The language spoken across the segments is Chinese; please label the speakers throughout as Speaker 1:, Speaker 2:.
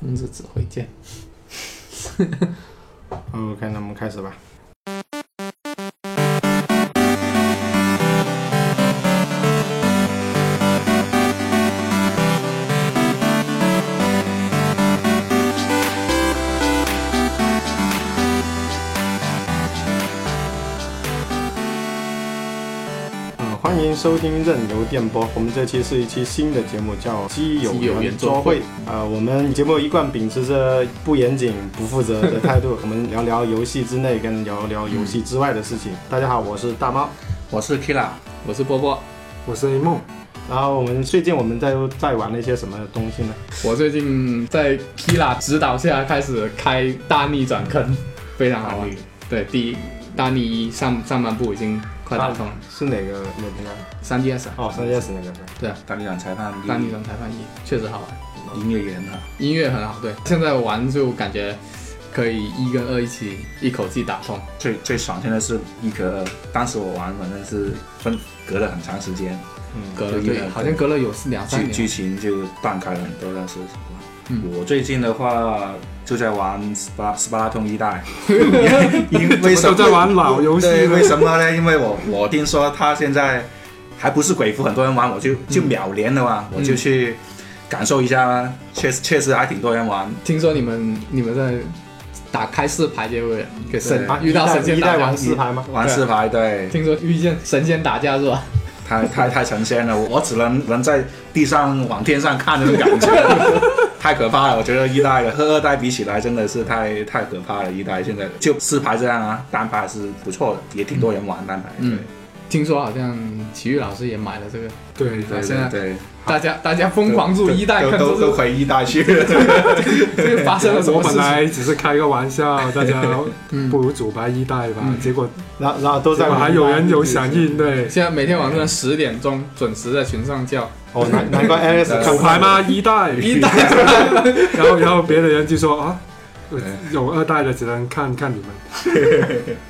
Speaker 1: 公子指挥剑。
Speaker 2: OK，那我们开始吧。嗯，欢迎收听任由电波。我们这期是一期新的节目，叫《基友
Speaker 1: 基友
Speaker 2: 圆
Speaker 1: 圆
Speaker 2: 桌
Speaker 1: 桌
Speaker 2: 会
Speaker 1: 会》。
Speaker 2: 呃，我们节目一贯秉持着不严谨、不负责的态度，我们聊聊游戏之内，跟聊聊游戏之外的事情。大家好，我是大猫。
Speaker 1: 我是 Kira，我是波波。
Speaker 3: 我是 A 梦，
Speaker 2: 然后我们最近我们在在玩了一些什么东西呢？
Speaker 1: 我最近在 Kira 指导下开始开大逆转 坑，非常好玩。对，第一大逆一上上半部已经快打通了，
Speaker 2: 是哪个哪个平台？
Speaker 1: 三 DS 啊
Speaker 2: 哦，三 DS 那个是吧。
Speaker 1: 对啊，
Speaker 4: 大力场裁判
Speaker 1: 大逆转裁判一确实好玩，
Speaker 4: 音乐也很好，
Speaker 1: 音乐很好。对，现在玩就感觉可以一跟二一起一口气打通。
Speaker 4: 最最爽现在是一和二，当时我玩反正是分隔了很长时间，
Speaker 1: 隔了
Speaker 4: 对
Speaker 1: 对，好像隔了有两三
Speaker 4: 剧
Speaker 1: 年。
Speaker 4: 剧情就断开了很多，但是。我最近的话就在玩《斯巴斯巴达通一代》因，因为什么
Speaker 3: 都在玩老游戏
Speaker 4: 对，为什么呢？因为我我听说他现在还不是鬼服，很多人玩，我就就秒连的嘛，我就去感受一下，确实确实还挺多人玩，
Speaker 1: 听说你们你们在打开四排结尾给神
Speaker 2: 啊
Speaker 1: 遇到神仙
Speaker 2: 一代
Speaker 1: 打
Speaker 2: 一代
Speaker 1: 架
Speaker 2: 玩，四排吗？
Speaker 4: 玩四排对，
Speaker 1: 听说遇见神仙打架是吧？
Speaker 4: 太太太神仙了，我我只能能在地上往天上看那种感觉， 太可怕了。我觉得一代和二代比起来真的是太太可怕了。一代现在就四排这样啊，单排还是不错的，也挺多人玩单排。对
Speaker 1: 嗯听说好像体育老师也买了这个，
Speaker 3: 对
Speaker 1: 对
Speaker 4: 对
Speaker 1: 啊现在
Speaker 4: 对对，
Speaker 1: 大家大家疯狂入一代
Speaker 4: 都
Speaker 1: 坑，
Speaker 4: 都都
Speaker 1: 就是
Speaker 4: 回一代去了。
Speaker 1: 这个发生了什
Speaker 3: 我
Speaker 1: 么事
Speaker 3: 本
Speaker 1: 情？
Speaker 3: 来只是开个玩笑，大家不如组吧一代吧，
Speaker 1: 嗯
Speaker 3: 结果
Speaker 2: 然后然后都
Speaker 3: 结
Speaker 2: 在
Speaker 3: 果
Speaker 2: 玩
Speaker 3: 还有人有响应，对，
Speaker 1: 现在每天晚上十点钟准时在群上叫
Speaker 2: 哦，难难怪 Alex 看
Speaker 3: 五排吗？一代，
Speaker 1: 一代，
Speaker 3: 然后然后别的人就说啊，有二代的只能看看你们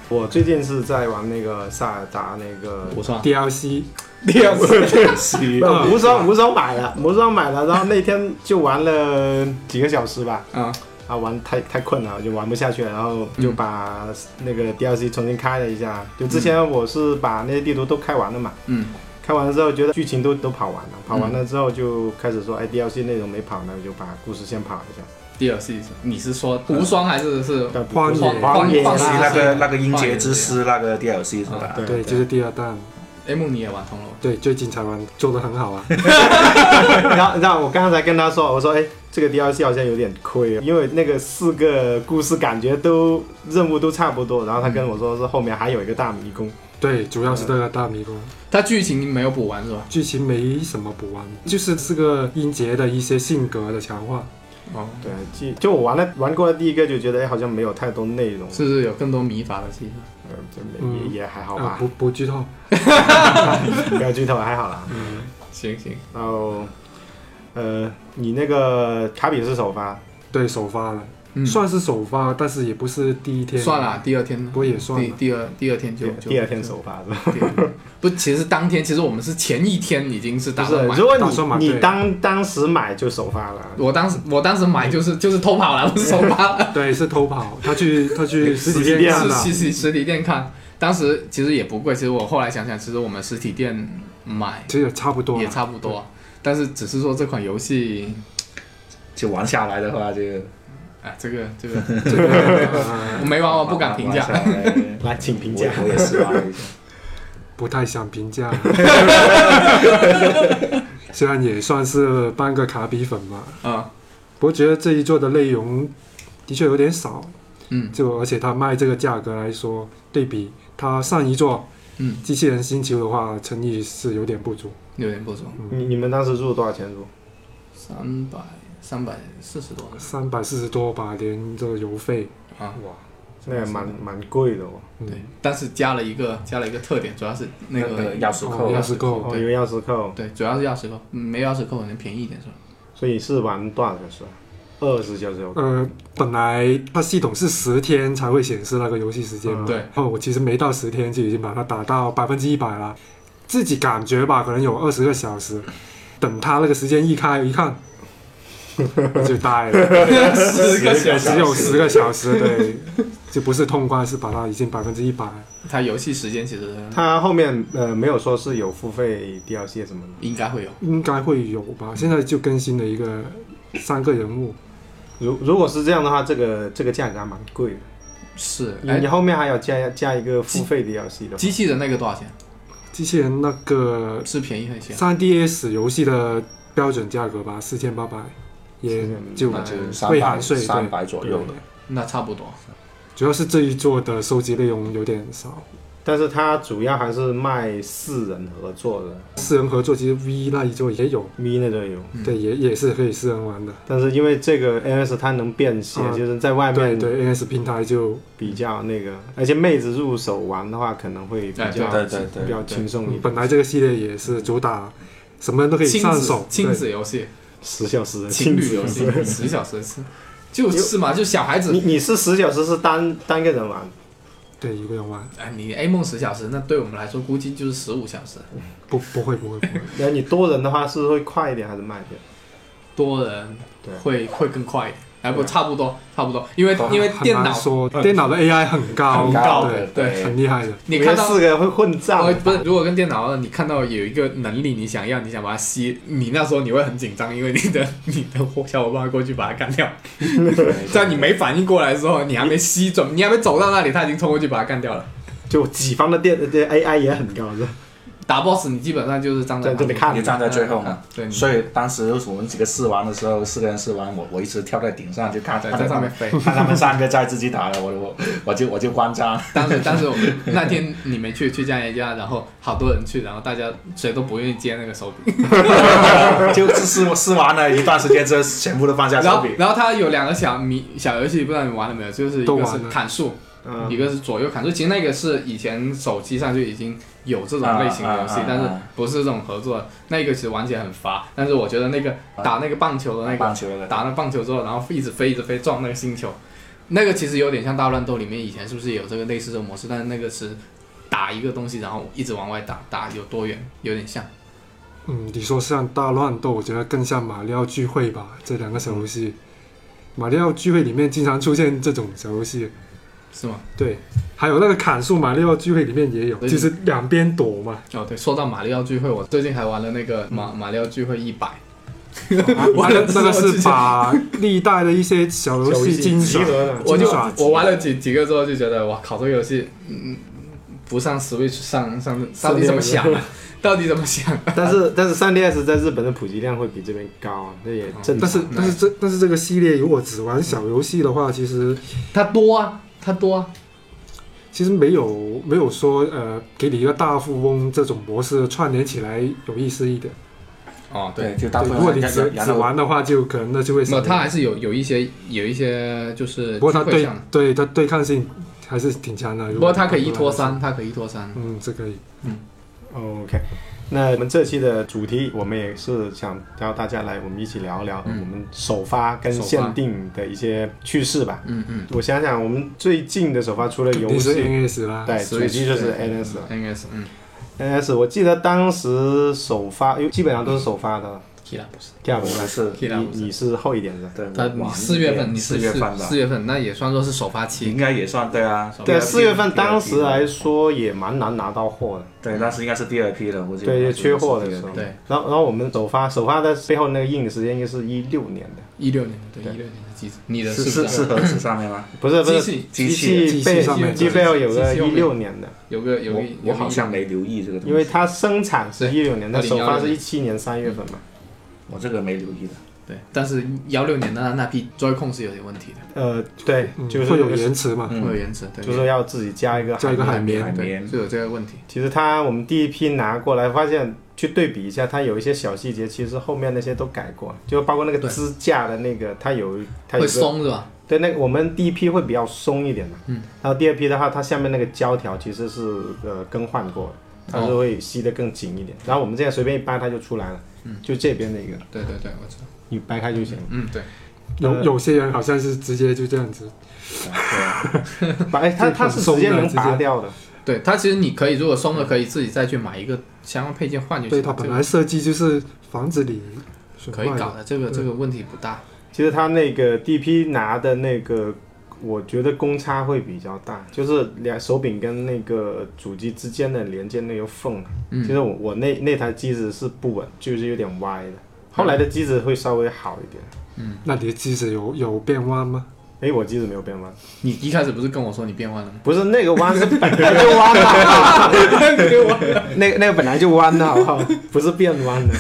Speaker 2: 我最近是在玩那个塞尔达那个
Speaker 1: 不算
Speaker 3: DLC，
Speaker 1: 第二次
Speaker 4: 是
Speaker 2: 呃无双，无双买了，无双买了，然后那天就玩了几个小时吧，
Speaker 1: 啊，
Speaker 2: 啊，玩太太困了，就玩不下去了，然后
Speaker 1: 嗯
Speaker 2: 就把那个 DLC 重新开了一下。就之前我是把那些地图都开完了嘛，
Speaker 1: 嗯，
Speaker 2: 开完了之后觉得剧情都都跑完了，跑完了之后就开始说，
Speaker 1: 嗯
Speaker 2: 哎，DLC 内容没跑呢，就把故事先跑一下。
Speaker 1: 第二次你是说无双还是是
Speaker 2: 但
Speaker 3: 荒野
Speaker 2: 荒野啊
Speaker 1: 荒
Speaker 4: 是
Speaker 1: 野
Speaker 4: 那个那个音
Speaker 1: 放啊
Speaker 4: 节
Speaker 1: 眼
Speaker 4: 之诗那个 DLC 是吧？
Speaker 2: 对
Speaker 3: 对，就是第二弹，
Speaker 1: A 梦哎你也玩通了吗？
Speaker 3: 对，最近才玩，做的很好啊，
Speaker 2: 然后，然后我刚才跟他说，我说，哎，这个 DLC 好像有点亏哦，因为那个四个故事感觉都任务都差不多。然后他跟我说是后面还有一个大迷宫，
Speaker 3: 对，主要是这个大迷宫，
Speaker 1: 它剧情没有补完是吧？
Speaker 3: 剧情没什么补完，就是这个音节的一些性格的强化，
Speaker 1: 哦，
Speaker 2: 对，就就我玩了玩过了第一个就觉得，哎，好像没有太多内容，
Speaker 1: 是不是有更多迷法的戏？
Speaker 2: 呃，就没
Speaker 3: 嗯
Speaker 2: 也也还好
Speaker 3: 啊，
Speaker 2: 吧
Speaker 3: 不，不剧透，
Speaker 2: 不要剧透，还好啦。
Speaker 1: 行行，
Speaker 2: 然后，呃，你那个卡比是首发，
Speaker 3: 对，首发了。
Speaker 1: 嗯，
Speaker 3: 算是首发，但是也不是第一天。
Speaker 1: 算了，第二天呢
Speaker 3: 不过也算
Speaker 1: 第
Speaker 3: 了。
Speaker 1: 第二第二天就
Speaker 2: 第
Speaker 1: 就
Speaker 2: 第二天首发是吧？
Speaker 1: 对不，其实当天其实我们是前一天已经是
Speaker 2: 不
Speaker 1: 打算
Speaker 2: 是，
Speaker 1: 买。
Speaker 2: 如果
Speaker 3: 打算买
Speaker 2: 你你
Speaker 3: 对
Speaker 2: 当当时买就首发了，
Speaker 1: 我当时我当时买就是就是偷跑了，不是首发了，
Speaker 3: 对，是偷跑，他 去他去实体
Speaker 2: 实
Speaker 3: 店
Speaker 2: 体
Speaker 3: 啊
Speaker 2: 店
Speaker 3: 看
Speaker 1: 是
Speaker 3: 了，
Speaker 1: 实体实体店看。当时其实也不贵，其实我后来想想，其实我们实体店买
Speaker 3: 其实也差不多
Speaker 1: 也
Speaker 3: 了。
Speaker 1: 差不多，但是只是说这款游戏，
Speaker 4: 就玩下来的话就
Speaker 1: 哎，这个这个
Speaker 3: 这个、呃
Speaker 1: 我没玩，我哦不敢评价
Speaker 4: 玩。下 来
Speaker 2: 来，请评
Speaker 4: 我
Speaker 2: 价
Speaker 4: 也。我也是啊玩了一下。
Speaker 3: 不太想评 价。虽然也算是半个卡比粉吧，
Speaker 1: 啊，
Speaker 3: 不过觉得这一座的内容的确有点少，
Speaker 1: 嗯
Speaker 3: 就而且它卖这个价格来说，对比它上一座
Speaker 1: 嗯，
Speaker 3: 机器人星球的话，诚意是有点不足。
Speaker 1: 有点不爽，
Speaker 2: 你你们当时入多少钱入？
Speaker 1: 三百三百四十多
Speaker 3: 三百四十多吧，连这个邮费，
Speaker 1: 啊，
Speaker 3: 哇，
Speaker 2: 那也蛮蛮贵的哦。
Speaker 3: 嗯
Speaker 1: 对，但是加了一个加了一个特点，主要是 那个
Speaker 4: 钥匙
Speaker 3: 哦
Speaker 4: 扣
Speaker 3: 钥匙扣
Speaker 2: 哦，
Speaker 1: 对
Speaker 2: 有钥匙扣，
Speaker 1: 对，主要是钥匙扣，嗯没钥匙扣可能便宜一点是吧？
Speaker 2: 所以是玩多少小时啊？二十小时有。
Speaker 3: 呃，本来它系统是十天才会显示那个游戏时间嘛，
Speaker 2: 嗯
Speaker 1: 对
Speaker 3: 然后我其实没到十天就已经把它打到百分之一百了，自己感觉吧，可能有二十个小时。等它那个时间一开，一看， 就带了，
Speaker 1: 十个小时
Speaker 3: 只有十个小时，对，就不是通关，是把它已经百分之一百。
Speaker 1: 它游戏时间其实
Speaker 2: 它后面呃没有说是有付费 DLC 什么的。
Speaker 1: 应该会有，
Speaker 3: 应该会有吧？现在就更新了一个三个人物，
Speaker 2: 如如果是这样的话，这个这个价格还蛮贵的。
Speaker 1: 是
Speaker 2: 你
Speaker 1: 哎
Speaker 2: 你，后面还要加加一个付费 DLC 的话，
Speaker 1: 机器人那个多少钱？
Speaker 3: 机器人那个
Speaker 1: 是便宜很些，
Speaker 3: 三 DS 游戏的标准价格吧，四千八百，也
Speaker 2: 4800
Speaker 3: 就
Speaker 4: 那就
Speaker 3: 未含
Speaker 4: 三百
Speaker 3: 呃税，
Speaker 4: 三
Speaker 3: 对，
Speaker 4: 百左右的。
Speaker 1: 那差不多。
Speaker 3: 主要是这一座的收集内容有点少。
Speaker 2: 但是它主要还是卖四人合作的
Speaker 3: 四人合作其实 V 那一座也有，
Speaker 2: ，V 那都有。
Speaker 1: 嗯
Speaker 3: 对，也也是可以四人玩的。
Speaker 2: 但是因为这个 NS 它能便携，
Speaker 3: 啊
Speaker 2: 就是在外
Speaker 3: 对
Speaker 2: 面
Speaker 3: 对，NS 平台就
Speaker 2: 比较那个，而且妹子入手玩的话可能会比
Speaker 1: 哎
Speaker 2: 较
Speaker 4: 对对对
Speaker 2: 比较轻松一
Speaker 3: 嗯
Speaker 2: 点，
Speaker 3: 本来这个系列也是主打什么都可以
Speaker 1: 亲
Speaker 3: 上
Speaker 1: 子
Speaker 3: 手，
Speaker 1: 亲
Speaker 3: 对呃
Speaker 1: 子游戏、
Speaker 2: 十小时的
Speaker 1: 情侣
Speaker 2: 亲
Speaker 1: 游
Speaker 2: 子
Speaker 1: 戏，十小时是，就是嘛，就小孩
Speaker 2: 你
Speaker 1: 子。
Speaker 2: 你是十小时是单单个人玩，
Speaker 3: 对一个人玩，
Speaker 1: 哎，你 A 梦十小时，那对我们来说估计就是十五小时。
Speaker 3: 不不会不会不会，
Speaker 2: 然后你多人的话是会快一点还是慢一点？
Speaker 1: 多人
Speaker 2: 对
Speaker 1: 会会更快一点，哎不差不多差不多，因为因为
Speaker 3: 很
Speaker 1: 电
Speaker 3: 难
Speaker 1: 脑呃
Speaker 3: 说电脑的 AI 很高，
Speaker 1: 很高
Speaker 3: 对，
Speaker 1: 对
Speaker 3: 很厉害的。
Speaker 1: 你看到
Speaker 2: 四个会混账
Speaker 1: 呃，不是，如果跟电脑你看到有一个能力，你想要，你想把它吸，你那时候你会很紧张，因为你的你的小伙伴过去把它干掉，在你没反应过来的时候，你还没吸准，你还没走到那里，他已经冲过去把它干掉了。
Speaker 2: 就己方的电这 AI 也很高的，
Speaker 1: 打 boss 你基本上就是站在
Speaker 2: 在这里
Speaker 1: 旁
Speaker 2: 看
Speaker 1: 边
Speaker 4: 你站在最后嘛，
Speaker 1: 对，你
Speaker 4: 所以当时我们几个试玩的时候，四个人试玩，我我一直跳在顶上就看
Speaker 1: 在
Speaker 4: 看
Speaker 1: 在
Speaker 4: 着
Speaker 1: 上
Speaker 4: 他
Speaker 1: 面
Speaker 4: 们，
Speaker 1: 飞。
Speaker 4: 看他们三个在自己打了，我我我就我就关张，
Speaker 1: 当时当时我们那天你没去，去佳爷家，然后好多人去，然后大家谁都不愿意接那个手柄。
Speaker 4: 就试试完了一段时间之后，全部都放下
Speaker 1: 然
Speaker 4: 手
Speaker 1: 后
Speaker 4: 柄，
Speaker 1: 然后它有两个小迷小游戏，不知道你玩了没有？就是一
Speaker 3: 都
Speaker 1: 个
Speaker 3: 玩
Speaker 1: 是
Speaker 3: 了
Speaker 1: 砍树，
Speaker 2: 嗯
Speaker 1: 一，个是左右砍树。其实那个是以前手机上就已经有这种类型的游戏，
Speaker 4: 啊啊啊
Speaker 1: 但是不是这种合作的。那个其实玩起来很乏，但是我觉得那个打那个棒球的那个
Speaker 4: 棒，球的，
Speaker 1: 打那棒球之后，然后一直飞一直飞撞那个星球，那个其实有点像大乱斗里面以前是不是也有这个类似的模式？但是那个是打一个东西，然后一直往外打，打有多远，有点像。
Speaker 3: 嗯，你说像大乱斗，我觉得更像马里奥聚会吧，这两个小游戏。马里奥聚会里面经常出现这种小游戏，
Speaker 1: 是吗？
Speaker 3: 对，还有那个砍树马里奥聚会里面也有，
Speaker 1: 对
Speaker 3: 就是两边躲 嘛，
Speaker 1: 哦，对，说到马里奥聚会，我最近还玩了那个马马里奥聚会一百，
Speaker 3: 那
Speaker 1: 玩
Speaker 3: 个
Speaker 1: 了
Speaker 3: 嗯哦那个
Speaker 1: 之后
Speaker 3: 是把历代的一些小游戏精
Speaker 2: 集
Speaker 3: 选，
Speaker 2: 合的，
Speaker 1: 我
Speaker 3: 精
Speaker 1: 就
Speaker 3: 选
Speaker 1: 我玩了几几个之后就觉得，哇靠，这个游戏，嗯，不上 Switch 上上到底怎么想啊？到底怎么想？
Speaker 2: 但是但是 3DS 在日本的普及量会比这边高啊，这也
Speaker 1: 哦
Speaker 2: 正常。
Speaker 3: 但是但是这但是这个系列如果只玩小游戏的话，其实
Speaker 1: 它多啊，它多啊，
Speaker 3: 其实没有没有说呃给你一个大富翁这种模式串联起来有意思一点。
Speaker 1: 哦，对，
Speaker 4: 对，就大
Speaker 3: 对，
Speaker 4: 部
Speaker 3: 如果
Speaker 4: 分
Speaker 3: 你
Speaker 4: 人
Speaker 3: 只
Speaker 4: 然
Speaker 3: 只
Speaker 4: 后
Speaker 3: 玩的话，就可能那就会
Speaker 1: 没有，
Speaker 3: 少
Speaker 1: 它还是有有一些有一些就是
Speaker 3: 不过它
Speaker 1: 聚会
Speaker 3: 对
Speaker 1: 项的
Speaker 3: 对它对抗性还是挺强的。啊
Speaker 1: 不
Speaker 3: 如
Speaker 1: 过
Speaker 3: 果
Speaker 1: 它可以一拖
Speaker 3: 玩
Speaker 1: 三，它可以一拖三
Speaker 3: 的话，，嗯，这可以。
Speaker 2: 哦 OK，那我们这期的主题，我们也是想邀大家来，我们一起聊一聊我
Speaker 1: 嗯
Speaker 2: 们首发跟
Speaker 1: 首发
Speaker 2: 限定的一些趣事吧。
Speaker 1: 嗯嗯，
Speaker 2: 我想想，我们最近的首发除了游
Speaker 3: 你是
Speaker 2: 戏，
Speaker 3: NS 啦，
Speaker 2: 对，主
Speaker 1: 啊 Switch，
Speaker 2: 机哎就是
Speaker 1: 对
Speaker 2: NS 了。
Speaker 1: NS，嗯
Speaker 2: NS，我记得当时首发，因为基本上都是首发的。
Speaker 1: ，Kira 不是，
Speaker 2: 第二
Speaker 4: 我
Speaker 2: 轮
Speaker 4: 们是，哦
Speaker 1: Kira 不
Speaker 2: 你
Speaker 1: 是
Speaker 2: 你是后一点的。
Speaker 4: 对，
Speaker 1: 它
Speaker 4: 我
Speaker 1: 你
Speaker 4: 玩
Speaker 1: 四月份你是
Speaker 4: 四月份
Speaker 1: 四
Speaker 4: 的，
Speaker 1: 月份那也算作是首发期
Speaker 4: 应，该也算对啊，
Speaker 1: 首发
Speaker 2: 对，
Speaker 1: 期
Speaker 2: 四月份当时来说也蛮难拿到货的。
Speaker 4: 对，但是应该是第二批了，估计
Speaker 2: 对，缺货的时候。
Speaker 4: 候，
Speaker 1: 对，
Speaker 2: 然后然后我们首发，首发的背后那个印的时间应该是一六年的，
Speaker 1: 一六年的对
Speaker 2: 对
Speaker 1: 一六年的机子，你的
Speaker 4: 是
Speaker 1: 不
Speaker 4: 是是
Speaker 1: 是
Speaker 4: 盒子上面吗？
Speaker 2: 不是不是
Speaker 1: 机器
Speaker 4: 机器
Speaker 2: 器
Speaker 3: 机器
Speaker 2: 背
Speaker 3: 上面
Speaker 2: 机
Speaker 3: 的
Speaker 2: 背后有个
Speaker 1: 机器后
Speaker 2: 一
Speaker 1: 面
Speaker 2: 六年的，
Speaker 1: 有个 有个
Speaker 4: 我
Speaker 1: 有个
Speaker 4: 我好像没留意这个东西，
Speaker 2: 因为它生产是一六年，
Speaker 1: 对
Speaker 2: 它首发
Speaker 1: 2016
Speaker 2: 是一七年三月份嘛。
Speaker 4: 我这个没留意的。
Speaker 1: 对，但是幺六年的那那批 Joy-Con 是有点问题的，
Speaker 2: 呃，对，
Speaker 3: 嗯
Speaker 2: 就是嗯
Speaker 3: 会有
Speaker 2: 那个
Speaker 3: 延迟嘛？
Speaker 4: 嗯
Speaker 1: 会有延迟，对，
Speaker 2: 就是要自己加一个
Speaker 3: 加一个海绵
Speaker 4: 海绵
Speaker 1: 就有这个问题。
Speaker 2: 其实它我们第一批拿过来，发现去对比一下，它有一些小细节，其实后面那些都改过，就包括那个
Speaker 1: 对
Speaker 2: 支架的那个，它有它有
Speaker 1: 会
Speaker 2: 一个
Speaker 1: 松是吧？
Speaker 2: 对那个我们第一批会比较松一点的，
Speaker 1: 嗯，
Speaker 2: 然后第二批的话，它下面那个胶条其实是呃更换过的，它是会吸得更紧一点，然后我们这样随便一掰它就出来了，嗯，就这边那个
Speaker 1: 对对对，我知道。
Speaker 2: 你掰开就行了。
Speaker 1: 嗯，对，
Speaker 3: 有
Speaker 2: 呃
Speaker 3: 有些人好像是直接就这样子，
Speaker 2: 把哎， 它它是直接能拔掉的，
Speaker 1: 对它其实你可以，如果松了，可以自己再去买一个相关配件换就
Speaker 3: 对
Speaker 1: 行。
Speaker 3: 它本
Speaker 1: 这个
Speaker 3: 来设计就是防止你准
Speaker 1: 可以
Speaker 3: 卖
Speaker 1: 搞
Speaker 3: 的。
Speaker 1: 的，这个
Speaker 3: 对
Speaker 1: 这个问题不大。
Speaker 2: 其实他那个 DP 拿的那个，我觉得公差会比较大，就是两手柄跟那个主机之间的连接那个缝。啊
Speaker 1: 嗯
Speaker 2: 其实我我那那台机子是不稳，就是有点歪的。后来的机子会稍微好一点。
Speaker 1: 嗯
Speaker 3: 那你的机子有有变弯吗？
Speaker 2: 诶，我机子没有变弯，
Speaker 1: 你一开始不是跟我说你变弯了吗？
Speaker 2: 不是那个弯是本来就弯的好不好，那个那个本来就弯的好不好？不是变弯的。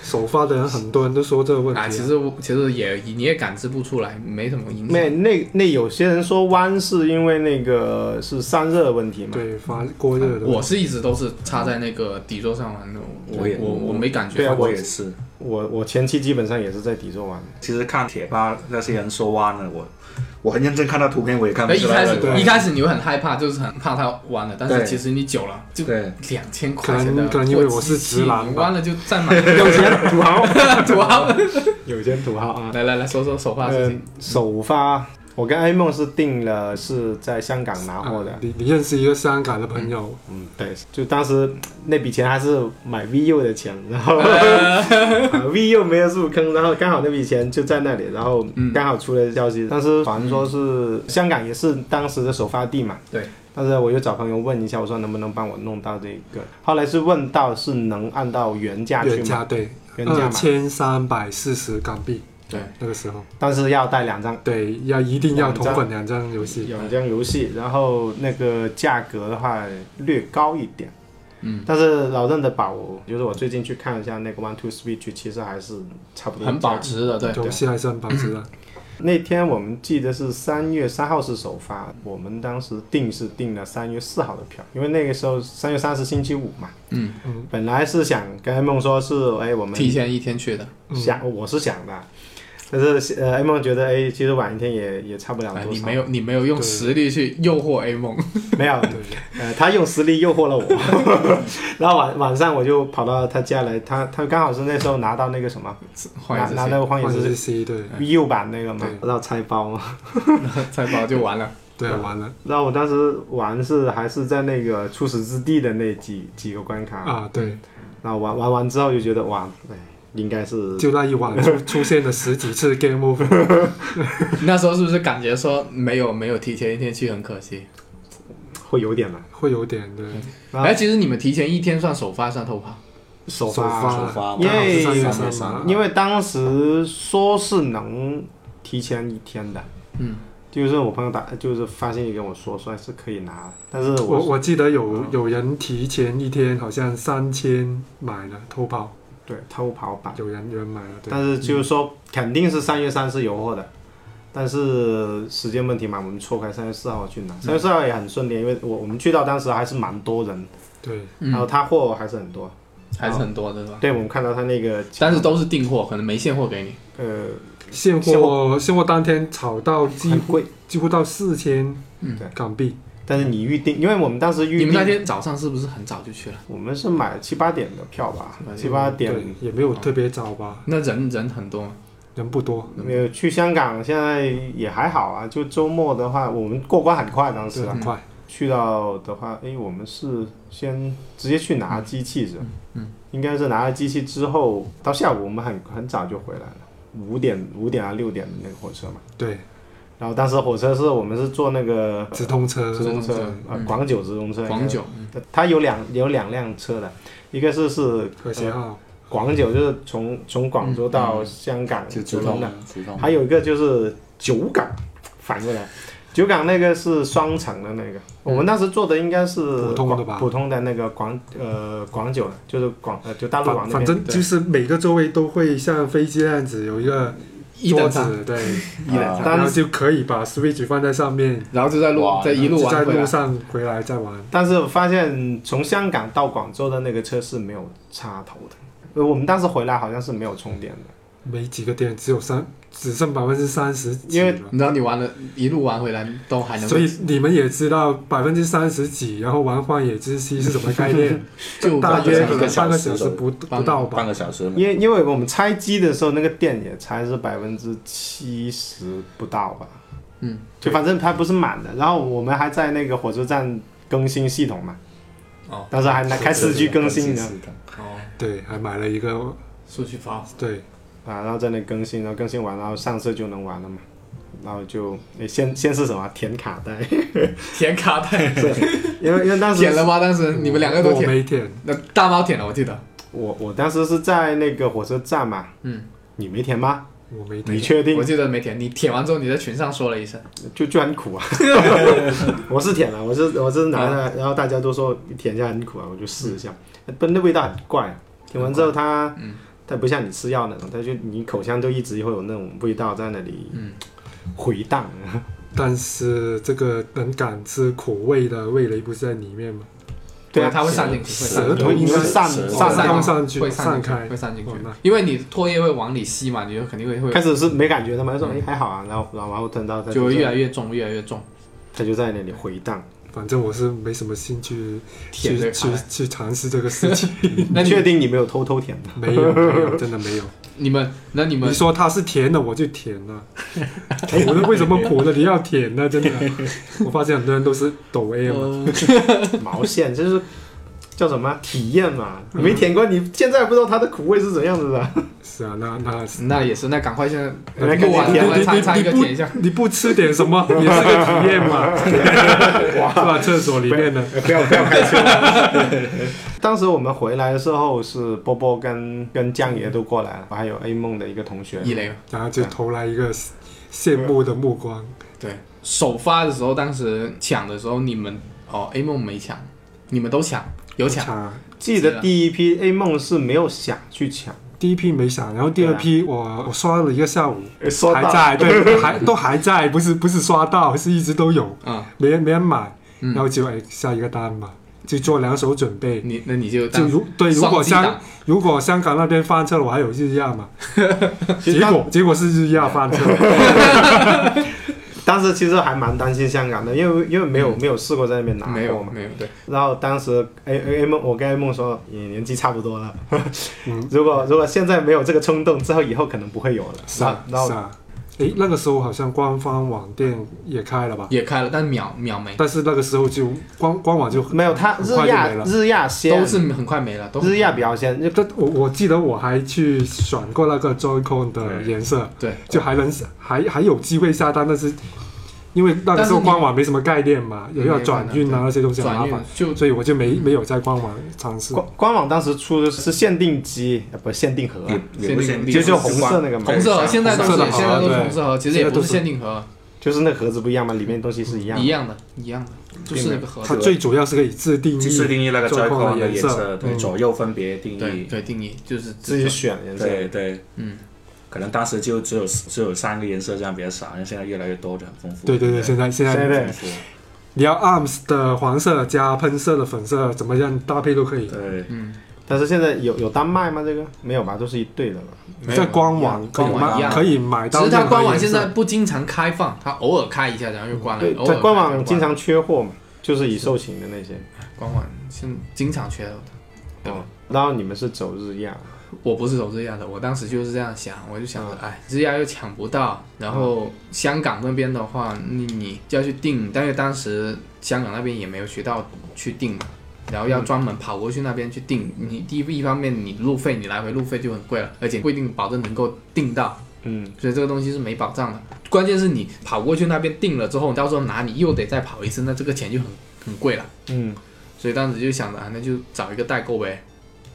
Speaker 3: 首发的人很多人都说这个问题、
Speaker 1: 啊，其实我其实也你也感知不出来，没什么影响。
Speaker 2: 那那那有些人说弯是因为那个是散热问题嘛？
Speaker 3: 对发过热的，
Speaker 2: 嗯
Speaker 1: 我是一直都是插在那个底座上玩的，我
Speaker 4: 我也
Speaker 1: 我我没感觉。
Speaker 2: 对啊
Speaker 4: 我也是。
Speaker 2: 我我前期基本上也是在底座弯的。
Speaker 4: 其实看贴吧那些人说弯了，我我很认真看到图片，我也看不
Speaker 1: 那哎一
Speaker 4: 出来
Speaker 1: 开
Speaker 4: 了。
Speaker 1: 始
Speaker 3: 对啊
Speaker 1: 一开始你会很害怕，就是很怕它弯了，但是
Speaker 4: 对
Speaker 1: 其实你久了就
Speaker 4: 对
Speaker 1: 两千
Speaker 3: 可
Speaker 1: 块钱的
Speaker 3: 能可能因为我是直
Speaker 1: 破
Speaker 3: 男
Speaker 1: 机器你
Speaker 3: 吧，
Speaker 1: 弯了就 再买。
Speaker 2: 有钱土豪，
Speaker 3: 哦
Speaker 1: 土豪，
Speaker 2: 有钱土豪啊！
Speaker 1: 哦来来来说说首发事
Speaker 2: 呃
Speaker 1: 情。，
Speaker 2: 首发，我跟 i 梦是定了是在香港拿货的
Speaker 3: 啊。你你认识一个香港的朋友，
Speaker 2: 嗯，对，就当时那笔钱还是买 VU 的钱，然后、VU 没有入坑，然后刚好那笔钱就在那里，然后
Speaker 1: 嗯
Speaker 2: 刚好出了消息，当时传说是香港也是当时的首发地嘛。
Speaker 1: 对。
Speaker 2: 但是我又找朋友问一下，我说能不能帮我弄到这个？后来是问到是能按到原价去
Speaker 3: 原
Speaker 2: 买
Speaker 3: 价，对，
Speaker 2: 原价
Speaker 3: 二
Speaker 2: 买，
Speaker 3: 千三百四十港币，
Speaker 1: 对，
Speaker 3: 那个时候，
Speaker 2: 但是要带两张
Speaker 3: 对，要一定要
Speaker 2: 两张
Speaker 3: 同捆两张游戏，
Speaker 2: 两张游戏，然后那个价格的话略高一点。
Speaker 1: 嗯，
Speaker 2: 但是老任的保，就是我最近去看了一下那个 One Two Switch，其实还是差不多。
Speaker 1: 很保。值的，对，
Speaker 3: 游戏还是很保值的。
Speaker 2: 那天我们记得是三月三号是首发，我们当时定是定了三月四号的票，因为那个时候三月三十星期五嘛。
Speaker 1: 嗯
Speaker 3: 嗯。
Speaker 2: 本来是想跟 A 梦说是，哎，我们
Speaker 1: 提前一天去的，
Speaker 2: 想，我是想的，但是呃，A 梦觉得，哎，其实晚一天也也差不了
Speaker 1: 哎
Speaker 2: 多
Speaker 1: 你
Speaker 2: 少。
Speaker 1: 没有你没有用
Speaker 3: 对
Speaker 1: 实力去诱惑 A 梦，
Speaker 2: 没有，
Speaker 3: 对，
Speaker 2: 呃，他用实力诱惑了我， 然后晚晚上我就跑到他家来，他他刚好是那时候拿到那个什么，
Speaker 1: 换
Speaker 2: 拿
Speaker 1: 一次
Speaker 2: 拿那个荒野
Speaker 3: 换
Speaker 2: 之
Speaker 3: 游
Speaker 2: 息
Speaker 3: 戏对
Speaker 2: U 版那个嘛，
Speaker 3: 对
Speaker 2: 然后拆包嘛，
Speaker 1: 菜包就完了。
Speaker 3: 对，完了
Speaker 2: 然后我当时玩是还是在那个初始之地的那几几个关卡，
Speaker 3: 啊，对，
Speaker 2: 然后玩玩完之后就觉得哇，哎，应该是
Speaker 3: 就那一晚出出现了十几次 game over，
Speaker 1: 那时候是不是感觉说没有没有提前一天去很可惜？
Speaker 2: 会有点难，
Speaker 3: 会有点的
Speaker 2: 啊
Speaker 1: 哎，其实你们提前一天算首发算偷跑，
Speaker 2: 首
Speaker 3: 首
Speaker 2: 发，
Speaker 3: 发，
Speaker 4: 首发
Speaker 3: 刚好是三月
Speaker 2: 耶
Speaker 4: 三月
Speaker 3: 三
Speaker 4: 三
Speaker 3: 嘛，
Speaker 2: 因为当时说是能提前一天的，
Speaker 1: 嗯，
Speaker 2: 就是我朋友打，就是发信息跟我说，说是可以拿的，但是
Speaker 3: 我我记得有有人提前一天，好像三千买了偷跑，
Speaker 2: 对偷跑版。
Speaker 3: 有人有人买了，对，
Speaker 2: 啊但是就是说
Speaker 1: 嗯
Speaker 2: 肯定是三月三是有货的，但是时间问题嘛，我们错开三月四号去拿，
Speaker 1: 嗯
Speaker 2: 三月四号也很顺利，因为我我们去到当时还是蛮多人，
Speaker 3: 对，
Speaker 1: 嗯
Speaker 2: 然后他货还是很多，
Speaker 1: 还是很多的是吧？
Speaker 2: 对我们看到他那个，
Speaker 1: 但是都是订货，可能没现货给你。
Speaker 2: 呃
Speaker 3: 现
Speaker 2: 现
Speaker 3: 货现货当天炒到几
Speaker 2: 很
Speaker 3: 乎
Speaker 2: 贵，
Speaker 3: 几乎到四千
Speaker 1: 嗯
Speaker 2: 对
Speaker 3: 港币，
Speaker 2: 但是你预定，因为我们当时预
Speaker 1: 你
Speaker 2: 定，
Speaker 1: 们那天早上是不是很早就去了？
Speaker 2: 我们是买七八点的票吧，
Speaker 1: 嗯
Speaker 2: 七八
Speaker 3: 对
Speaker 2: 点。，
Speaker 3: 也没有特别早吧，
Speaker 1: 那人人很多吗？
Speaker 3: 人不多，
Speaker 2: 没有去香港，现在也还好啊。就周末的话，我们过关很快，当时
Speaker 3: 对，
Speaker 2: 啊
Speaker 3: 很快，
Speaker 2: 去到的话，诶，我们是先直接去拿机器是吧？
Speaker 1: 嗯
Speaker 2: 应该是拿了机器之后，到下午我们很很早就回来了，五点五点啊六点的那个火车嘛。
Speaker 3: 对，
Speaker 2: 然后当时火车是我们是坐那个
Speaker 3: 直通车，
Speaker 2: 直通车，呃，
Speaker 1: 嗯
Speaker 2: 广九直通车。
Speaker 1: 广九，
Speaker 2: 它，它有两有两辆车的，一个是是呃
Speaker 3: 和谐号，
Speaker 2: 广九，就是从从广州到香港
Speaker 1: 嗯
Speaker 4: 就
Speaker 2: 直
Speaker 4: 直
Speaker 2: 通
Speaker 4: 通
Speaker 2: 的，，
Speaker 4: 直通。
Speaker 2: 还有一个就是九港，反过来，九港那个是双层的那个，我们当时做的应该是
Speaker 3: 普通的吧
Speaker 2: 广普通的那个广呃广九的，就是广呃就大陆
Speaker 3: 反
Speaker 2: 广那
Speaker 3: 反正
Speaker 2: 边。
Speaker 3: 就是每个座位都会像飞机那样子有一个
Speaker 1: 一等
Speaker 3: 桌
Speaker 1: 舱，
Speaker 3: 子，对，
Speaker 2: 一人
Speaker 4: 啊
Speaker 3: 然
Speaker 2: 但
Speaker 3: 后
Speaker 2: 是
Speaker 3: 就可以把 Switch 放在上面，
Speaker 1: 然后就在路
Speaker 4: 哇
Speaker 1: 在一路
Speaker 3: 就在
Speaker 1: 玩回
Speaker 3: 路
Speaker 1: 来。
Speaker 3: 上回来再玩。
Speaker 2: 但是我发现从香港到广州的那个车是没有插头的，呃我们当时回来好像是没有充电的，
Speaker 3: 没几个店，只有三，只剩百分之三十几
Speaker 2: 因为
Speaker 3: 了。
Speaker 1: 你知道你玩了一路玩回来都还能，
Speaker 3: 所以你们也知道百分之三十几，然后玩《荒野之息》是什么概念？
Speaker 1: 就
Speaker 3: 大约可
Speaker 4: 一个
Speaker 3: 能
Speaker 4: 小
Speaker 3: 半
Speaker 4: 时
Speaker 3: 个小时
Speaker 4: 左右
Speaker 3: 不
Speaker 1: 半
Speaker 3: 不
Speaker 1: 个
Speaker 3: 到
Speaker 4: 半
Speaker 3: 吧
Speaker 4: 个。小时嘛，
Speaker 2: 因为因为我们拆机的时候那个电也才是百分之七十不到吧，
Speaker 1: 嗯，
Speaker 2: 就反正它不是满的。然后我们还在那个火车站更新系统嘛，
Speaker 1: 哦，
Speaker 2: 当时还拿开四 G 更新
Speaker 4: 的
Speaker 2: 呢，，
Speaker 1: 哦，
Speaker 3: 对，还买了一个，
Speaker 1: 数据包，
Speaker 3: 对，
Speaker 2: 啊，然后在那更新，然后更新完，然后上色就能玩了嘛。然后就诶先先是什么填卡 带，
Speaker 1: 舔 卡带，
Speaker 2: 因为因为当时
Speaker 1: 舔了吗？当时你们两个都
Speaker 3: 我
Speaker 1: 舔，
Speaker 3: 没舔，
Speaker 1: 那大猫舔了，我记得。
Speaker 2: 我我当时是在那个火车站嘛，嗯，你没填吗？
Speaker 3: 我没舔。
Speaker 2: 你确定
Speaker 1: 我？记得没舔，你舔完之后你在群上说了一声，
Speaker 2: 就就很 苦啊！我是舔了，啊我是我是拿
Speaker 1: 啊
Speaker 2: 了，然后大家都说舔一下很苦啊，我就试一下，但那味道很怪，舔完之后它它不像你吃药那种，它就你口腔就一直会有那种味道在那里
Speaker 1: 嗯
Speaker 2: 回荡。啊
Speaker 3: 但是这个能感知口味的味蕾不是在里面吗？
Speaker 2: 对啊，
Speaker 1: 它会散进去，会散进
Speaker 3: 舌头应该
Speaker 2: 会散
Speaker 4: 舌头
Speaker 1: 去
Speaker 2: 散
Speaker 3: 散
Speaker 2: 到
Speaker 3: 开上去
Speaker 1: 会散进
Speaker 3: 散
Speaker 1: 去，
Speaker 3: 开
Speaker 1: 会散进去
Speaker 3: 哦那，
Speaker 1: 因为你唾液会往里吸嘛，你就肯定会
Speaker 2: 开
Speaker 1: 会
Speaker 2: 始是没感觉的嘛，就说哎还好啊，然后然后然后等到它
Speaker 1: 就会越
Speaker 2: 在
Speaker 1: 来越重，越来越重。
Speaker 2: 它就在那里回荡。
Speaker 3: 反正我是没什么兴趣
Speaker 1: 舔这
Speaker 3: 去
Speaker 1: 个
Speaker 3: 去
Speaker 1: 卡带
Speaker 3: 去尝试这个事 情，
Speaker 1: 那
Speaker 2: 你
Speaker 1: 你
Speaker 2: 确定你没有偷偷舔 吗？
Speaker 3: 没有，没有，真的没有。
Speaker 1: 你们那 你们
Speaker 3: 你说它是甜的，我就甜 了。哎我说为什么苦的你要甜呢？真的，我发现很多人都是抖 A 嘛，
Speaker 1: 呃
Speaker 2: 毛线，这是叫什么啊体验嘛？
Speaker 1: 嗯
Speaker 2: 你没舔过，你现在不知道它的苦味是怎样子的。
Speaker 3: 是啊，那那
Speaker 1: 那也是，那赶快现在
Speaker 2: 来
Speaker 1: 录完
Speaker 2: 赶紧
Speaker 1: 了，我来
Speaker 3: 你
Speaker 1: 插插一个
Speaker 3: 你
Speaker 1: 舔一下。
Speaker 3: 你不吃点什 么也是个体验嘛，是吧？厕所里 面的，
Speaker 2: 不要不要开车。 当时我们回来的时候是波波跟跟江爷都过来了，还有 A 梦的一个同学。
Speaker 1: 一雷
Speaker 3: 然后就投来一个羡慕的目光。
Speaker 1: 对，首发的时候，当时抢的时候，你们哦 A 梦没抢，你们都抢，有抢，
Speaker 3: 抢
Speaker 2: 记得第一批 A 梦是没有想去抢，
Speaker 3: 第一批没想，然后第二
Speaker 1: 啊
Speaker 3: 批我我刷了一个下午，
Speaker 2: 说
Speaker 3: 还
Speaker 2: 到
Speaker 3: 在，对，还都还在，不是不是刷到，是一直都有，
Speaker 1: 嗯，
Speaker 3: 没人没人买，然后就哎下一个单嘛，就做两手准备。
Speaker 1: 你那你就
Speaker 3: 就
Speaker 1: 当
Speaker 3: 如对，如
Speaker 1: 双
Speaker 3: 果
Speaker 1: 击打
Speaker 3: 香如果香港那边翻车了，我还有日亚 嘛？
Speaker 2: 其
Speaker 3: 结
Speaker 2: 实当
Speaker 3: 果结果是日亚翻车，
Speaker 2: 当时其实还蛮担心香港的，因为因为没有、没有试过在那边拿
Speaker 1: 没
Speaker 2: 过
Speaker 1: 有
Speaker 2: 嘛。
Speaker 1: 没有对，
Speaker 2: 然后当时 A A A 梦，我跟 A 梦说，你年纪差不多了，如果如果现在没有这个冲动，之后以后可能不会有了。
Speaker 3: 是
Speaker 2: 然后
Speaker 3: 啊
Speaker 2: 然后
Speaker 3: 是啊。诶，那个时候好像官方网店也开了吧？
Speaker 1: 也开了，但秒秒没，
Speaker 3: 但是那个时候就官官网就
Speaker 2: 没有他日
Speaker 3: 很快就
Speaker 2: 亚
Speaker 3: 没了
Speaker 2: 日亚先
Speaker 1: 都，是很快没了，都
Speaker 2: 日亚比较先，日
Speaker 3: 但我我记得我还去选过那个 Joycon 的颜色，
Speaker 1: 对，
Speaker 3: 就还能还还有机会下单，但是因为那个时候
Speaker 1: 但是你
Speaker 3: 官网没什么概念嘛，也要转运啊那些东西很麻
Speaker 1: 转运
Speaker 3: 烦，
Speaker 1: 就
Speaker 3: 所以我就没没有在官网尝试。
Speaker 2: 官官网当时出的是限定机，呃，不限定盒，
Speaker 1: 嗯
Speaker 4: 也不行，
Speaker 1: 限定
Speaker 2: 就就红色那个嘛，
Speaker 1: 红色盒现在都是
Speaker 3: 红色的盒
Speaker 1: 现在都是
Speaker 3: 对
Speaker 1: 红色盒，其实也不是限定盒，
Speaker 2: 就是那盒子不一样嘛，里面东西是一样
Speaker 1: 一
Speaker 2: 的。
Speaker 1: 样的一样的，就是那个盒
Speaker 3: 它
Speaker 1: 子，
Speaker 3: 最主要是可以自定义，
Speaker 4: 技术定义那个 j
Speaker 3: 状
Speaker 4: o
Speaker 3: 况
Speaker 4: y
Speaker 3: 的
Speaker 4: 的
Speaker 3: 颜
Speaker 4: 颜
Speaker 3: 色
Speaker 4: 色，对，左右分别定
Speaker 1: 对
Speaker 4: 义，
Speaker 1: 对，定义就是
Speaker 2: 自己选颜色，
Speaker 4: 对对，
Speaker 1: 嗯，
Speaker 4: 可能当时就只有只有三个颜色，这样比较少，但现在越来越多，就很丰富。
Speaker 3: 对对对，现在现
Speaker 2: 现
Speaker 3: 在
Speaker 2: 在
Speaker 4: 很丰富。
Speaker 3: 你要 arms 的黄色加喷射的粉色，怎么样搭配都可以。
Speaker 4: 对，
Speaker 2: 但是现在有有单卖吗？这个没有吧，都是一对的吧。
Speaker 1: 没有
Speaker 3: 在官网可以
Speaker 1: 官网一
Speaker 3: 买
Speaker 1: 样
Speaker 3: 可以买
Speaker 1: 只
Speaker 3: 到
Speaker 1: 是
Speaker 3: 任何颜色，
Speaker 1: 它官网现在不经常开放，它偶尔开一下，然后又关了
Speaker 2: 对。，
Speaker 1: 偶尔
Speaker 2: 在
Speaker 1: 开
Speaker 2: 官
Speaker 1: 又关
Speaker 2: 网
Speaker 1: 了
Speaker 2: 经常缺货嘛，就是已售罄的那些。
Speaker 1: 官网现经常缺的。对
Speaker 2: 哦，然后你们是走日亚，
Speaker 1: 我不是走日亚的，我当时就是这样想，我就想着，哎，日亚又抢不到，然后香港那边的话，你你要去订，但是当时香港那边也没有渠道去订嘛，然后要专门跑过去那边去订。你第一一方面你路费，你来回路费就很贵了，而且不一定保证能够订到，
Speaker 2: 嗯，
Speaker 1: 所以这个东西是没保障的。关键是你跑过去那边订了之后，你到时候拿你又得再跑一次，那这个钱就很很贵了。
Speaker 2: 嗯
Speaker 1: 所以当时就想着，啊，那就找一个代购呗，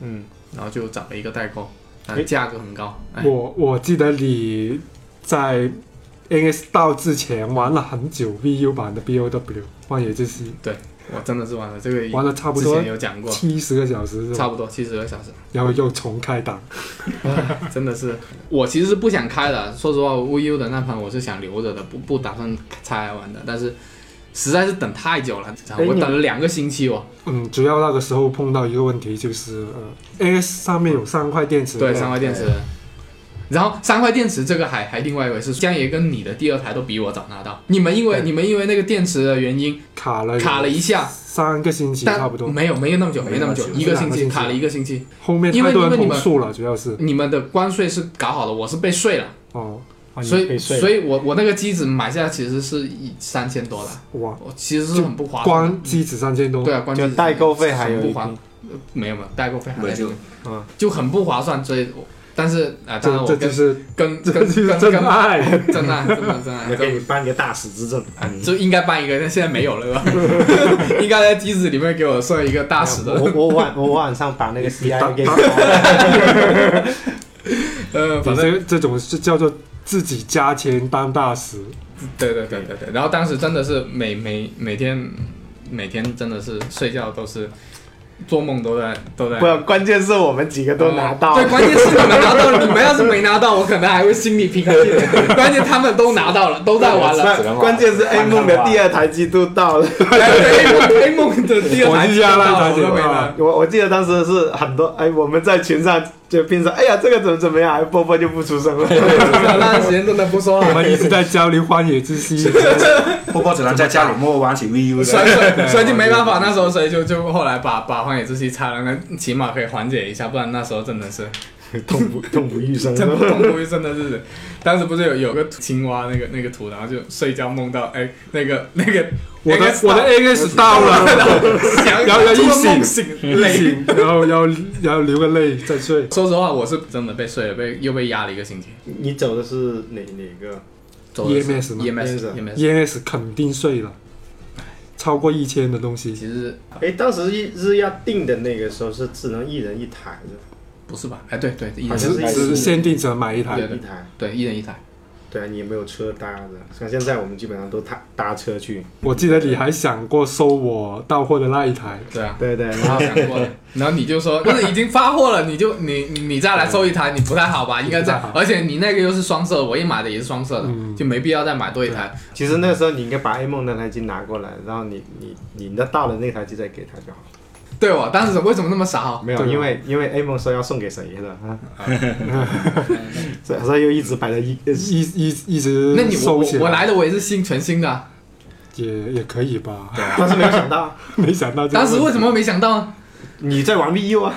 Speaker 2: 嗯，
Speaker 1: 然后就找了一个代购，但
Speaker 2: 诶
Speaker 1: 价格很高。哎
Speaker 3: 我我记得你在 NS 到之前玩了很久 VU 版的 BOW 荒野之息，
Speaker 1: 我真的是玩了这个，
Speaker 3: 玩了差不
Speaker 1: 之
Speaker 3: 多
Speaker 1: 前有讲过，
Speaker 3: 七十个小时是吧？
Speaker 1: 差不多七十个小时，
Speaker 3: 然后又重开档，
Speaker 1: 真的是。我其实是不想开的，说实话，VU 的那盘我是想留着的，不不打算拆来玩的，但是实在是等太久了，
Speaker 2: 你
Speaker 1: 我等了两个星期哦。
Speaker 3: 嗯，主要那个时候碰到一个问题就是，呃，NS 上面有三块电池，
Speaker 1: 对，三块电池。然后三块电池这个还还另外一回事，江爷跟你的第二台都比我早拿到，你们因为
Speaker 3: 对
Speaker 1: 你们因为那个电池的原因
Speaker 3: 卡了
Speaker 1: 卡了一下，
Speaker 3: 三个星期
Speaker 1: 但嗯
Speaker 3: 差不多，
Speaker 1: 没有没有那么久，
Speaker 4: 没
Speaker 1: 没那么久
Speaker 4: 那，么久
Speaker 1: 一个星
Speaker 3: 两个
Speaker 1: 期
Speaker 3: 星期
Speaker 1: 卡了一个星期。
Speaker 3: 后面
Speaker 1: 因为
Speaker 3: 太多
Speaker 1: 因为
Speaker 3: 人
Speaker 1: 你
Speaker 3: 投
Speaker 1: 们
Speaker 3: 诉了，主要是
Speaker 1: 你们的关税是搞好的，我是被税了。
Speaker 3: 哦，
Speaker 2: 哦你
Speaker 1: 所以，
Speaker 2: 被睡了
Speaker 1: 所以我我那个机子买下来其实是一三千多的，
Speaker 3: 哇，
Speaker 1: 我其实是很不划算的。
Speaker 3: 光机子三千多，
Speaker 1: 对啊，光
Speaker 2: 就
Speaker 1: 机子
Speaker 2: 代购费还有
Speaker 1: 很
Speaker 2: 一
Speaker 1: 不划，
Speaker 2: 批，
Speaker 1: 没有没有代购费还
Speaker 4: 我
Speaker 1: 在
Speaker 4: 就
Speaker 1: 里面
Speaker 2: 嗯
Speaker 1: 就很不划算，所以我但是啊，当然
Speaker 3: 这
Speaker 1: 我
Speaker 3: 这就
Speaker 1: 跟
Speaker 3: 是
Speaker 1: 跟
Speaker 3: 这
Speaker 1: 跟
Speaker 3: 就是
Speaker 1: 跟
Speaker 3: 真
Speaker 1: 跟
Speaker 3: 爱。
Speaker 1: 真爱，真的真爱，
Speaker 2: 给
Speaker 1: 真
Speaker 2: 你颁个大使之证，
Speaker 1: 啊就应该办一个，但现在没有了，应该在机子里面给我设一个大使的，
Speaker 2: 我我晚我晚上把那 个 CI 给你，
Speaker 1: 呃，
Speaker 3: 反
Speaker 1: 反正
Speaker 3: 正这种是叫做自己加钱当大使，
Speaker 1: 对对对对对。然后当时真的是每每每天每天真的是睡觉都是做梦都在都在
Speaker 2: 不，关键是我们几个都拿到
Speaker 1: 对，
Speaker 2: 了，
Speaker 1: 哦关键是你们拿到了，你们要是没拿到，我可能还会心里平衡。 关键他们都拿到了，都在玩了。哎
Speaker 4: 只能玩
Speaker 2: 关键是 A 梦的第二台机都到了。
Speaker 1: 对 A 哎梦的第二
Speaker 3: 我
Speaker 1: 台
Speaker 3: 是亚烂台
Speaker 1: 我
Speaker 3: 姐
Speaker 1: 都没拿
Speaker 3: 啊。
Speaker 2: 我我记得当时是很多哎，我们在群上就变成哎呀这个怎么怎么样，哎波波就不出声了。
Speaker 1: 那段时间真的不说
Speaker 3: 我
Speaker 1: 了，
Speaker 3: 们一直在交流荒野之息。
Speaker 4: 波波只能在家里默默玩起 VU
Speaker 1: 所
Speaker 4: 的
Speaker 2: 啊
Speaker 1: 以。所以所以就没办法，那时候所以就就后来把把荒野之息拆了，那起码可以缓解一下，不然那时候真的是
Speaker 2: 痛不痛不欲 生
Speaker 1: 真的痛不欲生的 日子。当时不是有有个青蛙那个那个图，然后就睡觉梦到哎那个 那个
Speaker 3: 我的
Speaker 1: AX
Speaker 3: 我的 A S 到了，
Speaker 1: 想
Speaker 3: 然后要一
Speaker 1: 做个梦
Speaker 3: 醒
Speaker 1: 醒
Speaker 3: 一
Speaker 1: 累。
Speaker 3: 醒，然后要要流个泪再睡。
Speaker 1: 说实话，我是真的被睡了，被又被压了一个星期。
Speaker 2: 你走的是哪哪个？
Speaker 1: 走的是
Speaker 3: EMS E 吗
Speaker 1: EMS EMS，
Speaker 3: E S 肯定睡了，超过一千的东西，
Speaker 1: 其实
Speaker 2: 哎，当时是要定的那个时候是只能一人一台的，
Speaker 1: 不是吧？哎，对对，一
Speaker 2: 好
Speaker 1: 人
Speaker 2: 像
Speaker 1: 是
Speaker 2: 是
Speaker 3: 只只限定只能买一台
Speaker 1: 对。对
Speaker 2: 一台。
Speaker 1: 对一人一台。
Speaker 2: 对啊，你也没有车搭的，像现在我们基本上都搭搭车去。
Speaker 3: 我记得你还想过收我到货的那一台，
Speaker 1: 对啊。
Speaker 2: 对对，然
Speaker 1: 然
Speaker 2: 后
Speaker 1: 后想过了，然后你就说，不是已经发货了，你就 你你再来收一台，你不太好吧？
Speaker 3: 嗯
Speaker 1: 应该这样，而且你那个又是双色，我一买的也是双色的，
Speaker 3: 嗯
Speaker 1: 就没必要再买多一台。
Speaker 2: 其实那个时候你应该把 A 梦那台机拿过来，然后你你你那到了那台机再给他就好了。
Speaker 1: 对我当时为什么那么傻哦？
Speaker 2: 没有，
Speaker 3: 对啊
Speaker 2: 因为因为 A 梦说要送给谁的啊， 所以所以又一直摆在 一
Speaker 3: 一一一直
Speaker 1: 那你我
Speaker 3: 收
Speaker 1: 我
Speaker 3: 起
Speaker 1: 我来的我也是新全新的啊，
Speaker 3: 也也可以吧？
Speaker 2: 但是没有想到
Speaker 3: 没想到这个
Speaker 1: 当时为
Speaker 3: 问题
Speaker 1: 什么没想到呢？
Speaker 2: 你在玩 VU 啊，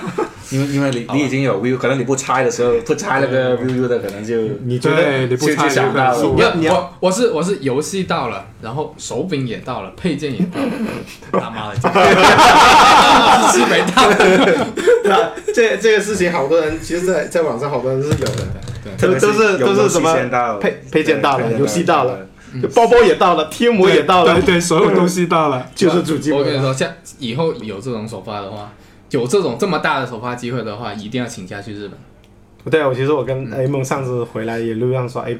Speaker 4: 因为因为你你已经有 VU，可能你不拆的时候不拆那个 VU 的，可能就
Speaker 2: 嗯你觉得
Speaker 3: 对你不
Speaker 4: 就
Speaker 3: 差
Speaker 4: 就想到了
Speaker 3: 就
Speaker 1: 没有
Speaker 2: 你要
Speaker 1: 我我是我是游戏到了，然后手柄也到了，配件也到了， 他妈的， 机器没到。
Speaker 2: 那 这这个事情好多人其实在，在网上好多人是有的，都
Speaker 1: 对
Speaker 2: 都是都是什么配配件到了，游戏到了，，就包包也到了，贴膜也到了
Speaker 3: 对，对，所有东西到了，
Speaker 2: 就是主机
Speaker 1: 我跟
Speaker 2: 没
Speaker 1: 你
Speaker 2: 了。
Speaker 1: 说，像以后有这种首发的话，有这种这么大的首发机会的话，一定要请假去日本。
Speaker 2: 对，啊我其实我跟 A 梦上次回来也路上说，哎，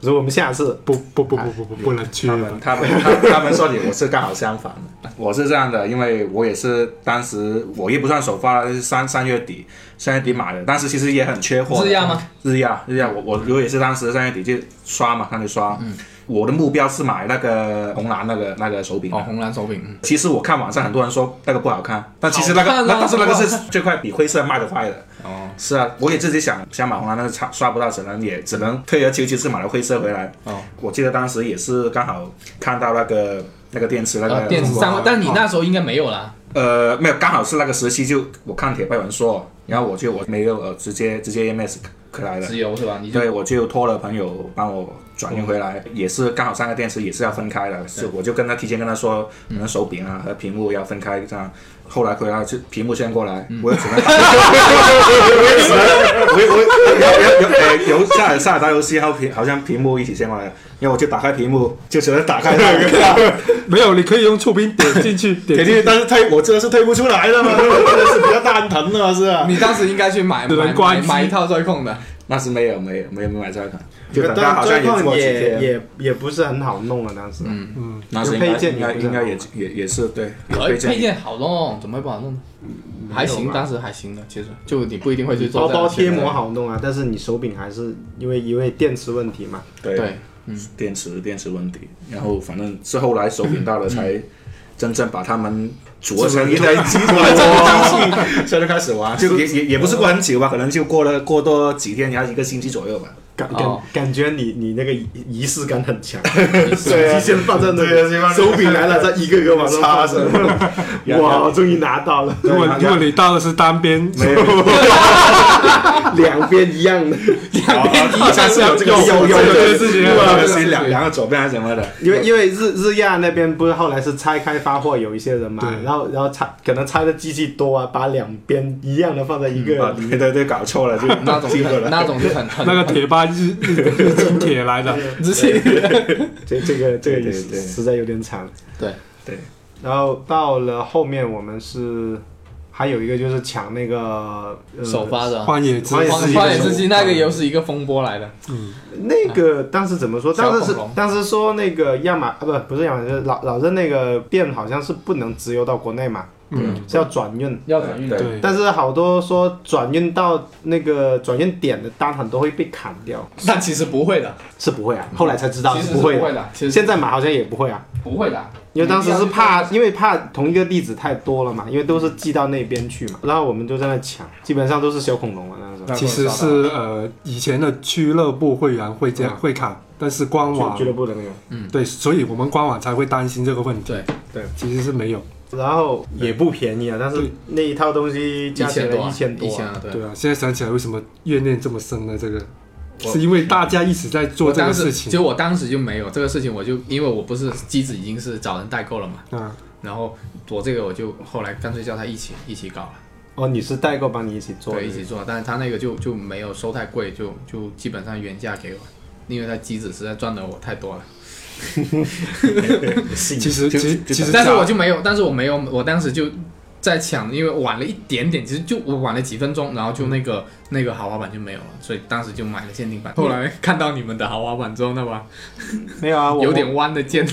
Speaker 2: 如果我们下次
Speaker 3: 不不不不不不不能去
Speaker 4: 他
Speaker 3: 了
Speaker 2: 嗯
Speaker 4: 们。他们他他们说你，我是刚好相反的。 我是这样的，因为我也是当时我也不算首发，是三三月底三月底买的，但是其实也很缺货。
Speaker 1: 日亚吗？
Speaker 4: 日亚日亚，我我我也是当时三月底就刷嘛，上去刷。
Speaker 2: 嗯
Speaker 4: 我的目标是买那个红蓝那个那个手柄的。
Speaker 1: 哦，红蓝手柄，嗯
Speaker 4: 其实我看网上很多人说那个不好看，但其实那个、
Speaker 1: 好看啊
Speaker 4: 那但是那个是最快比灰色卖的快的。
Speaker 1: 哦，
Speaker 4: 是啊，我也自己想想买红蓝，但是刷刷不到，只能也只能退而求其次买了灰色回来。
Speaker 1: 哦，
Speaker 4: 我记得当时也是刚好看到那个那个电池那个、
Speaker 1: 呃，电池三万，但你那时候应该没有啦。
Speaker 4: 呃没有，刚好是那个时期就我看铁背文说，然后我就我没有呃直接直接 EMS 回来了。
Speaker 1: 直邮是吧？你就
Speaker 4: 对，我就托了朋友帮我转运回来，也是刚好三个电池也是要分开的，是我就跟他提前跟他说，可能手柄啊和屏幕要分开这样。后来回来就屏幕先过来，我也只能打， 我也我有有有有下载下载打游戏，然后屏好像屏幕一起先过来，因为我就打开屏幕，就只能打开 那个，
Speaker 3: 没有，你可以用触屏点进去，
Speaker 4: 点
Speaker 3: 点
Speaker 4: 进
Speaker 3: 进
Speaker 4: 去，
Speaker 3: 去，
Speaker 4: 但是推我这是推不出来的嘛，
Speaker 2: 真的是比较蛋疼的嘛，是吧？
Speaker 1: 你当时应该去买
Speaker 3: 只能
Speaker 1: 买
Speaker 3: 关
Speaker 1: 买
Speaker 3: 机
Speaker 1: 买一套追控的，
Speaker 4: 那是没有没有没有没有买这个，就等他
Speaker 2: 但
Speaker 4: 好像
Speaker 2: 最
Speaker 4: 也
Speaker 2: 后
Speaker 4: 过几
Speaker 2: 也
Speaker 4: 天，
Speaker 2: 也也不是很好弄啊，当时。
Speaker 4: 那是应该
Speaker 2: 配件
Speaker 4: 应该
Speaker 2: 也不是
Speaker 4: 应该
Speaker 2: 很
Speaker 4: 也也也是对，有
Speaker 1: 而
Speaker 4: 推荐
Speaker 1: 配件好弄，怎么会不好弄呢？
Speaker 2: 嗯
Speaker 1: 还行，当时还行的，其实就你不一定会去
Speaker 2: 包
Speaker 1: 做这样
Speaker 2: 包
Speaker 1: 的
Speaker 2: 贴
Speaker 1: 选择
Speaker 2: 膜，好弄啊，但是你手柄还是因为因为电池问题嘛，
Speaker 1: 对，
Speaker 4: 电池电池问题，然后反正是后来手柄到了才真正把他们组合成一台机出来，所以就开始玩，就也也也不是过很久吧，可能就过了过多几天，然后一个星期左右吧。
Speaker 2: 感
Speaker 1: 哦
Speaker 2: 感感觉你你那个仪仪式感很 强，
Speaker 4: 对啊
Speaker 2: 手机先放在那
Speaker 4: 对啊先
Speaker 2: 里，
Speaker 4: 放在
Speaker 2: 手柄来了再一个个往上放
Speaker 4: 插着
Speaker 2: 哇，终于拿到了，
Speaker 3: 如果
Speaker 4: 对
Speaker 3: 如果你到的是单边，
Speaker 4: 没有，
Speaker 2: 两边一 样的，
Speaker 4: 好好好像是有这个
Speaker 3: 有有有
Speaker 4: 这
Speaker 3: 有这个事情
Speaker 4: 有这个事
Speaker 1: 有
Speaker 4: 情，两两个左边还是什么的，
Speaker 2: 因为因为日日亚那边不是后来是拆开发货，有一些人嘛，
Speaker 3: 对
Speaker 2: 然后然后拆可能拆的机器多啊，把两边一样的放在一 个
Speaker 4: 啊
Speaker 2: 里
Speaker 4: 对对对，搞错了，就
Speaker 1: 那种
Speaker 4: 记错了。
Speaker 1: 那种是很很
Speaker 3: 那个铁巴日日日经铁来的，
Speaker 1: 直接
Speaker 2: 这这个这个
Speaker 4: 对对
Speaker 2: 也是
Speaker 4: 对
Speaker 2: 实在有点长。
Speaker 1: 对
Speaker 4: 对，
Speaker 2: 然后到了后面，我们是还有一个就是抢那个、呃、
Speaker 1: 首发的
Speaker 3: 荒野之
Speaker 2: 荒野
Speaker 1: 荒
Speaker 2: 之
Speaker 1: 野
Speaker 2: 息
Speaker 1: 荒野之息那
Speaker 3: 嗯
Speaker 1: 个又是一个风波来的，
Speaker 2: 那个当时怎么说？
Speaker 1: 小恐
Speaker 2: 当时是
Speaker 1: 龙
Speaker 2: 当时说那个亚马啊不不是亚马逊，就是老老任那个店好像是不能直邮到国内嘛，
Speaker 3: 嗯，
Speaker 2: 是要转运。
Speaker 1: 要转运
Speaker 4: 对
Speaker 3: 对，
Speaker 2: 但是好多说转运到那个转运点的单很多会被砍掉，
Speaker 1: 但其实不会的，
Speaker 2: 是不会啊。后来才知道
Speaker 1: 嗯其实
Speaker 2: 不
Speaker 1: 是
Speaker 2: 会的，
Speaker 1: 的，其实
Speaker 2: 现在买好像也不会啊。
Speaker 1: 不会的，
Speaker 2: 因为当时是怕，
Speaker 1: 你
Speaker 2: 因为怕同一个例子太多了嘛，因为都是寄到那边去嘛，然后我们就在那抢，基本上都是小恐龙了那时候。
Speaker 1: 那
Speaker 3: 其实是呃以前的俱乐部会员会这样会卡，但是官网
Speaker 2: 俱俱乐部的那种，
Speaker 3: 对，所以我们官网才会担心这个问题。
Speaker 1: 对
Speaker 2: 对，
Speaker 3: 其实是没有。
Speaker 2: 然后也不便宜啊，但是
Speaker 3: 对
Speaker 2: 那一套东西加起来一千
Speaker 1: 千
Speaker 2: 多
Speaker 1: 一
Speaker 2: 啊，
Speaker 1: 对。
Speaker 3: 对啊，现在想起来为什么怨念这么深呢？这个
Speaker 4: 我
Speaker 3: 是因为大家一直在做
Speaker 1: 我
Speaker 3: 这
Speaker 1: 当
Speaker 3: 个
Speaker 1: 时
Speaker 3: 事情
Speaker 1: 其实我当时就没有这个事情，我就因为我不是机子已经是找人代购了嘛，
Speaker 3: 啊，
Speaker 1: 然后我这个我就后来干脆叫他一起一起搞了，
Speaker 2: 哦，你是代购帮你一起做的
Speaker 1: 对，一起做，但是他那个就就没有收太贵，就就基本上原价给我，因为他机子实在赚的我太多了，
Speaker 3: 其实其实
Speaker 4: 就
Speaker 3: 其实
Speaker 1: 但是
Speaker 3: 假
Speaker 1: 我就没有，但是我没有，我当时就在抢，因为晚了一点点，其实就我晚了几分钟，然后就那个、那个豪华版就没有了，所以当时就买了限定嗯版。后来看到你们的豪华版之后，那把
Speaker 2: 没有啊，我
Speaker 1: 有点弯 的剑，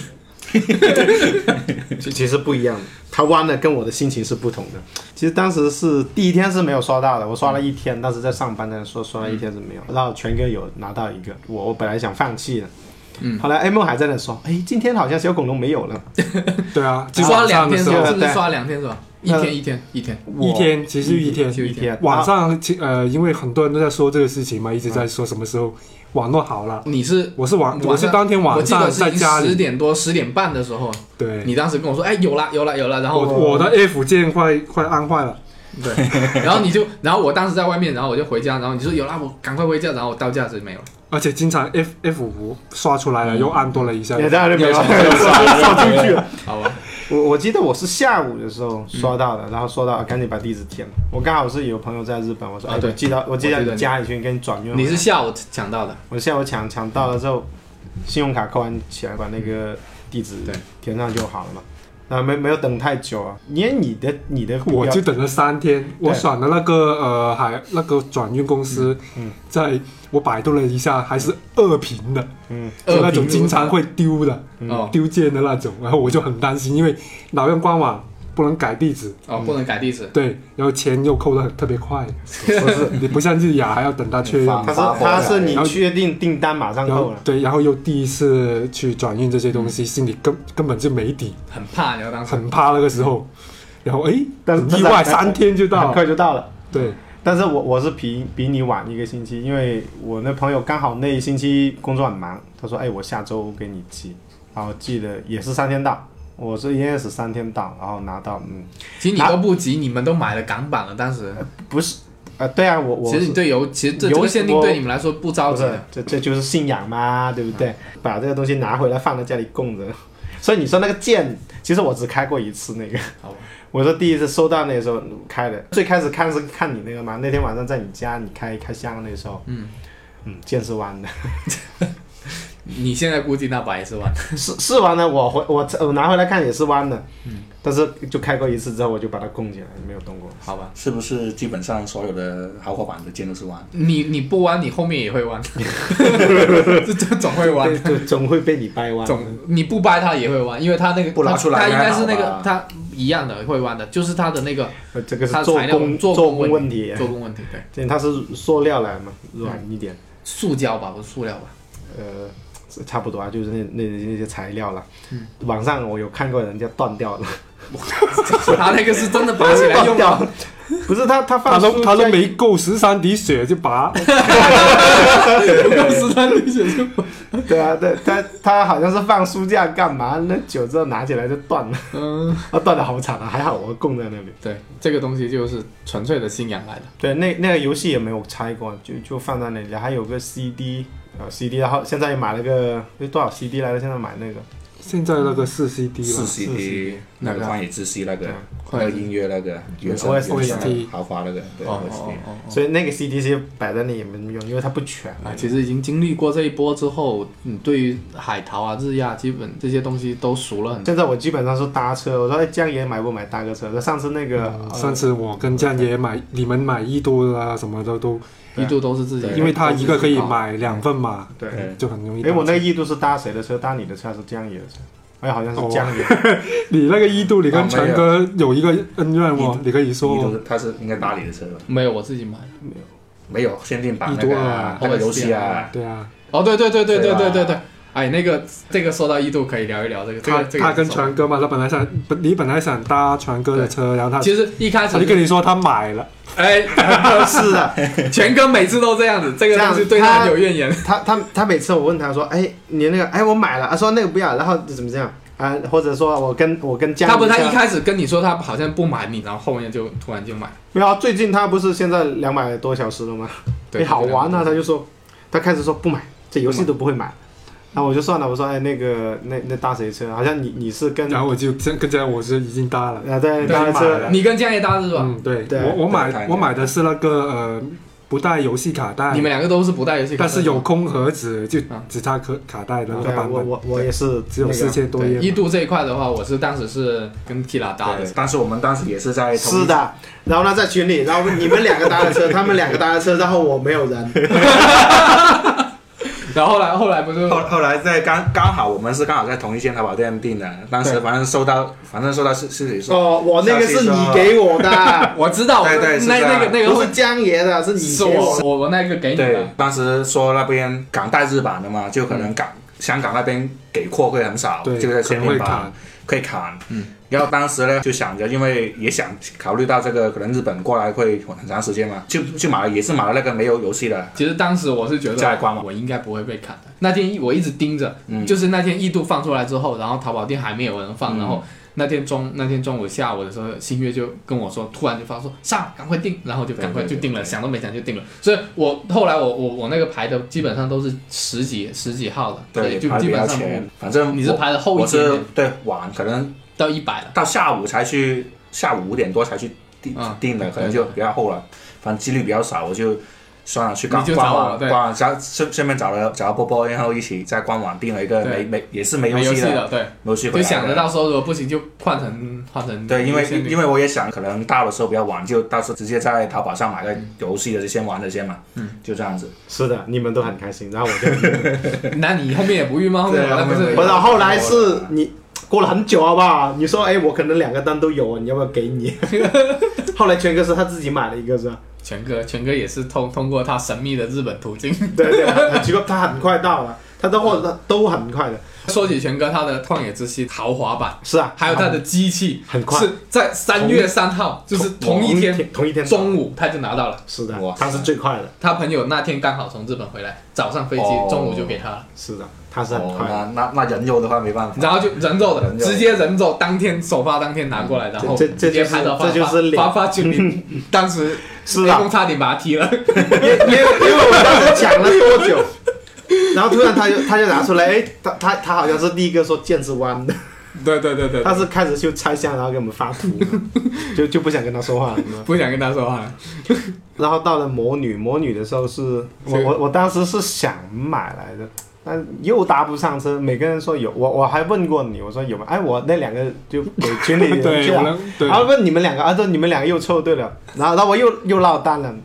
Speaker 2: 我其其实不一样的，它弯的跟我的心情是不同的。其实当时是第一天是没有刷到的，我刷了一天，当时在上班，但是刷刷了一天是没有。然后全哥有拿到一个，我我本来想放弃的。
Speaker 1: 嗯
Speaker 2: 后来 A 梦还在那说，哎，今天好像小恐龙没有了。
Speaker 3: 对啊，今
Speaker 1: 刷
Speaker 3: 晚
Speaker 1: 两
Speaker 3: 上的
Speaker 1: 天
Speaker 3: 时
Speaker 1: 是
Speaker 3: 候
Speaker 2: 对
Speaker 1: 吧？是不是
Speaker 2: 对
Speaker 1: 刷两天是吧？一
Speaker 2: 那
Speaker 1: 天一天一天，
Speaker 2: 我
Speaker 3: 一天，其实一天
Speaker 1: 就
Speaker 2: 一天，
Speaker 3: 晚上其呃，因为很多人都在说这个事情嘛，一直在说什么时候网络好了。
Speaker 1: 你是
Speaker 3: 我是晚，我是当天
Speaker 1: 嗯我
Speaker 3: 晚
Speaker 1: 记得
Speaker 3: 上在
Speaker 1: 是
Speaker 3: 家
Speaker 1: 十
Speaker 3: 里，
Speaker 1: 点多十点半的时候，
Speaker 3: 对，
Speaker 1: 你当时跟我说，哎，有了有了有了，然后
Speaker 3: 我我的 F 键快快按坏了，
Speaker 1: 对， 然后你就，然后我当时在外面，然后我就回家，然后你说有啦，我赶快回家，然后我到家时没有了，
Speaker 3: 而且经常 F F 五刷出来了，
Speaker 1: 嗯
Speaker 3: 又按多了一下
Speaker 2: 啊也。当然没有
Speaker 1: 有
Speaker 2: 了，
Speaker 1: 什
Speaker 2: 刷出去了。
Speaker 1: 好吧？
Speaker 2: 我我记得我是下午的时候刷到的，然后刷到啊赶紧把地址填了。我刚好是有朋友在日本，我说
Speaker 1: 啊
Speaker 2: 哎，
Speaker 1: 对
Speaker 2: 我寄到我寄到
Speaker 1: 我记得
Speaker 2: 你
Speaker 1: 你
Speaker 2: 家里去，给你转运。
Speaker 1: 你是下午抢到的，
Speaker 2: 我下午抢抢到了之后，信用卡扣完钱，把那个地址
Speaker 1: 对
Speaker 2: 填上就好了嘛。啊，没没有等太久啊，因为你的你的 目
Speaker 3: 我
Speaker 2: 标
Speaker 3: 就等了三天，我选的那个呃海那个转运公司，
Speaker 2: 嗯
Speaker 3: 在我百度了一下，还是二频的，
Speaker 2: 嗯
Speaker 3: 就那
Speaker 1: 二
Speaker 3: 种
Speaker 1: 平
Speaker 3: 经常会丢的，
Speaker 1: 哦
Speaker 3: 丢件的那种，然后我就很担心，因为老用官网不能改地址，
Speaker 1: 哦，不能改地址，
Speaker 3: 对，然后钱又扣的特别快，
Speaker 2: 不是，
Speaker 3: 你不像日亚还要等他 确认，
Speaker 2: 他
Speaker 4: 发
Speaker 2: 是
Speaker 4: 货
Speaker 2: 他
Speaker 4: 了
Speaker 2: 是你
Speaker 3: 然后
Speaker 2: 确定订单马上
Speaker 3: 然
Speaker 2: 扣
Speaker 3: 后
Speaker 2: 了，嗯
Speaker 3: 对，然后又第一次去转运这些东西，心里根根本就没底，
Speaker 1: 很怕，然后当时
Speaker 3: 很怕那个时候，然后哎，
Speaker 2: 但是
Speaker 3: 意外三天就
Speaker 2: 很
Speaker 3: 到，
Speaker 2: 快就到了。
Speaker 3: 对，
Speaker 2: 但是我我是比比你晚一个星期，因为我那朋友刚好那一星期工作很忙，他说：“哎，我下周给你寄。”然后寄的也是三天到，我是应该是三天到，然后拿到，嗯，
Speaker 1: 其实你
Speaker 2: 拿
Speaker 1: 都不急，你们都买了港版了，当时
Speaker 2: 不是，呃，对啊，我我
Speaker 1: 其实你
Speaker 2: 是
Speaker 1: 对游，其实这
Speaker 2: 游
Speaker 1: 这个限定
Speaker 2: 我
Speaker 1: 对你们来说不着
Speaker 2: 不
Speaker 1: 急
Speaker 2: 是
Speaker 1: 的，
Speaker 2: 这这就是信仰嘛，对不对？把这个东西拿回来放在家里供着。所以你说那个剑，其实我只开过一次那个
Speaker 1: 好吧。
Speaker 2: 我说第一次收到那个时候开的，最开始看是看你那个嘛，那天晚上在你家你开开箱那时候，嗯嗯，剑是弯的。
Speaker 1: 你现在估计那把也是玩，
Speaker 2: 试试完了，我回我我拿回来看也是弯的，
Speaker 1: 嗯
Speaker 2: 但是就开过一次之后，我就把它供起来，没有动过。
Speaker 1: 好吧？
Speaker 4: 是不是基本上所有的豪华版的剑都是弯？
Speaker 1: 你你不弯，你后面也会弯，这这总会弯
Speaker 2: 对，。就总会被你掰弯。
Speaker 1: 总你不掰它也会弯，因为它那个
Speaker 4: 不拿
Speaker 1: 它
Speaker 4: 出来
Speaker 1: 它
Speaker 4: 也
Speaker 1: 应
Speaker 4: 还
Speaker 1: 该是
Speaker 4: 好
Speaker 1: 那个
Speaker 4: 吧
Speaker 1: 它一样的会弯的，就是它的那个
Speaker 2: 呃这个
Speaker 1: 它
Speaker 2: 是做
Speaker 1: 材料
Speaker 2: 工
Speaker 1: 做
Speaker 2: 做
Speaker 1: 工
Speaker 2: 工问题，
Speaker 1: 做嗯工问题，对，
Speaker 2: 对，它是塑料来嘛，软一点，
Speaker 1: 塑胶吧，不是塑料吧？
Speaker 2: 呃，是差不多啊，就是那那那些材料了。
Speaker 1: 嗯
Speaker 2: 网上我有看过人家断掉了，
Speaker 1: 他那个是真的拔起来
Speaker 2: 断
Speaker 1: 用
Speaker 2: 掉
Speaker 1: 的，
Speaker 2: 了，不是他
Speaker 3: 他
Speaker 2: 他放
Speaker 3: 都
Speaker 2: 书
Speaker 3: 他都
Speaker 2: 在
Speaker 3: 没够十三滴血就拔，
Speaker 1: 不够十三滴血就把
Speaker 2: 对啊，对他他好像是放书架干嘛？那酒之后拿起来就断了，
Speaker 1: 嗯，
Speaker 2: 啊，断的好惨啊！还好我供在那里。
Speaker 1: 对，这个东西就是纯粹的信仰来的。
Speaker 2: 对，那那个游戏也没有拆过，就就放在那里，还有个 CD 啊、CD，然后现在也买了个那多少 CD 来着？现在买那个
Speaker 3: 现在那个四 CD
Speaker 4: 四
Speaker 3: 了，
Speaker 4: CD 那个《荒野之息》那个
Speaker 2: 对，
Speaker 4: 那个音乐那个原声
Speaker 2: OST
Speaker 4: 原声
Speaker 3: OST
Speaker 4: 豪华那个，对
Speaker 1: 哦
Speaker 4: OST
Speaker 1: 哦。哦哦，
Speaker 2: 所以那个 CD 是摆在那也没什么用，因为它不全。
Speaker 1: 啊，其实已经经历过这一波之后，你对于海淘啊、日亚基本这些东西都熟了很多。
Speaker 2: 现在我基本上是搭车，我说哎，江爷买不买搭个车？那上次那个、
Speaker 3: 嗯
Speaker 2: 呃
Speaker 3: 上次我跟酱爷买，你们买一多啦什么的都，
Speaker 1: 一度都是自己的，
Speaker 3: 因为他一个可以
Speaker 1: 都是自己搞的
Speaker 3: 买两份嘛，
Speaker 2: 对，
Speaker 4: 对
Speaker 3: 就很容易打
Speaker 2: 哎，
Speaker 3: 折。
Speaker 2: 我那个异度是搭谁的车？搭你的车还是江爷的车？哎，好像是
Speaker 3: 哦
Speaker 2: 江爷。
Speaker 3: 你那个一度，你
Speaker 4: 啊
Speaker 3: 跟陈哥有一个恩怨
Speaker 4: 一
Speaker 3: 哦
Speaker 4: 度，
Speaker 3: 你可以说哦
Speaker 4: 你 E 都是他是应该打你的车吧？
Speaker 1: 没有我自己买的。
Speaker 4: 没有限定版
Speaker 3: 一
Speaker 4: 那
Speaker 3: 多
Speaker 4: 个
Speaker 3: 啊
Speaker 4: 啊那个游戏啊，
Speaker 3: 对啊，
Speaker 1: 哦，对对对对对
Speaker 4: 对吧
Speaker 1: 对对对，哎，那个这个说到一度可以聊一聊这个，这
Speaker 3: 他
Speaker 1: 个这个
Speaker 3: 他跟
Speaker 1: 很熟
Speaker 3: 船哥嘛，他本来想，本你本来想搭船哥的车，然后他
Speaker 1: 其实一开始
Speaker 3: 他就跟你说他买了，
Speaker 1: 哎，
Speaker 2: 是的，
Speaker 1: 全哥每次都这样子，这个东西对他很有怨言。
Speaker 2: 他他他每次我问他说，哎，你那个，哎，我买了，他说那个不要，然后怎么这样啊？或者说我跟我跟江
Speaker 1: 他
Speaker 2: 爷
Speaker 1: 不是他一
Speaker 2: 车
Speaker 1: 开始跟你说他好像不买你，然后后面就突然就买了。
Speaker 2: 没有啊，最近他不是现在两百多小时了吗？
Speaker 1: 对，
Speaker 2: 哎好玩啊！
Speaker 1: 啊，
Speaker 2: 他就说，他开始说不买，这游戏都不会买。那我就算了，我说哎，那个那那搭谁车？好像你你是跟
Speaker 3: 然后我就真跟着我是已经搭了，
Speaker 2: 啊对
Speaker 1: 对
Speaker 2: 搭
Speaker 3: 买
Speaker 2: 车
Speaker 3: 了
Speaker 1: 你跟江爷搭是吧？
Speaker 3: 嗯，对，
Speaker 2: 对
Speaker 3: 我我
Speaker 4: 对
Speaker 3: 买我买的是那个呃不带游戏卡带
Speaker 1: 你，们两个都是不带游戏卡
Speaker 3: 但
Speaker 1: 的，
Speaker 3: 是有空盒子，就
Speaker 1: 啊
Speaker 3: 只差卡卡带的那个
Speaker 2: 对啊，
Speaker 3: 版
Speaker 2: 我
Speaker 3: 本，
Speaker 2: 我我也是
Speaker 3: 只有
Speaker 2: 那个
Speaker 3: 四千多
Speaker 1: 对一
Speaker 3: 页嘛，
Speaker 1: 度这一块的话，我是当时是跟 Kira 搭的
Speaker 4: 对，，但是我们当时也是在同一
Speaker 2: 是，的，然后呢，在群里，然后你们两个搭的车，他们两个搭的车，然后我没有人，
Speaker 1: 然后后来后来不是
Speaker 4: 后后来在刚刚好我们是刚好在同一间淘宝店订的，当时
Speaker 1: 对
Speaker 4: 反正收到反正收到是是你说，
Speaker 2: 哦，我那个是你给我的，
Speaker 1: 我知道，
Speaker 4: 对对是
Speaker 1: 那
Speaker 4: 这
Speaker 1: 那
Speaker 4: 样
Speaker 1: 个 那个
Speaker 2: 不
Speaker 1: 会
Speaker 2: 是江爷的，是你
Speaker 1: 是
Speaker 2: 给
Speaker 1: 我
Speaker 2: 我的。
Speaker 1: 我哎我那嗯个给你
Speaker 4: 对
Speaker 1: 的，，
Speaker 4: 当时说那边港带日版的嘛，就可能港香港那边给货会很少，
Speaker 3: 对，
Speaker 4: 就在
Speaker 3: 可
Speaker 4: 限
Speaker 3: 能会
Speaker 4: 定版
Speaker 3: 卡，
Speaker 4: 可以砍。嗯，然后当时呢就想着，因为也想考虑到这个可能日本过来会很长时间嘛，就就买了，也是买了那个没有游戏的。
Speaker 1: 其实当时我是觉
Speaker 4: 加一关
Speaker 1: 得
Speaker 4: 嘛
Speaker 1: 我应该不会被砍的。那天一我一直盯着，
Speaker 4: 嗯
Speaker 1: 就是那天异度放出来之后，然后淘宝店还没有人放，
Speaker 4: 嗯
Speaker 1: 然后那天中那天中午下午的时候，新月就跟我说，突然就发说上赶快订，然后就赶快就订了，
Speaker 4: 对对对对
Speaker 1: 想都没想就订了。所以我后来我我我那个排的基本上都是十几十几号的，所以
Speaker 4: 对，
Speaker 1: 就
Speaker 4: 排得
Speaker 1: 基
Speaker 4: 比较
Speaker 1: 本上
Speaker 4: 前，反正
Speaker 1: 你是
Speaker 4: 我
Speaker 1: 排的后一
Speaker 4: 我
Speaker 1: 点
Speaker 4: 是
Speaker 1: 点
Speaker 4: 对晚，可能
Speaker 1: 到一百了，
Speaker 4: 到下午才去，下午五点多才去订
Speaker 1: 嗯
Speaker 4: 订的，可能就比较后了，反正几率比较少，我就。算了，去
Speaker 1: 你
Speaker 4: 官
Speaker 1: 就
Speaker 4: 官
Speaker 1: 找我
Speaker 4: 网
Speaker 1: 对
Speaker 4: 官网找顺顺便找了找了波波，然后一起在官网订了一个
Speaker 1: 对
Speaker 4: 没没也是没
Speaker 1: 没
Speaker 4: 游
Speaker 1: 游
Speaker 4: 戏
Speaker 1: 戏
Speaker 4: 的，
Speaker 1: 了，对。
Speaker 4: 没游戏回
Speaker 1: 就
Speaker 4: 来
Speaker 1: 想
Speaker 4: 的
Speaker 1: 得到说，如果不行就换成换成
Speaker 4: 对，因为
Speaker 1: 限定
Speaker 4: 因为我也想，可能到的时候比较晚，就到时候直接在淘宝上买个游戏的，就先玩着先嘛。嗯，就这样子。
Speaker 2: 是的，你们都很开心，然后我就，
Speaker 1: 那你后面也不郁吗？后面
Speaker 4: 对啊
Speaker 1: 那不
Speaker 4: 后面
Speaker 1: 是
Speaker 2: 不是后来是你过了很久，好不好？你说哎，我可能两个单都有，啊你要不要给 你？后来全哥是他自己买了一个，是吧？
Speaker 1: 全哥，全哥也是通通过他神秘的日本途径。
Speaker 2: 对对，很奇怪，他很快到了，他都货都很快的，
Speaker 1: 说起全哥，他的《旷野之息》豪华版，
Speaker 2: 是啊，
Speaker 1: 还有他的机器，
Speaker 2: 很快
Speaker 1: 是在三月三号，就是同一天
Speaker 2: 同一天到
Speaker 1: 中午他就拿到了。
Speaker 2: 是的
Speaker 4: 哇，
Speaker 2: 他是最快的，
Speaker 1: 他朋友那天刚好从日本回来，早上飞机
Speaker 4: 哦，
Speaker 1: 中午就给他了，
Speaker 2: 是的，他是很
Speaker 4: 哦，
Speaker 2: 快的。
Speaker 4: 那那那人肉的话没办法。
Speaker 1: 然后就人肉的，
Speaker 4: 人肉
Speaker 1: 直接人肉，当天首发当天拿过来，然后
Speaker 2: 这这
Speaker 1: 直接拍到发
Speaker 2: 这就是这就是脸
Speaker 1: 发发群里，当时
Speaker 2: 是
Speaker 1: 雷
Speaker 2: 啊
Speaker 1: 公差点把他 踢了。
Speaker 2: 因为因为因为我当时讲了多久， 然后突然他就他就拿出来，哎，他他他好像是第一个说剑是弯的，
Speaker 1: 对对对对，
Speaker 2: 他是开始就拆箱，然后给我们发图的，就就不想跟他说话了。
Speaker 1: 不想跟他说话了。
Speaker 2: 然后到了魔女，魔女的时候是我
Speaker 1: 这个
Speaker 2: 我我当时是想买来的，但又搭不上车。每个人说有，我我还问过你，我说有吗？哎，我那两个就给群里人 去
Speaker 3: 对，我
Speaker 2: 了，
Speaker 3: 能对
Speaker 2: 然，后问你们两个，啊，这你们两个又凑对了，然后然后我又又落单了。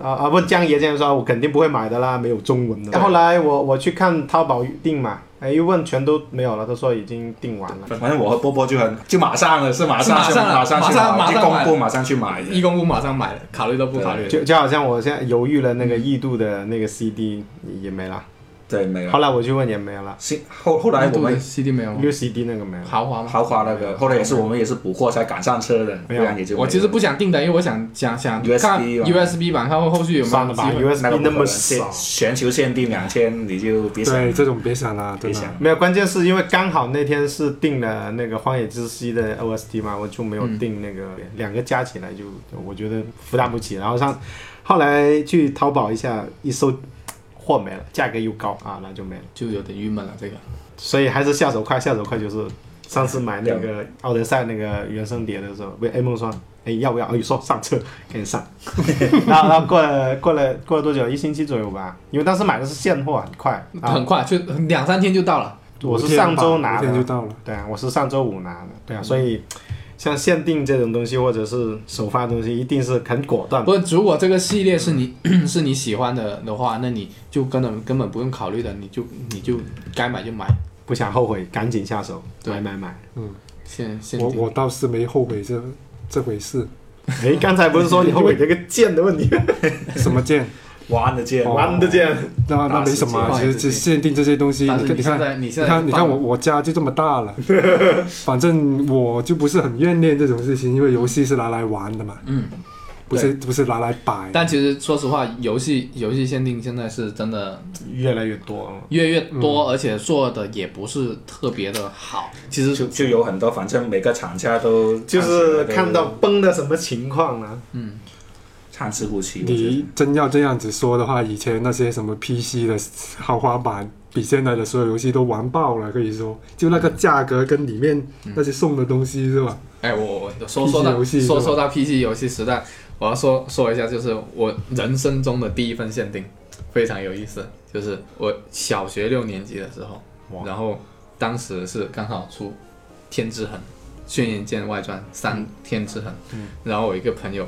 Speaker 2: 啊啊！问江爷这样说，我肯定不会买的啦，没有中文的。后来我我去看淘宝预定嘛，哎，一问全都没有了，他说已经订完了。
Speaker 4: 反正我和波波就很就马上了，是马上
Speaker 1: 是
Speaker 4: 去
Speaker 1: 马上了
Speaker 4: 马上去
Speaker 1: 马上马
Speaker 4: 买，
Speaker 1: 上
Speaker 4: 就公布
Speaker 1: 买
Speaker 4: 马上去买。
Speaker 1: 义工部马上买了，考虑都不考虑。
Speaker 3: 嗯
Speaker 2: 就就好像我现在犹豫了那个异度的那个 CD 也没了，
Speaker 4: 对，没
Speaker 3: 啊
Speaker 4: 有
Speaker 2: 后。来我去问也没了
Speaker 4: 新后后来我们
Speaker 1: CD 没有吗？
Speaker 2: 六 c d 那个没有。
Speaker 1: 豪华吗？
Speaker 4: 豪华那个，后来也是我们也是补货才赶上车的，不
Speaker 2: 没有
Speaker 4: 然也就没
Speaker 1: 我其实
Speaker 4: 有
Speaker 1: 不想订的，因为我想想想
Speaker 4: USB
Speaker 1: 看
Speaker 4: 吧
Speaker 1: USB 版，看后后续有没
Speaker 2: 算
Speaker 1: 有
Speaker 2: 了
Speaker 1: 机
Speaker 2: 吧
Speaker 1: 会。
Speaker 4: 那个
Speaker 2: ，USB
Speaker 4: 不
Speaker 2: 那
Speaker 4: 可
Speaker 2: 么
Speaker 4: 能限
Speaker 2: 少，
Speaker 4: 全球限定两千，你就别想
Speaker 3: 对，这种别想了，真
Speaker 4: 别
Speaker 3: 的
Speaker 4: 想。
Speaker 2: 没有。关键是因为刚好那天是订了那个《荒野之息》的 OST 嘛，我就没有订那个，两个加起来就我觉得负担不起。然后上后来去淘宝一下，一搜货没了，价格又高啊，那就没了。
Speaker 1: 就有点郁闷了，这个
Speaker 2: 所以还是下手快，下手快就是上次买那个《奥德赛》那个原声碟的时候，问 A 梦说：“哎，要不要？”哎，说上车，赶紧 上。然后，然后过了过了过了多久？一星期左右吧，因为当时买的是现货，很快。
Speaker 3: 啊
Speaker 2: 啊然后
Speaker 1: 很快就两三天就到了。
Speaker 2: 我
Speaker 3: 五
Speaker 2: 是
Speaker 3: 天吧
Speaker 2: 上周拿
Speaker 3: 五天就
Speaker 2: 的，
Speaker 3: 到了。
Speaker 2: 对啊，我是上周五拿的，对啊，所以像限定这种东西或者是首发的东西，一定是很果断的。
Speaker 1: 不过如果这个系列是你 是你喜欢的的话，那你就根本根本不用考虑的，你就你就该买就买，
Speaker 2: 不想后悔，赶紧下手，
Speaker 1: 对
Speaker 2: 买买买。
Speaker 1: 现现
Speaker 3: 我
Speaker 1: 定。
Speaker 3: 我倒是没后悔这这回 事，
Speaker 2: 哎，刚才不是说你后悔这个剑的问题？
Speaker 3: 什么剑，
Speaker 4: 玩的见，
Speaker 2: 玩的剑，
Speaker 3: 那那没什么啊，
Speaker 1: 大
Speaker 3: 其
Speaker 1: 世界
Speaker 3: 实其实限定这些东西，
Speaker 1: 但
Speaker 3: 你看你
Speaker 1: 是你现
Speaker 3: 看
Speaker 1: 在你现
Speaker 3: 你
Speaker 1: 在
Speaker 3: 看，你看我我家就这么大 了，反正我就不是很怨念这种事情，因为游戏是拿来玩的嘛，
Speaker 1: 嗯，
Speaker 3: 不是不是拿来摆。
Speaker 1: 但其实说实话，游戏游戏限定现在是真的
Speaker 2: 越来越多了。
Speaker 1: 越来越多，
Speaker 3: 嗯
Speaker 1: 而且做的也不是特别的好。其实
Speaker 4: 就就有很多，反正每个厂家都
Speaker 2: 就是看到
Speaker 4: 都
Speaker 2: 崩的什么情况呢、
Speaker 4: 参差不齐。我觉得
Speaker 3: 你真要这样子说的话，以前那些什么 PC 的豪华版，比现在的所有游戏都玩爆了，可以说，就那个价格跟里面
Speaker 4: 嗯
Speaker 3: 那些送的东西是吧？
Speaker 1: 哎，我我说
Speaker 3: PC
Speaker 1: 说到
Speaker 3: 游戏是吧
Speaker 1: 说说到 PC 游戏时代，我要说说一下，就是我人生中的第一份限定，非常有意思。就是我小学六年级的时候，
Speaker 2: 哇
Speaker 1: 然后当时是刚好出《天之痕》《轩辕剑外传
Speaker 3: 嗯
Speaker 1: 三》《天之痕》然后我一个朋友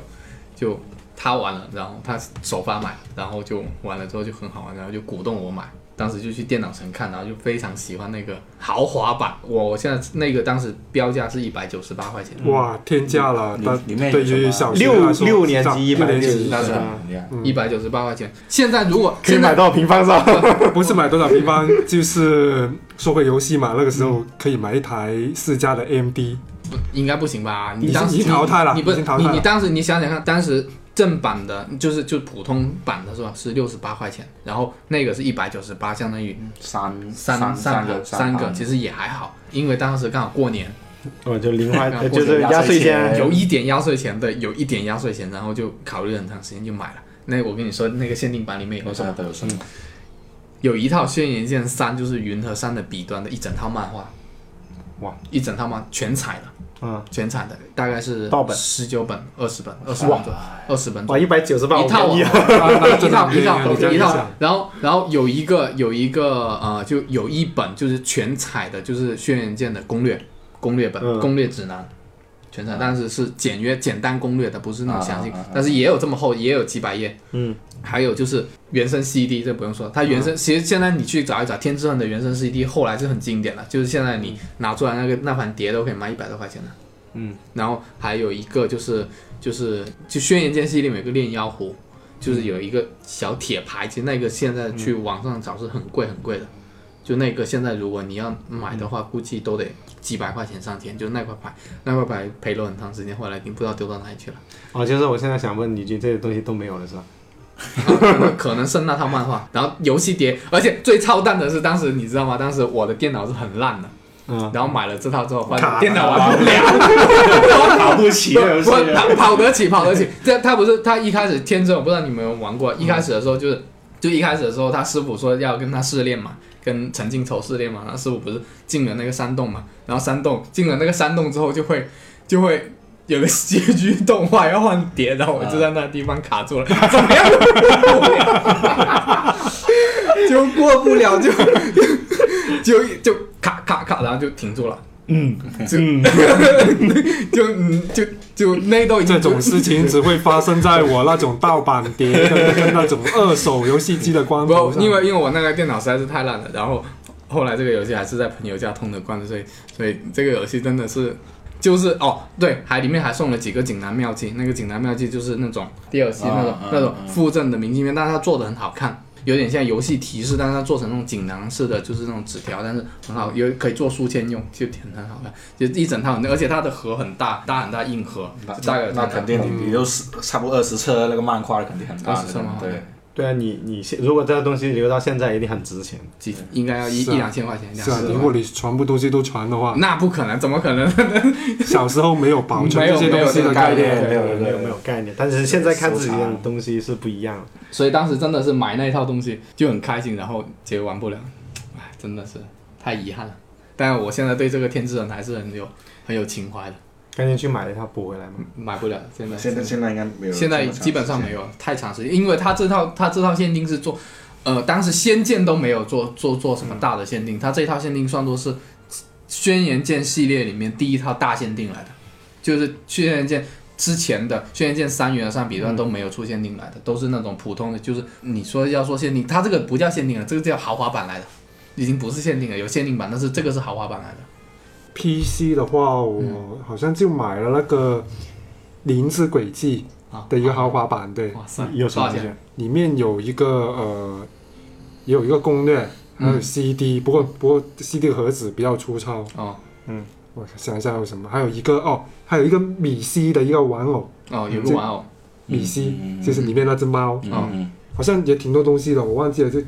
Speaker 1: 就他玩了，然后他首发买，然后就玩了之后就很好玩，然后就鼓动我买。当时就去电脑城看，然后就非常喜欢那个豪华版。我我现在那个当时标价是一百九十八块钱，
Speaker 3: 哇，天价了！
Speaker 4: 嗯里
Speaker 3: 但
Speaker 4: 里面有
Speaker 3: 对
Speaker 4: 什么
Speaker 3: 于小学
Speaker 2: 六
Speaker 3: 来说
Speaker 2: 六年
Speaker 3: 上
Speaker 2: 级一
Speaker 3: 六
Speaker 2: 百
Speaker 3: 年
Speaker 2: 六
Speaker 3: 级
Speaker 2: 十
Speaker 1: 那是
Speaker 2: 啊，
Speaker 4: 怎么样？
Speaker 1: 嗯一百九十八块钱。现在如果
Speaker 2: 可以
Speaker 1: 现在
Speaker 2: 买到平方上。
Speaker 3: 不是买多少平方，就是说回游戏嘛，那个时候可以买一台四加的 AMD，
Speaker 1: 应该不行吧？
Speaker 3: 已
Speaker 1: 你
Speaker 3: 经
Speaker 1: 当时
Speaker 3: 已经淘汰了
Speaker 1: 你不
Speaker 3: 已经淘汰了
Speaker 1: 你你当时你想想看，当时正版的，就是就普通版的是吧？是六十八块钱，然后那个是一百九十八，相当于
Speaker 4: 三
Speaker 1: 三
Speaker 4: 三
Speaker 1: 个
Speaker 4: 三
Speaker 1: 三个，其实也还好，因为当时刚好过年，
Speaker 2: 我哦就零 花，呃
Speaker 1: 然后
Speaker 2: 就是压岁钱
Speaker 4: 哎。
Speaker 1: 有一点压岁钱的，有一点压岁钱，然后就考虑了很长时间就买了。那我跟你说，那个限定版里面有
Speaker 4: 有
Speaker 1: 什
Speaker 4: 什
Speaker 1: 么？
Speaker 4: 么都有什么。
Speaker 1: 有一套《轩辕剑三》，就是云和山的彼端的一整套漫画，
Speaker 2: 哇，
Speaker 1: 一整套漫全彩的。
Speaker 2: 嗯，
Speaker 1: 全产的，大概是
Speaker 2: 多少本
Speaker 1: 十九本、二十本、二十本左右，二十本左
Speaker 2: 哇，
Speaker 1: 右。
Speaker 2: 一百九十八，
Speaker 1: 一套
Speaker 2: 我便宜啊
Speaker 1: 一套一套
Speaker 3: 你这样
Speaker 1: 一
Speaker 3: 一
Speaker 1: 套
Speaker 3: 想，
Speaker 1: 然后然后有一个有一个呃，就有一本就是全彩的，就是《轩辕剑》的攻略攻略本、
Speaker 2: 嗯
Speaker 1: 攻略指南，全彩，但是是简约简单攻略的，不是那种详细
Speaker 4: 啊啊啊啊，
Speaker 1: 但是也有这么厚，也有几百页。
Speaker 2: 嗯，
Speaker 1: 还有就是原声 CD，这不用说，它原
Speaker 4: 啊
Speaker 1: 声、其实现在你去找一找《天之痕》的原声 CD，后来是很经典了，就是现在你拿出来那个那盘碟都可以卖一百多块钱的。
Speaker 2: 嗯，
Speaker 1: 然后还有一个就是就是就《轩辕剑》系列有个炼妖壶，就是有一个小铁牌，其实那个现在去网上找是很贵很贵的。就那个现在如果你要买的
Speaker 4: 嗯
Speaker 1: 话，估计都得几百块钱上千。就那块牌，那块牌陪了很长时间，后来已经不知道丢到哪里去了。
Speaker 2: 哦，就是我现在想问你一句，这些东西都没有了是吧？
Speaker 1: 可能剩那套漫画，然后游戏碟，而且最操蛋的是，当时你知道吗？当时我的电脑是很烂的，
Speaker 2: 嗯，
Speaker 1: 然后买了这套之后，发现
Speaker 3: 卡
Speaker 1: 电脑玩不了，
Speaker 4: 打不起
Speaker 1: 不不跑跑得起，跑得起。这他不是他一开始天真，我不知道你们有没有玩过。一开始的时候就是，就一开始的时候，他师傅说要跟他试炼嘛，跟陈靖仇试炼嘛。然后师傅不是进了那个山洞嘛，然后山洞进了那个山洞之后就会就会。有个结局动画要换碟，然后我就在那地方卡住了， 怎么样都过不了，就过不了，就就就卡卡卡，然后就停住了，嗯， 就就嗯就就那都已经
Speaker 3: 这种事情只会发生在我那种盗版碟跟跟那种二手游戏机的光头
Speaker 1: 不，
Speaker 3: 上。
Speaker 1: 因为因为我那个电脑实在是太烂了，然后后来这个游戏还是在朋友家通的关的，所以所以这个游戏真的是就是哦，对，还里面还送了几个锦南妙计，那个锦南妙计就是那种 DLC
Speaker 4: 啊
Speaker 1: 那种、
Speaker 4: 啊
Speaker 1: 那种
Speaker 4: 啊
Speaker 1: 附赠的明信片，但是它做的很好看，有点像游戏提示，但是它做成那种锦囊式的，就是那种纸条，但是很好，有可以做书签用，就挺很好看。就一整套，而且它的盒很大，大很大硬盒，
Speaker 4: 那
Speaker 1: 就大概
Speaker 4: 那那肯定你你都是差不多二十册那个漫画肯定很大
Speaker 1: 二十册
Speaker 4: 的
Speaker 1: 漫，画
Speaker 4: 对，
Speaker 2: 对啊，你你现如果这个东西留到现在，一定很值钱。
Speaker 1: 几应该要一
Speaker 3: 是啊
Speaker 1: 一两千块钱，两
Speaker 3: 是啊，
Speaker 1: 千
Speaker 3: 如
Speaker 1: 块
Speaker 3: 果你全部东西都传的 话，
Speaker 1: 那不可能，怎么可能？
Speaker 3: 小时候没有保存
Speaker 1: 没有
Speaker 3: 这些
Speaker 1: 没有
Speaker 3: 东西
Speaker 1: 这
Speaker 3: 的
Speaker 1: 个
Speaker 3: 概
Speaker 1: 概
Speaker 3: 念
Speaker 1: 念。
Speaker 4: 没有
Speaker 2: 没有没有概念，但是现在看自己
Speaker 4: 收
Speaker 2: 的
Speaker 4: 藏
Speaker 2: 东西是不一样的。
Speaker 1: 所以当时真的是买那一套东西就很开心，然后结果玩不了，唉，真的是太遗憾了。但我现在对这个天之痕还是很有很有情怀的，
Speaker 2: 赶紧去买一套补回来嘛。
Speaker 1: 买不了，现在
Speaker 4: 现在现在应该没有，
Speaker 1: 现在基本上没有太长时间，因为它这套它这套限定是做，呃，当时仙剑都没有做做做什么大的限定，它这套限定算作是轩辕剑系列里面第一套大限定来的，就是轩辕剑。之前的《轩辕剑三》原上笔段都没有出限定来的，都是那种普通的，就是你说要说限定，它这个不叫限定了，这个叫豪华版来的，已经不是限定了，有限定版，但是这个是豪华版来的。
Speaker 3: PC 的话，我好像就买了那个《灵之轨迹
Speaker 1: 啊》
Speaker 3: 的一个豪华版，对，
Speaker 1: 哇塞，
Speaker 2: 有什
Speaker 1: 多
Speaker 2: 么
Speaker 1: 少
Speaker 2: 东
Speaker 1: 钱？
Speaker 2: 西？
Speaker 3: 里面有一个呃，也有一个攻略，还
Speaker 4: 嗯
Speaker 3: 有 CD，、不过不过 CD 盒子比较粗糙。
Speaker 1: 哦
Speaker 3: 我想一下有什么，还有一个哦，还有一个米西的一个玩偶，
Speaker 1: 哦，有个玩偶，
Speaker 3: 米西、
Speaker 4: 嗯嗯嗯
Speaker 3: 就是里面那只猫，
Speaker 1: 哦
Speaker 4: 嗯，嗯
Speaker 3: 好像也挺多东西的，我忘记了，就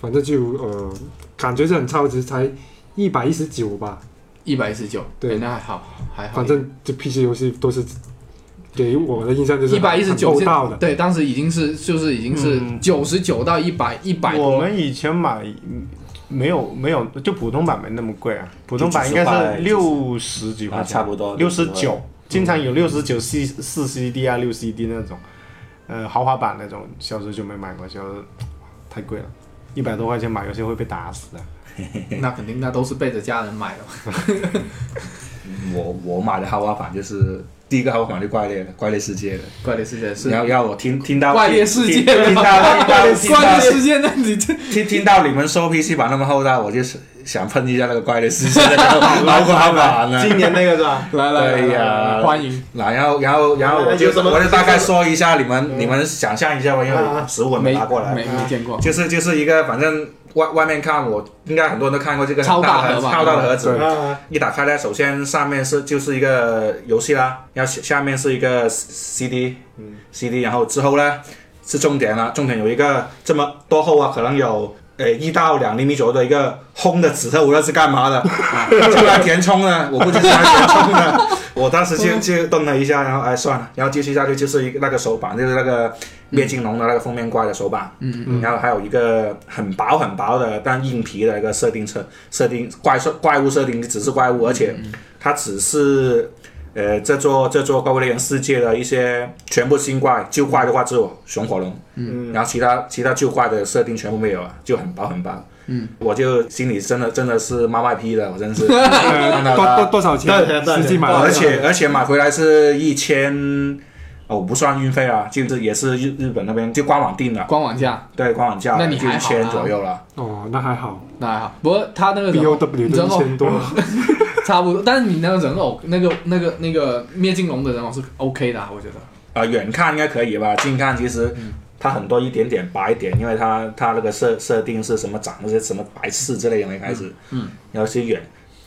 Speaker 3: 反正就呃，感觉是很超值，才一百一十九吧，
Speaker 1: 一百一十九，
Speaker 3: 对
Speaker 1: 哎那还好，还好。
Speaker 3: 反正就 PC 游戏都是给我的印象就是
Speaker 1: 一百一十
Speaker 3: 很
Speaker 1: 九
Speaker 3: 厚道的，
Speaker 1: 对，当时已经是就是已经是
Speaker 2: 嗯
Speaker 1: 九十九到一百一百
Speaker 2: 我
Speaker 1: 多，
Speaker 2: 们以前买嗯没有没有，就普通版没那么贵啊，普通版应该是
Speaker 4: 就
Speaker 2: 六十几块
Speaker 4: 啊
Speaker 2: 钱，
Speaker 4: 差不多
Speaker 2: 六十九，经
Speaker 4: 嗯
Speaker 2: 常有六十九 C 四 CD 啊，六 CD 那种，呃，豪华版那种，小时候就没买过，小时候太贵了。一百多块钱买游戏会被打死的，
Speaker 1: 那肯定那都是背着家人买的嘛。
Speaker 4: 我我买的豪华版就是第一个豪华版就怪猎了，怪猎世界的，
Speaker 1: 怪猎世界是
Speaker 4: 你要要我听听到
Speaker 1: 怪猎世界
Speaker 4: 听听到听到听
Speaker 1: 怪
Speaker 4: 到
Speaker 1: 猎世界，那你这
Speaker 4: 听听到你们说 PC 版那么厚道，我就是想喷一下那个怪猎世界的那个豪华版呢。
Speaker 2: 今年那个是吧？
Speaker 1: 来来来
Speaker 4: 对
Speaker 1: 来
Speaker 4: 呀
Speaker 1: 来，欢迎。
Speaker 4: 然后，然后，然后我就
Speaker 2: 有什么
Speaker 4: 我就大概说一下，你们你们想象一下吧，因为我实物
Speaker 1: 没
Speaker 4: 拿过来，
Speaker 1: 没没见 过，
Speaker 4: 就是就是一个反正外外面看我应该很多人都看过这个
Speaker 1: 超
Speaker 4: 很
Speaker 1: 大
Speaker 4: 大的
Speaker 1: 盒吧
Speaker 4: 超大的盒子，
Speaker 2: 啊，
Speaker 4: 一打开呢，首先上面是就是一个游戏啦，然后下下面是一个 CD，嗯，CD，然后之后呢是重点了，重点有一个这么多厚啊，可能有呃一到两厘米左右的一个烘的纸特，我那是 干嘛的？啊，就来填充呢，我估计是来填充的。我当时就就顿了一下，然后哎算了，然后继续下去就是一个那个手板，就是那个灭金龙的那个封面怪的手板，嗯嗯，然后还有一个很薄很薄的但硬皮的一个设定册，设定怪兽怪物设定只是怪物，而且它只是呃这座这座怪物猎人世界的一些全部新怪，旧怪的话只有熊火龙，嗯，然后其他其他旧怪的设定全部没有啊，就很薄很薄。嗯，我就心里真的真的是妈卖批的，我真 是看到
Speaker 3: 多
Speaker 4: 它
Speaker 3: 多多少
Speaker 2: 多少钱
Speaker 3: 钱？
Speaker 2: 多少钱
Speaker 3: 实际买
Speaker 4: 哦而
Speaker 3: 了
Speaker 4: 且而且买回来是一千，哦，不算运费啊，就是也是日日本那边就官网订的，
Speaker 1: 官网价
Speaker 4: 对，官网价
Speaker 1: 那你
Speaker 4: 就
Speaker 1: 还
Speaker 4: 一
Speaker 1: 好啊
Speaker 4: 千左右了。
Speaker 3: 哦，那还好
Speaker 1: 那还好，不过他那个
Speaker 3: ，B
Speaker 1: 人
Speaker 3: O
Speaker 1: 偶
Speaker 3: W
Speaker 1: 你知
Speaker 3: 都
Speaker 1: 道
Speaker 3: 一
Speaker 1: 吗？
Speaker 3: 千 多，
Speaker 1: 差不多，但是你那个人偶，那个那个那个灭金龙的人偶是 OK 的啊，我觉得。
Speaker 4: 啊、远看应该可以吧，近看其实它很多一点点白点，因为它它那个设设定是什么长那些什么白刺之类的，一开始，嗯，然后是远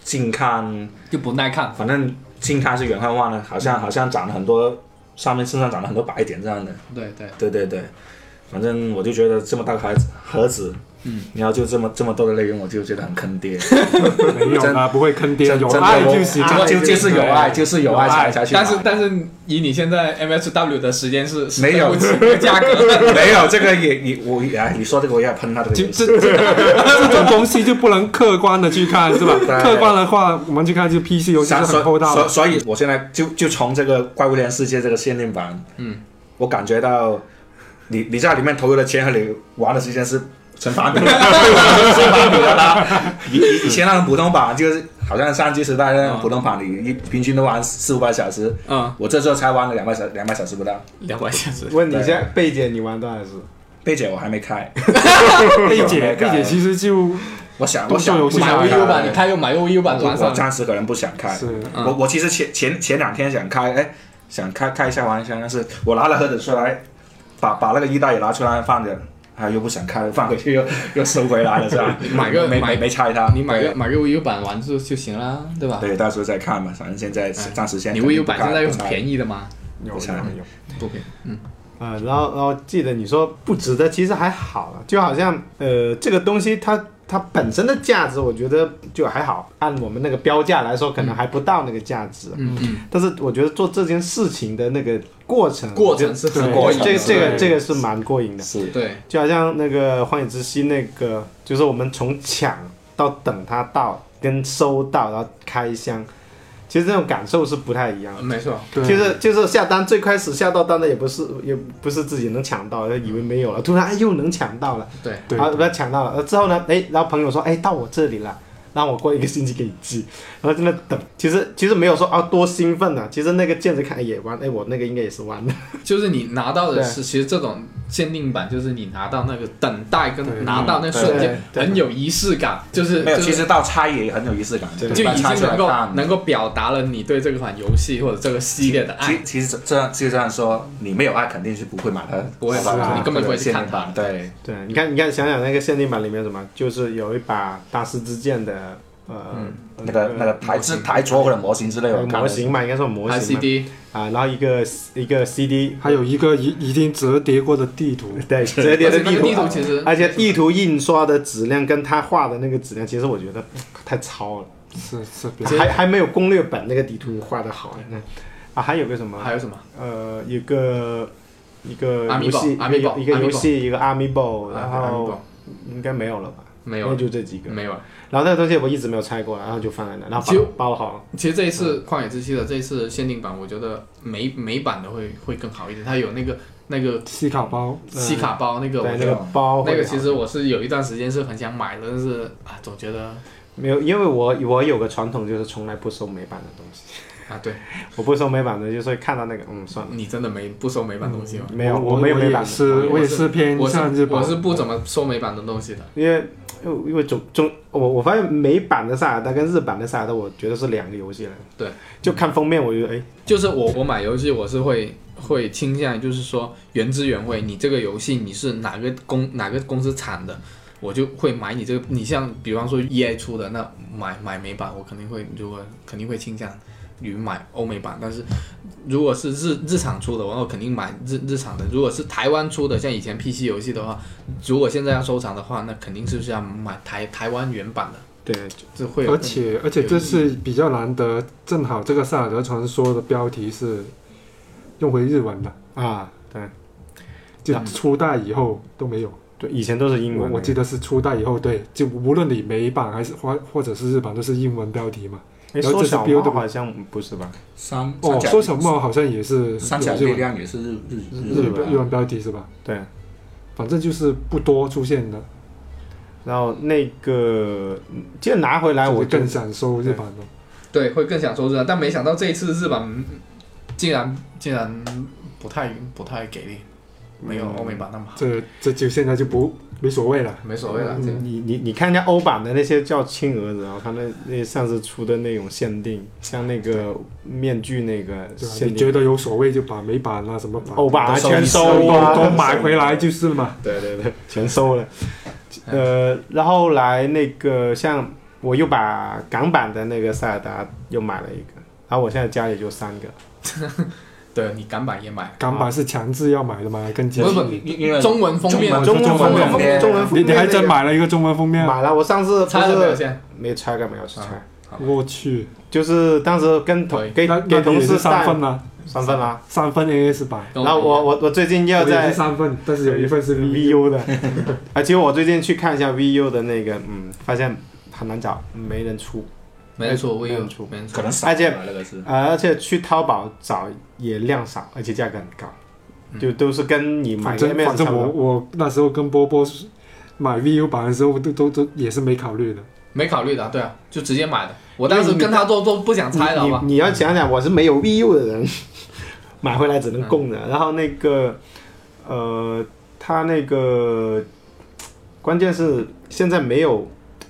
Speaker 4: 近看，
Speaker 1: 就不耐看，
Speaker 4: 反正近看是远看忘了，好像好像长了很多，上面身上长了很多白点这样的。
Speaker 1: 对对，
Speaker 4: 对对对，反正我就觉得这么大个盒子盒子，嗯，然后就这么这么多的内容，我就觉得很坑爹。
Speaker 3: 没有啦，不会坑爹，
Speaker 4: 真
Speaker 3: 有啊
Speaker 4: 真的
Speaker 3: 爱
Speaker 4: 我
Speaker 3: 就行。
Speaker 1: 啊
Speaker 4: 就就就是有爱，就是有爱啊才才去买。
Speaker 1: 但是但是以你现在 MSW 的时间是
Speaker 4: 没
Speaker 1: 付
Speaker 4: 有
Speaker 1: 不起这个价 格，
Speaker 4: 没有这个也也我哎，你说这个我也要喷他这个
Speaker 3: 就
Speaker 4: 游戏
Speaker 3: 这这这种东西就不能客观的去看， 是吧？
Speaker 4: 对
Speaker 3: 客观的话，我们去看就 PC 游戏是
Speaker 4: 想
Speaker 3: 很厚
Speaker 4: 所
Speaker 3: 道
Speaker 4: 所
Speaker 3: 的。
Speaker 4: 所以，我现在就就从这个《怪物猎人世界》这个限定版，嗯，我感觉到你你在里面投入的钱和你玩的时间是成反比的，是反比的啦。以以以前那种普通版就是好像上机时代那种普通版，你一平均都玩四五百小时，
Speaker 1: 嗯，
Speaker 4: 我这时候才玩了两百小两百小时不到。
Speaker 1: 两百小时，
Speaker 2: 问你一下，贝姐，你玩多少次？
Speaker 4: 贝姐我还没开，
Speaker 3: 贝姐，
Speaker 4: 没
Speaker 3: 贝
Speaker 4: 改
Speaker 1: 哎
Speaker 3: 姐其实就
Speaker 4: 我想
Speaker 3: 动
Speaker 4: 我想
Speaker 3: 作游戏
Speaker 4: 不
Speaker 1: 买
Speaker 4: 想
Speaker 1: VU 版，
Speaker 4: 开
Speaker 1: 你开又买 VU 版
Speaker 4: 我
Speaker 1: 装
Speaker 4: 我
Speaker 1: 上，
Speaker 4: 暂时可能不想开。
Speaker 3: 是
Speaker 1: 嗯
Speaker 4: 我我其实前前前两天想开，哎，想开开一下玩一下，但是我拿了盒子出来，把把那个一代也拿出来放着，啊，又不想看，放回去又 又收回来了，是吧？
Speaker 1: 买个
Speaker 4: 没
Speaker 1: 买
Speaker 4: 没没拆它，
Speaker 1: 你买
Speaker 4: 对
Speaker 1: 个买个 Wii U 版玩就就行了，对吧？
Speaker 4: 对，到时候再看吧，反正现在
Speaker 1: 哎
Speaker 4: 暂时先
Speaker 1: 你 Wii U 版现在又很
Speaker 4: 宜，
Speaker 1: 便宜的嘛，
Speaker 2: 有有
Speaker 4: 不想
Speaker 2: 有。
Speaker 1: 不便宜。嗯，
Speaker 2: 啊、然后然后记得你说不值得，其实还好啊了，就好像呃这个东西它它本身的价值，我觉得就还好，按我们那个标价来说，可能还不到那个价值。啊
Speaker 1: 嗯嗯，
Speaker 2: 但是我觉得做这件事情的那个过程，
Speaker 1: 过程是很
Speaker 3: 对
Speaker 1: 过
Speaker 2: 我
Speaker 1: 瘾
Speaker 2: 觉
Speaker 1: 的，嗯
Speaker 2: 得这个这个
Speaker 3: 对
Speaker 2: 这个是蛮过瘾的。
Speaker 4: 是
Speaker 1: 对
Speaker 2: 就好像那个《荒野之息》那个，就是我们从抢到等它到，跟收到，然后开箱，其实这种感受是不太一样的。
Speaker 1: 没错，
Speaker 3: 对，
Speaker 2: 就是就是下单，最开始下到单的也不是也不是自己能抢到，就以为没有了，突然哎又能抢到了，
Speaker 1: 对
Speaker 3: 对
Speaker 2: 然后把它抢到了，呃之后呢，哎，然后朋友说，哎，到我这里了，让我过一个星期给你寄，然后在那等，其实其实没有说啊多兴奋啊，其实那个见着看哎也玩，哎我那个应该也是玩的，
Speaker 1: 就是你拿到的
Speaker 2: 对
Speaker 1: 是，其实这种限定版就是你拿到那个等待
Speaker 3: 对
Speaker 1: 跟拿到那瞬间
Speaker 2: 对对
Speaker 1: 很有仪式感，就是
Speaker 4: 没有，
Speaker 1: 就是
Speaker 4: 其实到拆也很有仪式感，
Speaker 2: 对
Speaker 1: 就
Speaker 4: 把它
Speaker 1: 已
Speaker 4: 拆
Speaker 1: 经
Speaker 4: 出来
Speaker 1: 能够
Speaker 4: 看
Speaker 1: 能够表达了你对这款游戏或者这个系列的爱
Speaker 4: 其。其实这样，其实这样说，你没有爱肯定是不会买它，
Speaker 1: 不会
Speaker 4: 吧
Speaker 3: 是啊
Speaker 1: 你根本不会去看它
Speaker 4: 限定版对，
Speaker 2: 对，你看你看想想那个限定版里面什么，就是有一把大师之剑的呃、
Speaker 4: 那个那个台
Speaker 1: 模
Speaker 4: 制
Speaker 1: 型
Speaker 4: 台桌或者模型之类，我
Speaker 2: 呃
Speaker 4: 看了
Speaker 2: 模型嘛，应该说模型嘛
Speaker 1: ICD
Speaker 2: 啊，然后一个一个 CD，
Speaker 3: 还有一个已已经折叠过的地图，
Speaker 2: 对折叠
Speaker 1: 而
Speaker 2: 的
Speaker 1: 且那
Speaker 2: 地
Speaker 1: 个
Speaker 2: 图
Speaker 1: 地。图其实
Speaker 2: 而且地图印刷的质量跟他画的那个质量，其实我觉得嗯太糙了，
Speaker 3: 是是
Speaker 1: 嗯
Speaker 3: 比较
Speaker 2: 还还没有攻略本那个地图画的好呢。啊，还有个什么？
Speaker 1: 还有什么？
Speaker 2: 呃，有个一个游
Speaker 1: Amiibo，
Speaker 2: 戏，一个
Speaker 1: Amiibo，
Speaker 2: 游一个游
Speaker 1: Amiibo
Speaker 2: 戏，一个 Amiibo，
Speaker 1: 啊
Speaker 2: 然
Speaker 1: ，Amiibo
Speaker 2: 后应该没有了吧？
Speaker 1: 没有
Speaker 2: 那就这几个。
Speaker 1: 没有了。
Speaker 2: 然后那个东西我一直没有拆过，然后就放在那，然后
Speaker 1: 其实
Speaker 2: 包包好了。
Speaker 1: 其实这一次《旷野之息》的这一次限定版，我觉得美美版的会会更好一点，它有那个那个
Speaker 3: 西卡包，
Speaker 1: 吸卡包那个，
Speaker 2: 对，那
Speaker 1: 我觉
Speaker 2: 个
Speaker 1: 得
Speaker 2: 包会
Speaker 1: 嗯那个
Speaker 2: 好
Speaker 1: 其实我是有一段时间是很想买的，但是啊，总觉得
Speaker 2: 没有，因为我我有个传统，就是从来不收美版的东西。
Speaker 1: 啊，对
Speaker 2: 我不收美版的，就是会看到那个，嗯，算了，
Speaker 1: 你真的没不收美版东西吗？
Speaker 2: 没有，
Speaker 3: 我
Speaker 2: 没有
Speaker 3: 我
Speaker 2: 美版
Speaker 3: 也
Speaker 2: 的。
Speaker 3: 是，
Speaker 1: 我
Speaker 3: 我
Speaker 1: 也
Speaker 3: 也
Speaker 1: 是
Speaker 3: 是偏
Speaker 1: 我是
Speaker 3: 向日本，
Speaker 1: 我是不怎么收美版的东西的，
Speaker 2: 因为因为因为总总我我发现美版的塞尔达跟日版的塞尔达，我觉得是两个游戏了。
Speaker 1: 对，
Speaker 2: 就看封面，我觉得哎，
Speaker 1: 就是我我买游戏我是会会倾向于就是说原汁原味，你这个游戏你是哪个公哪个公司产的，我就会买你这个。你像比方说 EA 出的那买买美版，我肯定会如果肯定会倾向于买欧美版，但是如果是日日产出的，我肯定买日日产的。如果是台湾出的，像以前 PC 游戏的话，如果现在要收藏的话，那肯定是要买台台湾原版的，
Speaker 2: 对，
Speaker 1: 这会有
Speaker 3: 而且而且这次比较难得，正好这个《塞尔德传说》的标题是用回日文的，
Speaker 2: 啊，对
Speaker 3: 就
Speaker 1: 嗯
Speaker 3: 初代以后都没有。
Speaker 2: 对，以前都是英
Speaker 3: 我
Speaker 2: 文的。
Speaker 3: 我记得是初代以后，对，就无论你美版还是或或者是日版，都是英文标题嘛。
Speaker 2: 哎，
Speaker 3: 然后
Speaker 2: 缩
Speaker 3: 这是
Speaker 2: 小
Speaker 3: build
Speaker 2: 猫
Speaker 3: 的
Speaker 2: 好像不是吧？
Speaker 4: 三
Speaker 3: 哦，说什么好像也是
Speaker 4: 三
Speaker 3: 有
Speaker 4: 角
Speaker 3: 日
Speaker 4: 力
Speaker 3: 文
Speaker 4: 量也是日日
Speaker 3: 日
Speaker 2: 本
Speaker 3: 日文标题是吧？
Speaker 2: 对，
Speaker 3: 反正就是不多出现的，
Speaker 2: 然后那个就拿回来，
Speaker 3: 就
Speaker 2: 我
Speaker 3: 是
Speaker 2: 就
Speaker 3: 更想收日版的。
Speaker 1: 对，会更想收日本，但没想到这一次日本嗯竟然竟然不太不太给力，没有欧美版那么好，嗯
Speaker 3: 这这就现在就不没所谓了。
Speaker 1: 嗯没所谓了。这个
Speaker 2: 嗯你你你看人家欧版的那些叫亲儿子，然后啊他那那上次出的那种限定，像那个面具那个
Speaker 3: 对吧？
Speaker 2: 限
Speaker 3: 你觉
Speaker 2: 定，
Speaker 3: 得有所谓就把美版啊什么版
Speaker 2: 欧版啊
Speaker 4: 都收
Speaker 2: 全
Speaker 4: 一次
Speaker 2: 收啊，
Speaker 3: 都都买回来就是嘛。
Speaker 2: 对对对，全收了。
Speaker 1: 嗯
Speaker 2: 呃，然后来那个像我又把港版的那个塞尔达又买了一个，然后我现在家里就三个。
Speaker 1: 对你港版也买了，
Speaker 3: 港版是强制要买的嘛，跟
Speaker 1: 不
Speaker 3: 街
Speaker 1: 是
Speaker 3: 机
Speaker 1: 不
Speaker 3: 一样
Speaker 1: 是
Speaker 4: 因为
Speaker 1: 中文封面
Speaker 3: 中文
Speaker 2: 中文封
Speaker 4: 封面
Speaker 2: 中文封
Speaker 3: 你
Speaker 2: 面
Speaker 3: 你还
Speaker 2: 那
Speaker 3: 真
Speaker 2: 个
Speaker 3: 买了一个中文封面？
Speaker 2: 买了？我上次不
Speaker 1: 差了没有
Speaker 2: 是
Speaker 1: 现在？
Speaker 2: 没拆干嘛要去拆？
Speaker 3: 我去，
Speaker 2: 就是当时跟同
Speaker 1: 对
Speaker 2: 给
Speaker 3: 那
Speaker 2: 给
Speaker 3: 那你
Speaker 2: 同
Speaker 3: 也是
Speaker 2: 事
Speaker 3: 三
Speaker 2: 带
Speaker 3: 份啦，
Speaker 2: 三份啦。
Speaker 3: 三份 AS 版，
Speaker 1: 跟
Speaker 2: 然后我我我最近要
Speaker 3: 我也
Speaker 2: 在
Speaker 3: 是三份，但是有一份是 VU。
Speaker 2: VU 的， 啊，其实我最近去看一下 VU 的那个，嗯，发现很难找，没人出，
Speaker 1: 没人出，我也
Speaker 2: 没
Speaker 1: 有
Speaker 2: 人出
Speaker 1: 没人出
Speaker 4: 可，能少
Speaker 2: 而且
Speaker 4: 吧那个是
Speaker 2: 啊，而且去淘宝找也量少，而且价格很高，
Speaker 1: 嗯
Speaker 2: 就都是跟你买
Speaker 3: 反
Speaker 2: 个
Speaker 3: 正
Speaker 2: MS
Speaker 3: 反正我
Speaker 2: 差不多
Speaker 3: 我那时候跟波波买 VU 版的时候，都都都也是没考虑的。
Speaker 1: 没考虑的，对啊，就直接买的。我当时跟他都都不想猜了，好
Speaker 2: 你
Speaker 1: 吧？
Speaker 2: 你你要想想，我是没有 VU 的人， 买回来只能供着。
Speaker 1: 嗯
Speaker 2: 然后那个，呃，他那个，关键是现在没有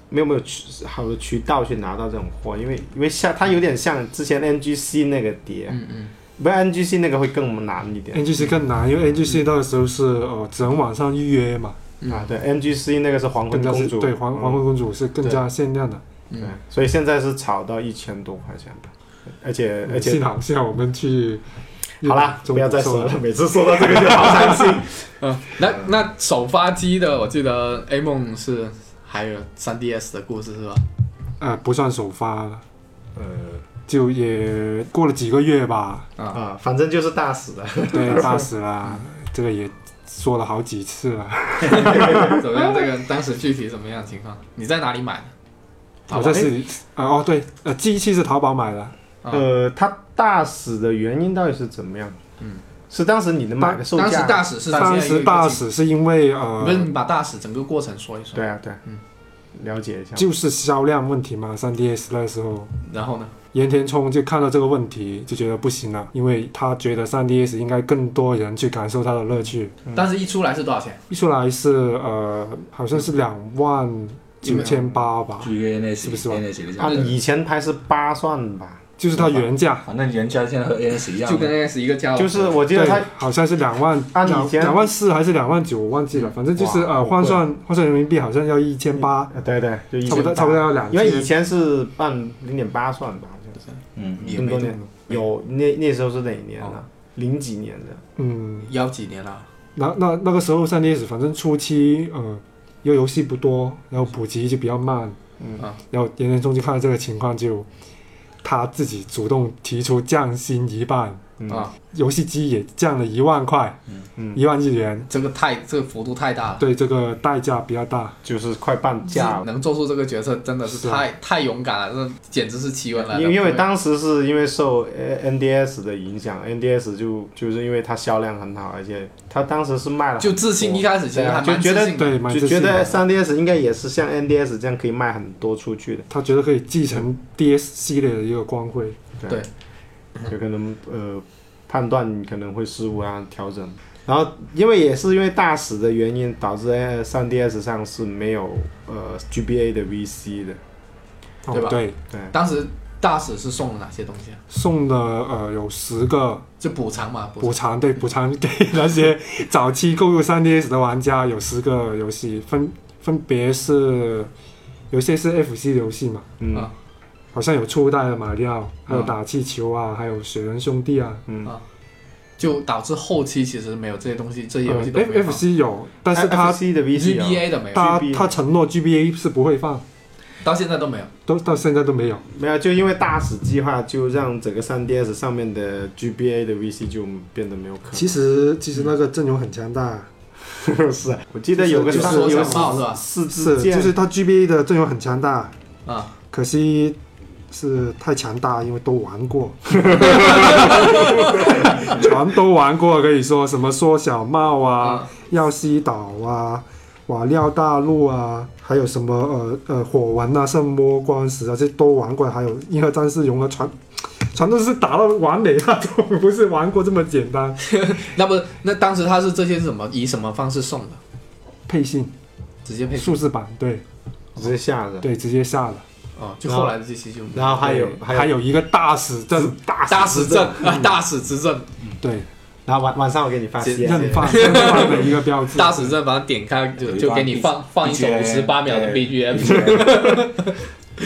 Speaker 2: 没有没有渠好的渠道去拿到这种货，因为因为像它有点像之前 NGC 那个碟，
Speaker 1: 嗯嗯，
Speaker 2: 不是 NGC 那个会更难一点。嗯
Speaker 3: NGC 更难，因为 NGC 那个时候是呃只能网上预约嘛，
Speaker 1: 嗯
Speaker 2: 啊，对，MGC 那个是黄昏
Speaker 3: 更加
Speaker 2: 公
Speaker 3: 是
Speaker 2: 主，嗯
Speaker 3: 对黄黄昏公主是更加限量的。
Speaker 2: 对，所以现在是炒到一千多块钱吧，而且呃而且
Speaker 3: 呃幸好幸好我们去日本中国搜
Speaker 2: 好啦
Speaker 3: 了，，
Speaker 2: 不要再说了，每次说到这个就好伤心。
Speaker 1: 嗯，那那首发机的，我记得 A 梦是还有 3DS 的故事 是吧？
Speaker 3: 呃，不算首发了，
Speaker 2: 呃
Speaker 3: 就也过了几个月 吧，
Speaker 1: 啊，
Speaker 2: 啊，反正就是大死的，
Speaker 3: 对，大死了，这个也说了好几次了。
Speaker 1: 怎么样？这个当时具体什么样的情况？你在哪里买的？淘
Speaker 3: 我
Speaker 1: 宝
Speaker 2: 哎
Speaker 3: 在市里，啊、哦对，呃，机器是淘宝买的，
Speaker 1: 啊
Speaker 2: 呃，它大死的原因到底是怎么样？
Speaker 1: 嗯，
Speaker 2: 是当时你的买的售
Speaker 1: 当时
Speaker 2: 价？
Speaker 1: 大使是
Speaker 3: 当时大，使是因为呃
Speaker 1: 不
Speaker 2: 嗯
Speaker 1: 是，你把大使整个过程说一说。
Speaker 2: 对啊，对啊，
Speaker 1: 嗯
Speaker 2: 了解一下。
Speaker 3: 就是销量问题嘛，3 DS 那时候。
Speaker 1: 然后呢？
Speaker 3: 岩田聪就看到这个问题，就觉得不行了，因为他觉得 3DS 应该更多人去感受它的乐趣。
Speaker 2: 嗯
Speaker 1: 但是一出来是多少钱？
Speaker 3: 一出来是呃，好像是两万九千八吧，
Speaker 4: 据原那
Speaker 3: 是不是吧
Speaker 4: N 的价
Speaker 2: 按
Speaker 4: 格，
Speaker 2: 以前拍是八算吧，
Speaker 3: 就是它原价，
Speaker 4: 反正原价现在和 N S 一样啊的，
Speaker 1: 就跟 NS 一个价，
Speaker 2: 就是我记得
Speaker 3: 对
Speaker 2: 它，
Speaker 3: 好像是两万
Speaker 2: 按以
Speaker 3: 两
Speaker 2: 前嗯
Speaker 3: 两万四还是两万九，我忘记了，反正就是
Speaker 2: 哇好
Speaker 3: 呃
Speaker 2: 贵
Speaker 3: 换算换算人民币好像要一千八，
Speaker 2: 呃对对，就一
Speaker 3: 差不多
Speaker 2: 千
Speaker 3: 差不多要两
Speaker 2: 因为以
Speaker 3: 千。
Speaker 2: 前是按零点八算吧，好像是
Speaker 4: 嗯，
Speaker 1: 也
Speaker 2: 更
Speaker 1: 没
Speaker 2: 多
Speaker 1: 多
Speaker 2: 年有那那时候是哪一年
Speaker 1: 哦
Speaker 2: 啊？零几年的，
Speaker 3: 嗯，
Speaker 1: 幺几年了，
Speaker 3: 那那那个时候 3DS 反正初期呃，因为游戏不多，然后补给就比较慢，
Speaker 2: 嗯
Speaker 1: 啊
Speaker 3: 然后岩田聪就看到这个情况就。他自己主动提出降薪一半，
Speaker 2: 嗯
Speaker 1: 啊，
Speaker 3: 游戏机也降了一万块，
Speaker 2: 嗯，
Speaker 3: 一万日元。
Speaker 1: 这个太这个幅度太大了。
Speaker 3: 对这个代价比较大，
Speaker 2: 就是快半价了。
Speaker 1: 能做出这个决策真的是
Speaker 3: 是啊
Speaker 1: 太太勇敢了，这简直是奇闻了。
Speaker 2: 因因为当时是因为受呃 NDS 的影响，NDS 就就是因为它销量很好，而且它当时是卖了很多，
Speaker 1: 就自信一开始其实
Speaker 2: 对啊
Speaker 1: 还
Speaker 2: 就
Speaker 1: 蛮
Speaker 2: 觉
Speaker 1: 自
Speaker 2: 得
Speaker 1: 信的，
Speaker 3: 对，蛮
Speaker 2: 就
Speaker 3: 自
Speaker 2: 觉
Speaker 3: 信
Speaker 2: 得
Speaker 3: 的。
Speaker 2: 3DS 应该也是像 NDS 这样可以卖很多出去的，
Speaker 3: 他觉得可以继承 DS 系列的一个光辉，
Speaker 1: 对
Speaker 2: 有可能呃判断可能会失误啊，调整。然后因为也是因为大使的原因，导致呃 3DS 上是没有呃 GBA 的 VC 的，
Speaker 3: 哦
Speaker 1: 对吧
Speaker 3: 对，
Speaker 2: 对，
Speaker 1: 当时大使是送了哪些东西啊？
Speaker 3: 送的呃有十个
Speaker 1: 就补偿嘛，补
Speaker 3: 补 偿，对补偿给那些早期购入 3DS 的玩家有十个游戏，分分别是有些是 FC 游戏嘛，
Speaker 2: 嗯
Speaker 1: 啊
Speaker 3: 好像有初代的马里奥，还有
Speaker 1: 嗯
Speaker 3: 打气球啊，还有雪人兄弟啊。
Speaker 2: 嗯
Speaker 1: 啊，就导致后期其实没有这些东西，这些
Speaker 2: 嗯
Speaker 1: 游戏都没
Speaker 3: 呃 F
Speaker 1: 有
Speaker 3: F。C 有，但是
Speaker 2: F-
Speaker 3: 他
Speaker 2: FC 的 VC 啊
Speaker 1: GBA 的没有，
Speaker 3: 他
Speaker 2: GBA
Speaker 3: 他承诺 G B A 是不会放，
Speaker 1: 到现在都没有。
Speaker 3: 都到现在都没有。
Speaker 2: 没有，就因为大使计划，就让整个 3DS 上面的 GBA 的 VC 就变得没有可能。
Speaker 3: 其实其实那个阵容很强大，
Speaker 2: 是，我记得有个
Speaker 3: 就是
Speaker 2: 上
Speaker 3: 就是
Speaker 2: 有
Speaker 3: 小
Speaker 1: 帽是吧
Speaker 2: 四
Speaker 3: 是
Speaker 2: 支箭，
Speaker 3: 就是他 G B A 的阵容很强大，
Speaker 1: 啊，
Speaker 3: 可惜是太强大，因为都玩 过，全都玩过，可以说什么缩小帽
Speaker 2: 嗯
Speaker 3: 啊、耀西岛啊、瓦廖大陆啊，还有什么呃呃火纹啊、圣魔光石啊，这都玩过，还有银河战士融合传。传统是打到完美那种，不是玩过这么简单。
Speaker 1: 那不那当时他是这些是什么以什么方式送的？
Speaker 3: 配信
Speaker 1: 直接配
Speaker 3: 数字版，对
Speaker 2: 直接下的。
Speaker 3: 对，直接下了。
Speaker 1: 哦，就后来的这些就没有
Speaker 2: 然后还有
Speaker 3: 对
Speaker 2: 还有
Speaker 3: 还有一个大使阵，
Speaker 2: 大
Speaker 1: 大使证啊，大使执政，
Speaker 3: 对，
Speaker 2: 然后晚晚上我给你发
Speaker 1: 直接
Speaker 2: CS
Speaker 3: 任 放任放的一个标志。
Speaker 1: 大使证，把它点开就
Speaker 4: 有一
Speaker 1: 就
Speaker 4: 段
Speaker 1: 给你放放一首五十八秒的 BGM，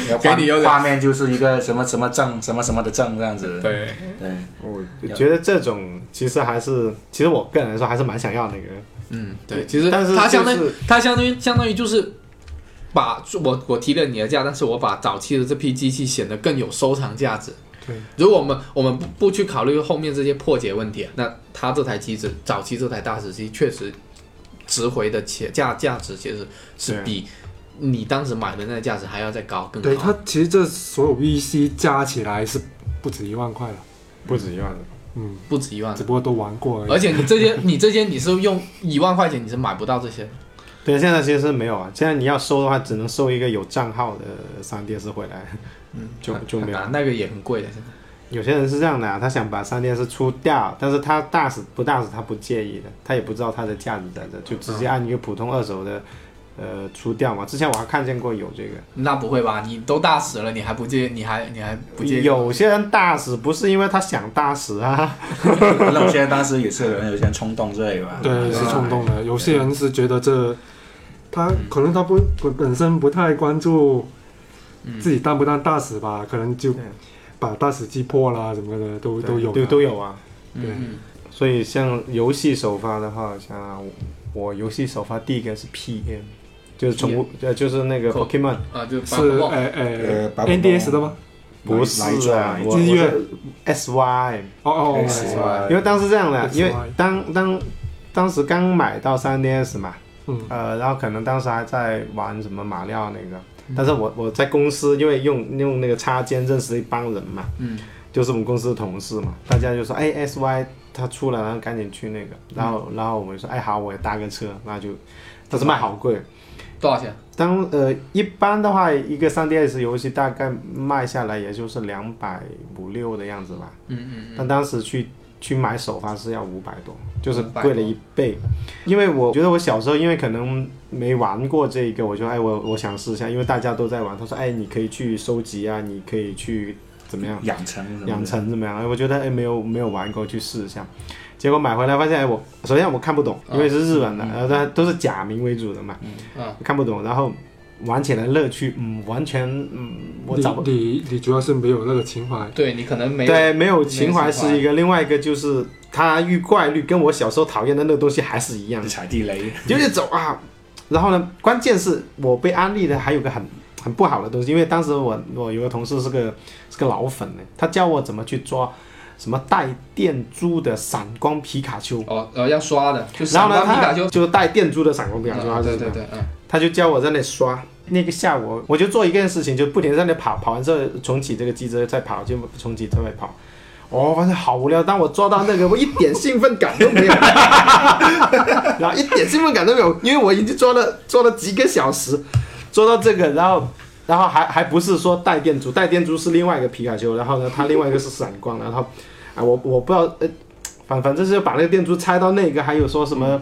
Speaker 4: 然后
Speaker 1: 给你有点
Speaker 4: 画面就是一个什么什么证什么什么的证这样子，
Speaker 1: 对，
Speaker 4: 对，
Speaker 2: 我觉得这种其实还是，其实我个人来说还是蛮想要那个。
Speaker 1: 嗯，对，其实
Speaker 2: 但是
Speaker 1: 它相
Speaker 2: 就
Speaker 1: 当于
Speaker 2: 是
Speaker 1: 它相当于相当于就是把我我提了你的价，但是我把早期的这批机器显得更有收藏价值。
Speaker 3: 对，
Speaker 1: 如果我们我们不不去考虑后面这些破解问题，那它这台机子早期这台大使机确实值回的且价价值其实是
Speaker 2: 对
Speaker 1: 比你当时买的那个价值还要再高更高。
Speaker 3: 对它其实这所有 VC 加起来是不止一万块了，
Speaker 2: 不止一万的，
Speaker 3: 嗯，
Speaker 1: 不止一万
Speaker 2: 啊
Speaker 3: 只，不过都玩过而已。
Speaker 1: 而且你这些 你这些你是用一万块钱你是买不到这些的。
Speaker 2: 对，现在其实是没有啊。现在你要收的话，只能收一个有账号的三 DS 回来，
Speaker 1: 嗯，
Speaker 2: 就就
Speaker 1: 很
Speaker 2: 没有
Speaker 1: 难，。那个也很贵的。现在
Speaker 2: 有些人是这样的、啊，他想把三 DS 出掉，但是他大使不大使他不介意的，他也不知道它的价值在这，就直接按一个普通二手的，呃，出掉嘛。之前我还看见过有这个，
Speaker 1: 那不会吧？你都大使了，你还不介，你还你还不介意？
Speaker 2: 有些人大使不是因为他想大使啊，哎
Speaker 4: 那我现在当时也是有人有些冲动之类吧，
Speaker 3: 对，是冲动的。有些人是觉得这他可能他不本本身不太关注自
Speaker 2: 嗯
Speaker 3: 己当不当大使吧，可能就
Speaker 2: 对
Speaker 3: 把大使击破啦什么的都
Speaker 2: 对
Speaker 3: 都有
Speaker 2: 都
Speaker 3: 的
Speaker 2: 都有啊。
Speaker 3: 对
Speaker 1: 嗯
Speaker 2: 所以像游戏首发的话，像我我游戏首发第一个是 PM，就是宠物，呃，就是那个
Speaker 1: Cool
Speaker 2: Pokemon，
Speaker 1: 啊，就是八
Speaker 3: 是
Speaker 1: 宝
Speaker 3: 哎
Speaker 4: 呃
Speaker 3: 哎
Speaker 4: 八宝
Speaker 3: NDS 的吗？
Speaker 2: 不是
Speaker 4: 哪一座
Speaker 2: 啊
Speaker 4: 哪一，
Speaker 2: 我我
Speaker 4: 座
Speaker 3: 音乐
Speaker 2: 是 SY，
Speaker 3: 哦哦，
Speaker 4: 是
Speaker 3: 哦
Speaker 4: 吧
Speaker 2: 因为当时这样的，
Speaker 3: SY
Speaker 2: 因为当当当时刚买到 3DS 嘛，
Speaker 3: 嗯
Speaker 2: 呃，然后可能当时还在玩什么马里奥那个，但是我我在公司因为用用那个插件认识了一帮人嘛，
Speaker 1: 嗯，
Speaker 2: 就是我们公司的同事嘛，大家就说哎 SY 他出来，然后赶紧去那个，然后、然后我们说哎好，我也搭个车，那就，但是卖好贵，
Speaker 1: 多少钱？
Speaker 2: 当呃一般的话，一个 3DS 游戏大概卖下来也就是两百五六的样子吧，
Speaker 1: 嗯嗯
Speaker 2: 但当时去去买首发是要五百多，就是
Speaker 1: 500
Speaker 2: 贵了一倍。因为我觉得我小时候因为可能没玩过这个，我就哎我我想试一下，因为大家都在玩，他说哎你可以去收集啊，你可以去怎么样
Speaker 4: 养成什么的
Speaker 2: 养成怎么样？哎我觉得哎没有没有玩过，去试一下。结果买回来发现哎我首先我看不懂，因为是日本的，然后它都是假名为主的嘛，
Speaker 1: 嗯啊，
Speaker 2: 看不懂，然后玩起来乐趣嗯完全嗯我找不
Speaker 3: 你你你主要是没有那个情怀，
Speaker 1: 对你可能没有
Speaker 2: 对，没有
Speaker 1: 没
Speaker 2: 情
Speaker 1: 情
Speaker 2: 怀
Speaker 1: 怀
Speaker 2: 是一个，另外一个就是它遇怪率跟我小时候讨厌的那个东西还是一样，
Speaker 4: 踩地雷，
Speaker 2: 就是走啊。然后呢，关键是我被安利的还有个很很不好的东西，因为当时我我有个同事是个是个老粉呢，他教我怎么去抓什么带电珠的闪光皮卡丘，
Speaker 1: 哦，呃，要刷的，就
Speaker 2: 然
Speaker 1: 闪
Speaker 2: 后呢，
Speaker 1: 光皮
Speaker 2: 他
Speaker 1: 卡丘，
Speaker 2: 就带电珠的闪光皮卡丘，
Speaker 1: 嗯
Speaker 2: 他
Speaker 1: 对
Speaker 2: 就
Speaker 1: 对对，嗯，
Speaker 2: 他就教我在那刷。那个下午，我就做一件事情，就不停地在那跑，跑完之后重启这个机子再跑，就重启再跑。哦，发现好无聊。当我抓到那个，我一点兴奋感都 没有，然后一点兴奋感都没有，因为我已经抓了抓了几个小时，抓到这个，然后然后还还不是说带电珠，带电珠是另外一个皮卡丘，然后呢，它另外一个是闪光，然后啊，我我不知道，呃，反反正是把那个电珠拆到那个，还有说什么。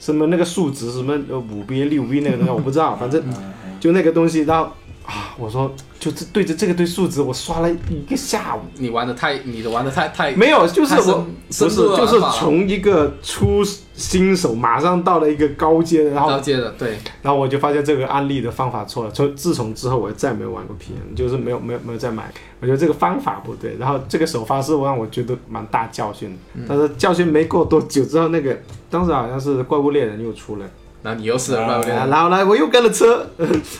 Speaker 2: 什么那个数值，什么呃五 B 六 B 那个东西，我不知道，反正
Speaker 1: 嗯
Speaker 2: 就那个东西，然后啊，我说就这对着这个对数值，我刷了一个下午，
Speaker 1: 你玩的太，你的玩的太太
Speaker 2: 没有，就是
Speaker 1: 太深
Speaker 2: 我不
Speaker 1: 深
Speaker 2: 是
Speaker 1: 度了
Speaker 2: 就是
Speaker 1: 玩法了
Speaker 2: 从一个初新手马上到了一个高阶的，然后
Speaker 1: 高阶的，对，
Speaker 2: 然后我就发现这个案例的方法错了，从自从之后我再也没有玩过 PM，就是没有没有没有再买，我觉得这个方法不对。然后这个首发是让我觉得蛮大教训的，
Speaker 1: 嗯
Speaker 2: 但是教训没过多久之后，那个当时好像是怪物猎人又出了，
Speaker 1: 然后你又是怪物猎
Speaker 2: 啊
Speaker 1: 人，
Speaker 2: 然后呢我又跟了车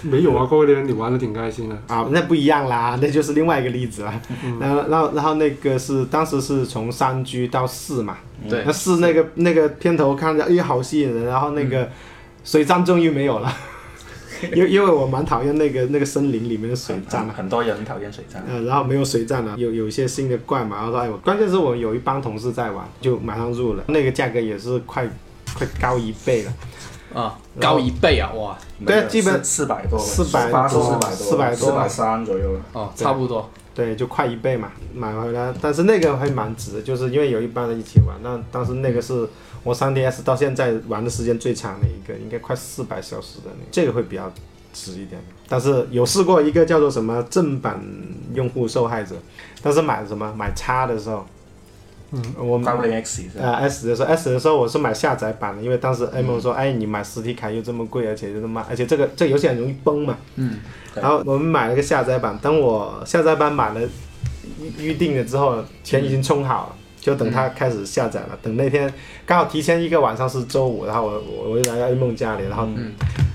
Speaker 3: 没
Speaker 2: 嗯
Speaker 3: 有啊，各位猎人，你玩的挺开心 的，
Speaker 2: 啊，那不一样啦， 那就是另外一个例子了。然后然后然后那个是当时是从三 G 到四嘛，
Speaker 1: 对
Speaker 2: 那，四那个那个片头看着哎好吸引人，然后那个水战终于没有了。因为因为我蛮讨厌那个那个森林里面的水战
Speaker 4: 很
Speaker 2: 的，
Speaker 4: 很多人讨厌水战，
Speaker 2: 呃，然后没有水战了，有有一些新的怪嘛，然后说哎我，关键是我有一帮同事在玩，就马上入了，那个价格也是快快高一倍了，
Speaker 1: 啊，高一倍啊，哇，
Speaker 2: 对基本
Speaker 4: 四百多，
Speaker 2: 400
Speaker 4: 八
Speaker 2: 多
Speaker 4: 四百
Speaker 2: 400多
Speaker 4: 四百三左右了。
Speaker 1: 哦，
Speaker 2: 对
Speaker 1: 差不多，
Speaker 2: 对，就快一倍嘛，买回来，但是那个还蛮值的，就是因为有一帮人一起玩，那当时那个是我 3DS 到现在玩的时间最长的一个，应该快四百小时的那个，这个会比较值一点。但是有试过一个叫做什么正版用户受害者，但是买什么买叉的时候，嗯，我
Speaker 4: 怪物猎人 X 是吧
Speaker 2: 呃 S 的时候，S 的时候我是买下载版的，因为当时 M 说，哎，你买实体卡又这么贵，而且又这么，而且这个这个游戏很容易崩嘛。
Speaker 1: 嗯。
Speaker 4: 对
Speaker 2: 然后我们买了个下载版，等我下载版买了预预定了之后，钱已经充好了。就等它开始下载了，等那天刚好提前一个晚上是周五，然后我我我就来到 A 梦家里，然后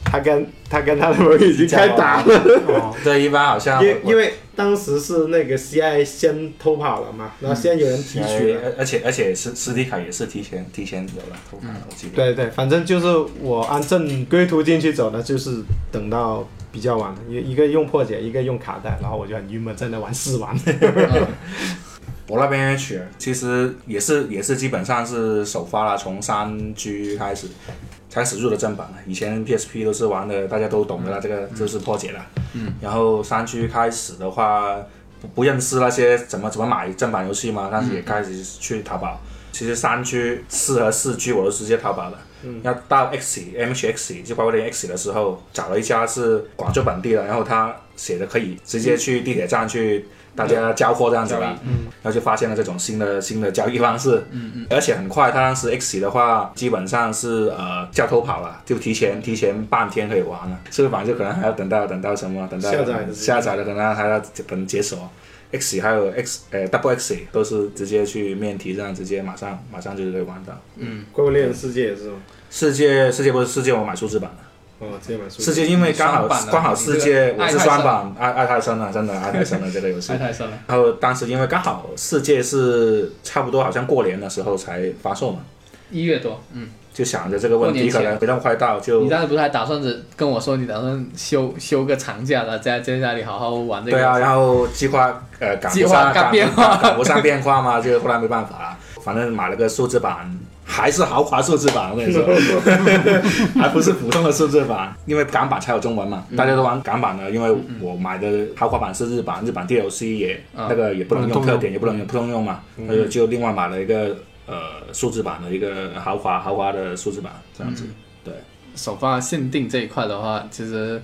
Speaker 2: 他跟他跟他的朋友嗯已经开打了，
Speaker 3: 哦
Speaker 4: 对，一般好像
Speaker 2: 因因为当时是那个 CIA 先偷跑了嘛，然后先有人提取了，
Speaker 4: 而而且而且实实体卡也是提前提前有了
Speaker 2: 嗯
Speaker 4: 偷卡了，我记得。
Speaker 2: 对对，反正就是我按正规途径去走呢，就是等到比较晚了，一一个用破解，一个用卡带，然后我就很郁闷，在那玩试玩。
Speaker 4: 我那边取其实也是也是基本上是首发了，从三 G 开始开始入的正版了。啊以前 PSP 都是玩的，大家都懂的了，这个就是破解了。嗯。然后三 G 开始的话，不不认识那些怎么怎么买正版游戏嘛，但是也开始去淘宝。其实三 G、四和四 G 我都直接淘宝的。嗯。要到 X、MHX 就包括连 X 的时候，找了一家是广州本地的，然后他写的可以直接去地铁站去大家交货这样子吧。嗯，然后就发现了这种新的新的交易方式。嗯嗯，而且很快，他当时 X 的话基本上是呃叫偷跑了，就提前提前半天可以玩了，这个版就可能还要等到等到什么等到
Speaker 2: 下载的时间
Speaker 4: 下载的可能还要等解锁。X 还有 X 呃 Double X 都是直接去面提这样直接马上马上就可以玩到。
Speaker 2: 怪物猎人世界也是吗？
Speaker 4: 世界世界不是世界，我买数字版的。
Speaker 2: 哦，直接买书。
Speaker 4: 世界因为刚好
Speaker 5: 双版的
Speaker 4: 刚好世界
Speaker 5: 你这个
Speaker 4: 我是双版，爱爱太深了，真的爱太深了这个游戏
Speaker 5: 太。太深了。
Speaker 4: 然后当时因为刚好世界是差不多好像过年的时候才发售嘛，
Speaker 1: 一月多，
Speaker 4: 就想着这个问题
Speaker 1: 过
Speaker 4: 可
Speaker 1: 年前
Speaker 4: 能回到快到
Speaker 1: 你
Speaker 4: 就。
Speaker 1: 当时不是还打算着跟我说你打算休休个长假的，在在家里好好玩这个？
Speaker 4: 对啊，，然后计划呃赶
Speaker 1: 计
Speaker 4: 不
Speaker 1: 划
Speaker 4: 上
Speaker 1: 赶
Speaker 4: 赶
Speaker 1: 变化
Speaker 4: 赶赶不上变化嘛， 就后来没办法了，反正买了个数字版，还是豪华数字版，我跟 你说，还不是普通的数字版，因为港版才有中文
Speaker 1: 嗯
Speaker 4: 嘛，大家都玩港版的，因为我买的豪华版是日版，日版 DLC 也
Speaker 1: 啊
Speaker 4: 那个也不能用特点，也不
Speaker 1: 嗯
Speaker 4: 能用不能用嘛，那就就另外买了一个呃数字版的一个豪华豪华的数字版这样子，
Speaker 1: 嗯首发限定这一块的话，其实。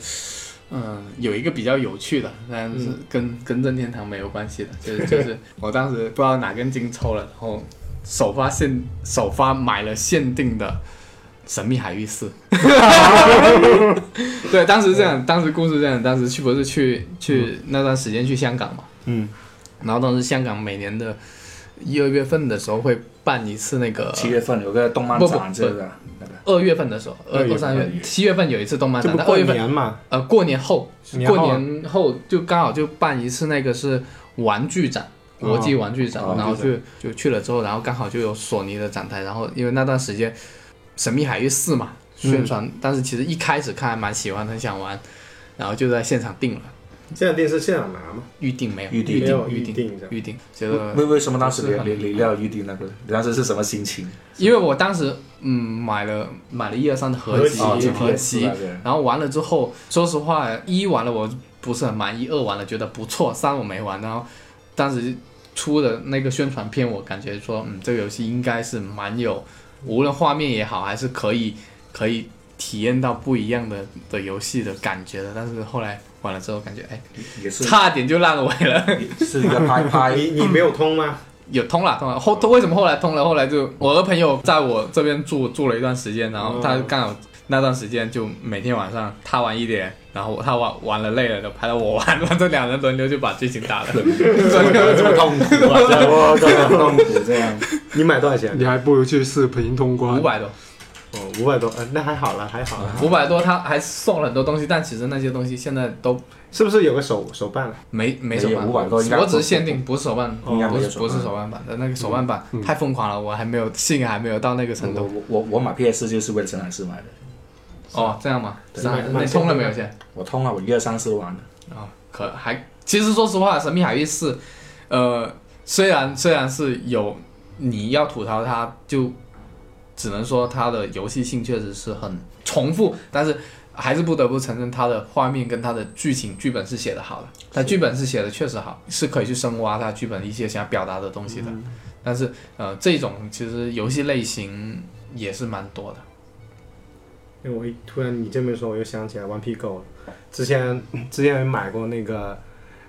Speaker 1: 嗯，有一个比较有趣的，但是跟、跟任天堂没有关系的，就是就是我当时不知道哪根筋抽了，然后首发限首发买了限定的《神秘海域四》。 对，当时这样，当时故事这样，当时去不是去去那段时间去香港嘛，
Speaker 2: 嗯，
Speaker 1: 然后当时香港每年的一二月份的时候会办一次那个
Speaker 4: 七月份有个动漫
Speaker 1: 不不
Speaker 4: 展之类的，那个
Speaker 1: 二月份的时候，
Speaker 2: 二
Speaker 1: 二
Speaker 2: 月份
Speaker 1: 二三月
Speaker 4: 二月
Speaker 1: 七月份有一次动漫
Speaker 2: 这
Speaker 1: 展，
Speaker 2: 不
Speaker 1: 但
Speaker 2: 过
Speaker 1: 二月份
Speaker 2: 年嘛？
Speaker 1: 呃过年后，
Speaker 2: 年后啊
Speaker 1: 过年后就刚好就办一次那个是玩具展。国际玩具展，
Speaker 2: 啊
Speaker 4: 哦
Speaker 1: 然后
Speaker 4: 玩具
Speaker 1: 就就去了之后，然后刚好就有索尼的展台，然后因为那段时间《神秘海域四》嘛
Speaker 2: 嗯
Speaker 1: 宣传，但是其实一开始看还蛮喜欢，很想玩，然后就在现场订了，
Speaker 2: 现在电视现场啊拿嘛？
Speaker 1: 预定没有，
Speaker 4: 预定
Speaker 2: 没有
Speaker 1: 预
Speaker 2: 预定
Speaker 1: 定
Speaker 2: 这样
Speaker 1: 预定，觉得
Speaker 4: 为为什么当时
Speaker 1: 不是很
Speaker 4: 你你你要预定那个？你当时是什么心情？
Speaker 1: 因为我当时嗯买了买了一二三的
Speaker 4: 啊
Speaker 1: 合集
Speaker 2: 合集
Speaker 1: 合
Speaker 4: PS
Speaker 1: 集
Speaker 4: 那个，
Speaker 1: 然后完了之后，说实话一玩了我不是很满意，二玩了觉得不错，三我没玩，然后当时出的那个宣传片，我感觉说嗯这个游戏应该是蛮有，无论画面也好，还是可以可以体验到不一样的的游戏的感觉的，但是后来玩了之后感觉哎
Speaker 4: 也是
Speaker 1: 差点就烂尾了。
Speaker 4: 也是一个拍拍
Speaker 2: 你你没有通吗？
Speaker 1: 有通了，通了。后为什么后来通了？后来就我的朋友在我这边住住了一段时间，然后他
Speaker 2: 哦
Speaker 1: 刚好那段时间就每天晚上他玩一点，然后他玩玩了累了，就排到我玩，完这两人轮流就把剧情打 了。
Speaker 4: 这么痛苦啊！这
Speaker 2: 我
Speaker 4: 么痛苦这样，
Speaker 2: 你买多少钱
Speaker 3: 你？还不如去视频通关
Speaker 1: 五。百多，
Speaker 2: 哦，五百多，呃，那还好了，还好了。
Speaker 1: 五百多，他还送了很多东西，但其实那些东西现在都
Speaker 2: 是不是有个手手办啊了？
Speaker 1: 没没手办，
Speaker 4: 500多应该
Speaker 1: 我只是限定，不是手办，
Speaker 4: 应该
Speaker 1: 不
Speaker 4: 没有
Speaker 1: 是
Speaker 4: 手
Speaker 1: 不
Speaker 4: 办嗯
Speaker 1: 是手办版的那个手办版太疯狂了，我还没有性还没有到那个程
Speaker 4: 我
Speaker 1: 度。
Speaker 4: 我我我买 PS 就是为了陈老师买的，嗯
Speaker 1: 哦，这样吗？
Speaker 2: 对
Speaker 1: 是啊
Speaker 2: 买
Speaker 1: 你通了没有
Speaker 2: 买
Speaker 1: 先？
Speaker 4: 我通了，我一二三四都玩了。
Speaker 1: 啊、可还其实说实话，《神秘海域》是，呃，虽然虽然是有你要吐槽它，就只能说它的游戏性确实是很重复，但是还是不得不承认它的画面跟它的剧情剧本是写的好的，它剧本是写的确实好，是可以去深挖它剧本一些想要表达的东西的。
Speaker 2: 嗯
Speaker 1: 但是呃，这种其实游戏类型也是蛮多的。
Speaker 2: 因为我一突然你这么一说，我又想起来《顽皮狗》了。之前之前买过那个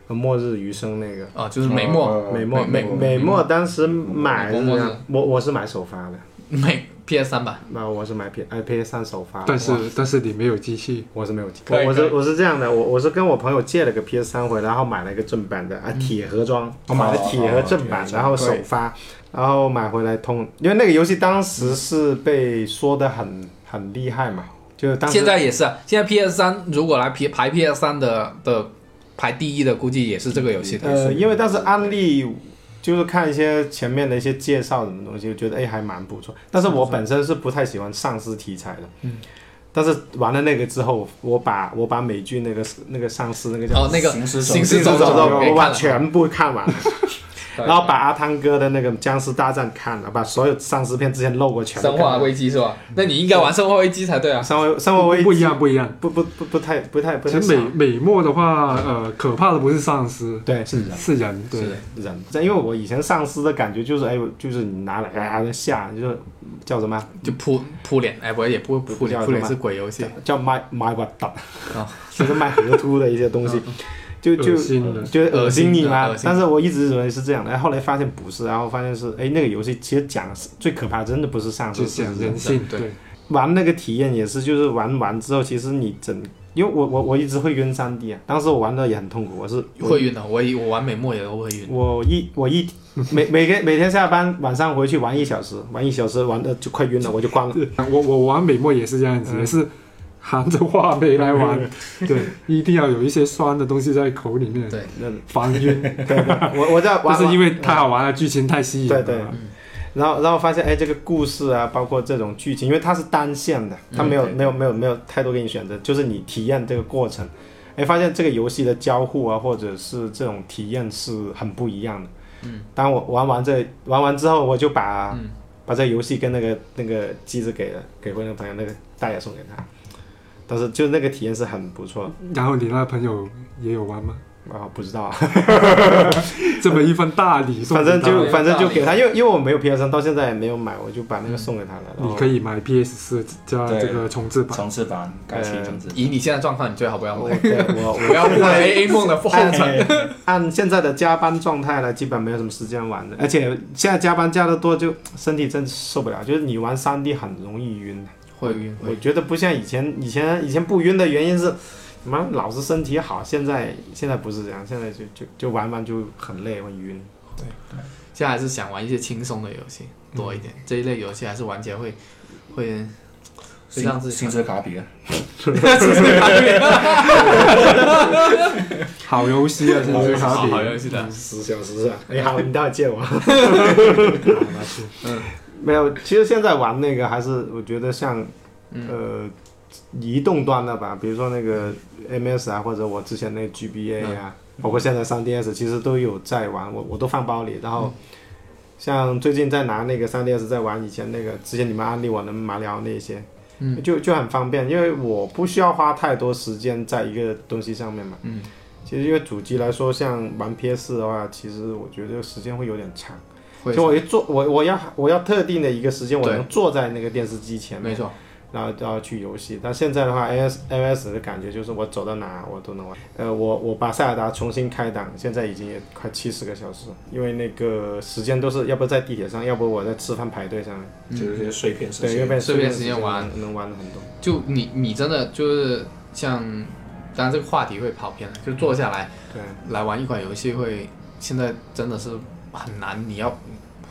Speaker 2: 呃《末日余生》那个
Speaker 1: 啊、就是美墨、
Speaker 4: 呃
Speaker 2: 哦美墨
Speaker 1: 美
Speaker 2: 美美墨，当时买
Speaker 1: 美墨末日
Speaker 2: 的，我我是买首发的，
Speaker 1: 美 PS 三吧，
Speaker 2: 那我是买 P I P S 三首发的，
Speaker 3: 但是但是你没有机器，
Speaker 2: 我是没有记，
Speaker 5: 可以
Speaker 2: 我我
Speaker 5: 可
Speaker 2: 是
Speaker 5: 以
Speaker 2: 我是这样的，我我是跟我朋友借了个 PS 三回来，然后买了一个正版的啊铁盒装，我买了铁盒正版，
Speaker 4: 哦
Speaker 2: 然后首发，然后买回来通，因为那个游戏当时是被说的很很厉害嘛，就当时
Speaker 1: 现在也是，啊，现在 PS 三如果来排排 PS 三的的排第一的，估计也是这个游戏的。
Speaker 2: 呃，因为当时安利就是看一些前面的一些介绍什么东西，就觉得哎还蛮不错。但是我本身是不太喜欢丧尸题材的，嗯。但是玩了那个之后，我把我把美剧那个那个丧尸那个叫
Speaker 1: 哦，那个
Speaker 4: 行
Speaker 1: 《
Speaker 4: 尸走
Speaker 1: 行
Speaker 2: 嗯行
Speaker 1: 尸
Speaker 2: 尸
Speaker 1: 走
Speaker 2: 走
Speaker 1: 肉
Speaker 2: 肉
Speaker 1: 给
Speaker 2: 我把
Speaker 1: 看了，
Speaker 2: 全部看完了。
Speaker 1: 对
Speaker 2: 然后把阿汤哥的那个僵尸大战看了，把所有丧尸片之前漏过全部
Speaker 1: 生
Speaker 2: 看
Speaker 1: 化
Speaker 2: 了。
Speaker 1: 危机是吧？那你应该玩生化危机才对啊。
Speaker 2: 生化生化危
Speaker 3: 不一样，不一样。
Speaker 2: 不不不不太不太不
Speaker 3: 其
Speaker 2: 太
Speaker 3: 实
Speaker 2: 少
Speaker 3: 美美墨的话，呃，可怕的不是丧尸，
Speaker 2: 对是人
Speaker 3: 是人。对，
Speaker 2: 人，因为我以前丧尸的感觉就是哎，就是你拿来啊吓，就是叫什么啊
Speaker 1: 就扑扑脸，哎，不也不会扑
Speaker 2: 不叫
Speaker 1: 脸，
Speaker 2: 什
Speaker 1: 扑脸
Speaker 2: 么
Speaker 1: 是鬼游戏。
Speaker 2: 叫卖卖我蛋，
Speaker 1: 哦
Speaker 2: 就是卖河图的一些东西，就就
Speaker 3: 恶心的
Speaker 2: 就恶心你嘛
Speaker 1: 嗯恶心的恶心的。
Speaker 2: 但是我一直以为是这样的，哎然后后来发现不是，然后发现是哎那个游戏其实讲的是最可怕，真的不是丧尸，
Speaker 3: 就是是
Speaker 2: 人
Speaker 3: 人性。
Speaker 1: 对
Speaker 3: 对，
Speaker 2: 玩那个体验也是，就是玩完之后，其实你整，因为我我我一直会晕三 D 啊，当时我玩的也很痛苦，我是我
Speaker 1: 会晕的，我一我玩美墨也都会晕。
Speaker 2: 我一我一每每天每天下班晚上回去玩一小时，玩一小时玩的就快晕了，我就关 了。
Speaker 3: 我我玩美墨也是这样
Speaker 2: 嗯
Speaker 3: 子，也是含着话梅来 玩。对，一定要有一些酸的东西在口里面，
Speaker 1: 对
Speaker 2: 那
Speaker 3: 防晕。
Speaker 2: 我我在
Speaker 3: 但
Speaker 2: 玩，
Speaker 3: 是因为太好玩了，剧情太吸引了。
Speaker 2: 对对然后然后发现哎这个故事啊，包括这种剧情，因为它是单线的，
Speaker 3: 嗯
Speaker 2: 它没有、没有没有没有太多给你选择，就是你体验这个过程。哎，发现这个游戏的交互啊，或者是这种体验是很不一样的。嗯，当我玩完这玩完之后，我就把、
Speaker 3: 嗯
Speaker 2: 把这游戏跟那个那个机子给了给回那个朋友，那个大爷送给他。但是就那个体验是很不错的，
Speaker 3: 然后你那朋友也有玩吗？
Speaker 2: 啊，不知道啊，
Speaker 3: 这么一份大礼送
Speaker 2: 反
Speaker 3: 给他，
Speaker 2: 正就
Speaker 1: 了
Speaker 2: 反正就给他，因为因为我没有 PS 三，到现在也没有买，我就把那
Speaker 3: 嗯
Speaker 2: 个送给他了。然
Speaker 3: 你
Speaker 2: 后
Speaker 3: 可以买 PS 四加
Speaker 4: 对
Speaker 3: 这个重置版。
Speaker 4: 重置版改期重置版。
Speaker 1: 以你现在状况，你最好不要
Speaker 2: 我
Speaker 1: 买，
Speaker 2: 对我哎
Speaker 1: 不
Speaker 2: 我
Speaker 1: 要步入 A A 梦的后尘。
Speaker 2: 按现在的加班状态呢，基本没有什么时间玩的，而且现在加班加的多，就身体真受不了。就是你玩三 D 很容易晕，
Speaker 1: 会晕会
Speaker 2: 我
Speaker 1: 晕。
Speaker 2: 觉得不像以前，以前以前不晕的原因是，妈老是身体好，现在现在不是这样，现在就就就玩完就很累，会晕。
Speaker 1: 现在还是想玩一些轻松的游戏多一点，这一类游戏还是玩起来会会 会让自
Speaker 4: 新
Speaker 1: 己
Speaker 4: 新之卡比啊，
Speaker 3: 好游戏啊，这个卡
Speaker 1: 好
Speaker 3: 比。
Speaker 1: 好游戏的。
Speaker 2: 十小时啊！哎，好，你待会借我。没有，其实现在玩那个还是我觉得像，呃，移动端的吧，比如说那个 MS 啊，或者我之前那个 GBA 啊，包括现在 3DS，其实都有在玩，我我都放包里。然后像最近在拿那个 3DS 在玩以前那个，之前你们安利我的马里奥那些，就就很方便，因为我不需要花太多时间在一个东西上面嘛。嗯，其实因为主机来说，像玩 PS 的话，其实我觉得时间会有点长。
Speaker 1: 会
Speaker 2: 就我一坐，我我要我要特定的一个时间，我
Speaker 1: 对
Speaker 2: 能坐在那个电视机前面，
Speaker 1: 没错，
Speaker 2: 然后然后去游戏。但现在的话，NS NS 的感觉就是我走到哪我都能玩。呃，我我把塞尔达重新开档，现在已经也快七十个小时了，因为那个时间都是要不在地铁上，要不我在吃饭排队上，
Speaker 4: 就是这些碎片时
Speaker 2: 对，要
Speaker 4: 间
Speaker 2: 不。然
Speaker 1: 碎片时
Speaker 2: 时
Speaker 1: 间玩
Speaker 2: 能能玩的很多。
Speaker 1: 就你你真的就是像，当然这个话题会跑偏了，就坐下来
Speaker 2: 对。
Speaker 1: 来玩一款游戏会，现在真的是很难，你要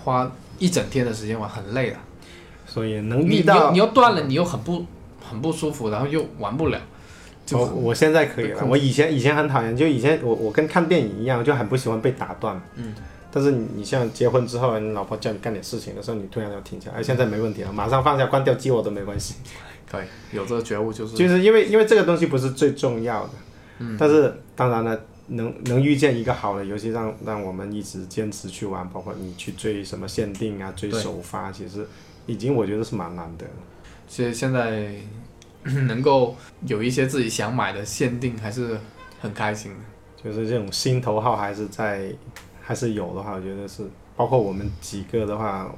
Speaker 1: 花一整天的时间玩，很累的。
Speaker 2: 所以能
Speaker 1: 你
Speaker 2: 遇
Speaker 1: 你又
Speaker 2: 到
Speaker 1: 你又断了，你又很不很不舒服，然后又玩不了，就
Speaker 2: 我哦我现在可以
Speaker 1: 被
Speaker 2: 了，
Speaker 1: 控
Speaker 2: 我以前以前很讨厌，就以前我我跟看电影一样，就很不喜欢被打断。嗯。但是你你像结婚之后，你老婆叫你干点事情的时候，你突然要停下
Speaker 1: 嗯
Speaker 2: 来，哎，现在没问题了，马上放下，关掉机我都没关系。
Speaker 1: 可以有这个觉悟就是
Speaker 2: 就是因为因为这个东西不是最重要的，嗯，但是当然了，能能遇见一个好的游戏让，让我们一直坚持去玩，包括你去追什么限定啊，追
Speaker 1: 对
Speaker 2: 首发，其实已经我觉得是蛮难得的。
Speaker 1: 其实现在 能够有一些自己想买的限定，还是很开心的。
Speaker 2: 就是这种心头好还是在，还是有的话，我觉得是，包括我们几个的话，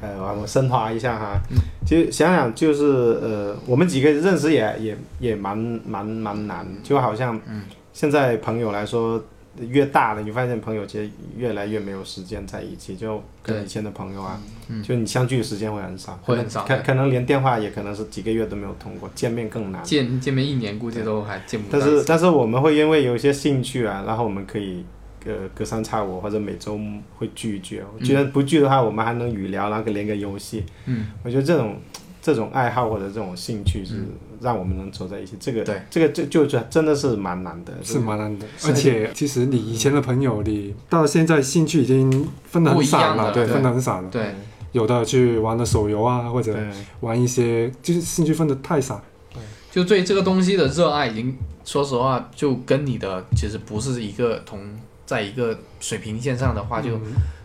Speaker 2: 呃，我们升华一下哈，
Speaker 1: 嗯
Speaker 2: 其实想想就是呃，我们几个认识也也也蛮蛮蛮难，就好像
Speaker 1: 嗯
Speaker 2: 现在朋友来说。越大了，你发现朋友其实越来越没有时间在一起，就跟
Speaker 1: 对
Speaker 2: 以前的朋友啊，就你相聚的时间会很少，
Speaker 1: 嗯会很少
Speaker 2: 可能可可能连电话也可能是几个月都没有通过，见面更难。
Speaker 1: 见见面一年估计都还见不到
Speaker 2: 但
Speaker 1: 一次。
Speaker 2: 是但是我们会因为有一些兴趣啊，然后我们可以呃隔三差五或者每周会聚一聚啊。我觉得不聚的话，我们还能语聊，然后连个游戏。嗯，我觉得这种这种爱好或者这种兴趣是让我们能走在一起。这个
Speaker 1: 对
Speaker 2: 这个这就就真的是蛮难的。
Speaker 3: 是蛮难的，而且其实你以前的朋友，你到现在兴趣已经分得很散了，
Speaker 1: 不一样了对
Speaker 3: 分得很散了。
Speaker 1: 对，
Speaker 3: 有的去玩了手游啊，或
Speaker 2: 对
Speaker 3: 者玩一些，就是兴趣分得太散。
Speaker 1: 就对这个东西的热爱，已经说实话，就跟你的其实不是一个同
Speaker 6: 在一个水平线上的话，就
Speaker 3: 嗯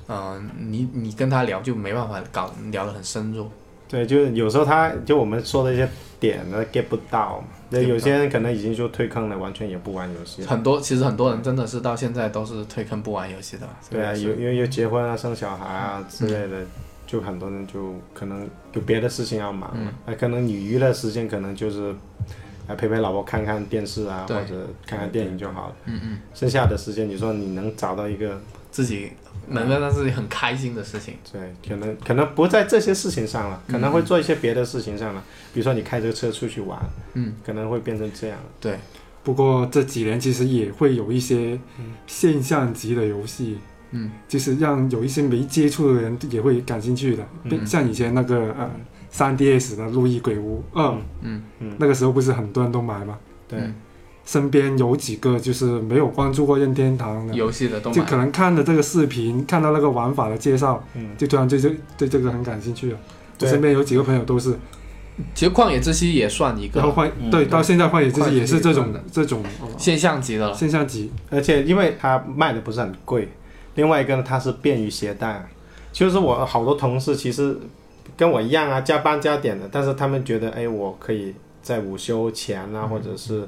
Speaker 6: 嗯，你你跟他聊就没办法搞聊得很深入。
Speaker 2: 对，就是有时候他就我们说的一些点，他 get 不到。那
Speaker 6: get 不到
Speaker 2: 有些人可能已经就退坑了，完全也不玩游戏了。
Speaker 6: 很多其实很多人真的是到现在都是退坑不玩游戏的。
Speaker 2: 对啊，
Speaker 6: 是嗯
Speaker 2: 有因为又结婚啊、生小孩啊之类的，就很多人就可能有别的事情要忙
Speaker 6: 嗯
Speaker 2: 了，那、可能你娱乐时间可能就是，哎陪陪老婆看看电视啊，
Speaker 6: 对
Speaker 2: 或者看看电影就好了。嗯嗯。剩下的时间，你说你能找到一个
Speaker 6: 自己能够让自己很开心的事情。
Speaker 2: 对，可能可能不在这些事情上了，可能
Speaker 6: 嗯
Speaker 2: 会做一些别的事情上了，比如说你开着车出去玩，嗯，可能会变成这样。
Speaker 6: 对，
Speaker 3: 不过这几年其实也会有一些现象级的游戏，
Speaker 6: 嗯，
Speaker 3: 就是让有一些没接触的人也会感兴趣的，并像以前那个呃三 DS 的《路易鬼屋二》，
Speaker 6: 嗯
Speaker 2: 嗯
Speaker 3: 那个时候不是很多人都买吗？
Speaker 2: 对，
Speaker 6: 嗯
Speaker 3: 身边有几个就是没有关注过任天堂的，
Speaker 6: 游戏的动
Speaker 3: 就
Speaker 6: 漫
Speaker 3: 可能看了这个视频，看到那个玩法的介绍，
Speaker 2: 嗯，
Speaker 3: 就突然对这对这个很感兴趣了。我
Speaker 2: 对
Speaker 3: 身边有几个朋友都是，
Speaker 6: 其实《旷野之息》也算一
Speaker 3: 然后
Speaker 6: 个
Speaker 3: 换
Speaker 4: 嗯
Speaker 3: 对到现在换也就是也是这种
Speaker 6: 快递
Speaker 3: 这种呃
Speaker 6: 现象级的
Speaker 1: 嗯
Speaker 6: 了。
Speaker 3: 现象级，
Speaker 2: 而且因为它卖的不是很贵，另外一个呢，它是便于携带。就是我好多同事其实跟我一样啊，加班加点的，但是他们觉得，哎，我可以在午休前啊，或者是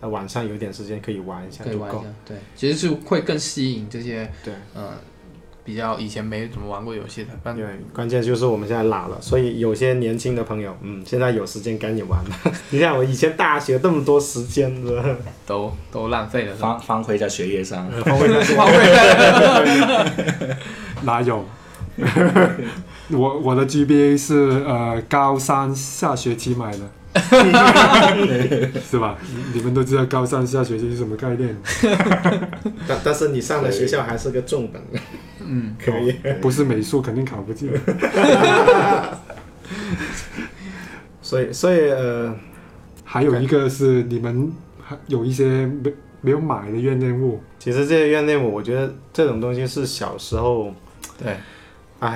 Speaker 2: 呃晚上有点时间可以玩一下
Speaker 6: 对，
Speaker 2: 就
Speaker 6: 玩一
Speaker 2: 够
Speaker 6: 下。，对，其实就会更吸引这些
Speaker 2: 对，
Speaker 6: 呃比较以前没怎么玩过游戏的。但
Speaker 2: 因为关键就是我们现在老了，所以有些年轻的朋友，嗯，现在有时间赶紧玩吧。 你看我以前大学那么多时间的，
Speaker 6: 都都浪费了，是吧
Speaker 4: 方方回在学业上，
Speaker 3: 哪有？我我的 GBA 是呃高三下学期买的， 是吧？你你们都知道高三下学期是什么概念？
Speaker 2: 但但是你上的学校还是个重本，嗯， 可以。
Speaker 3: 不是美术肯定考不进。
Speaker 2: 所以所以呃，
Speaker 3: 还有一个是你们还有一些没没有买的怨念物，
Speaker 2: 其实这些院内我我觉得这种东西是小时候
Speaker 6: 对，
Speaker 2: 趴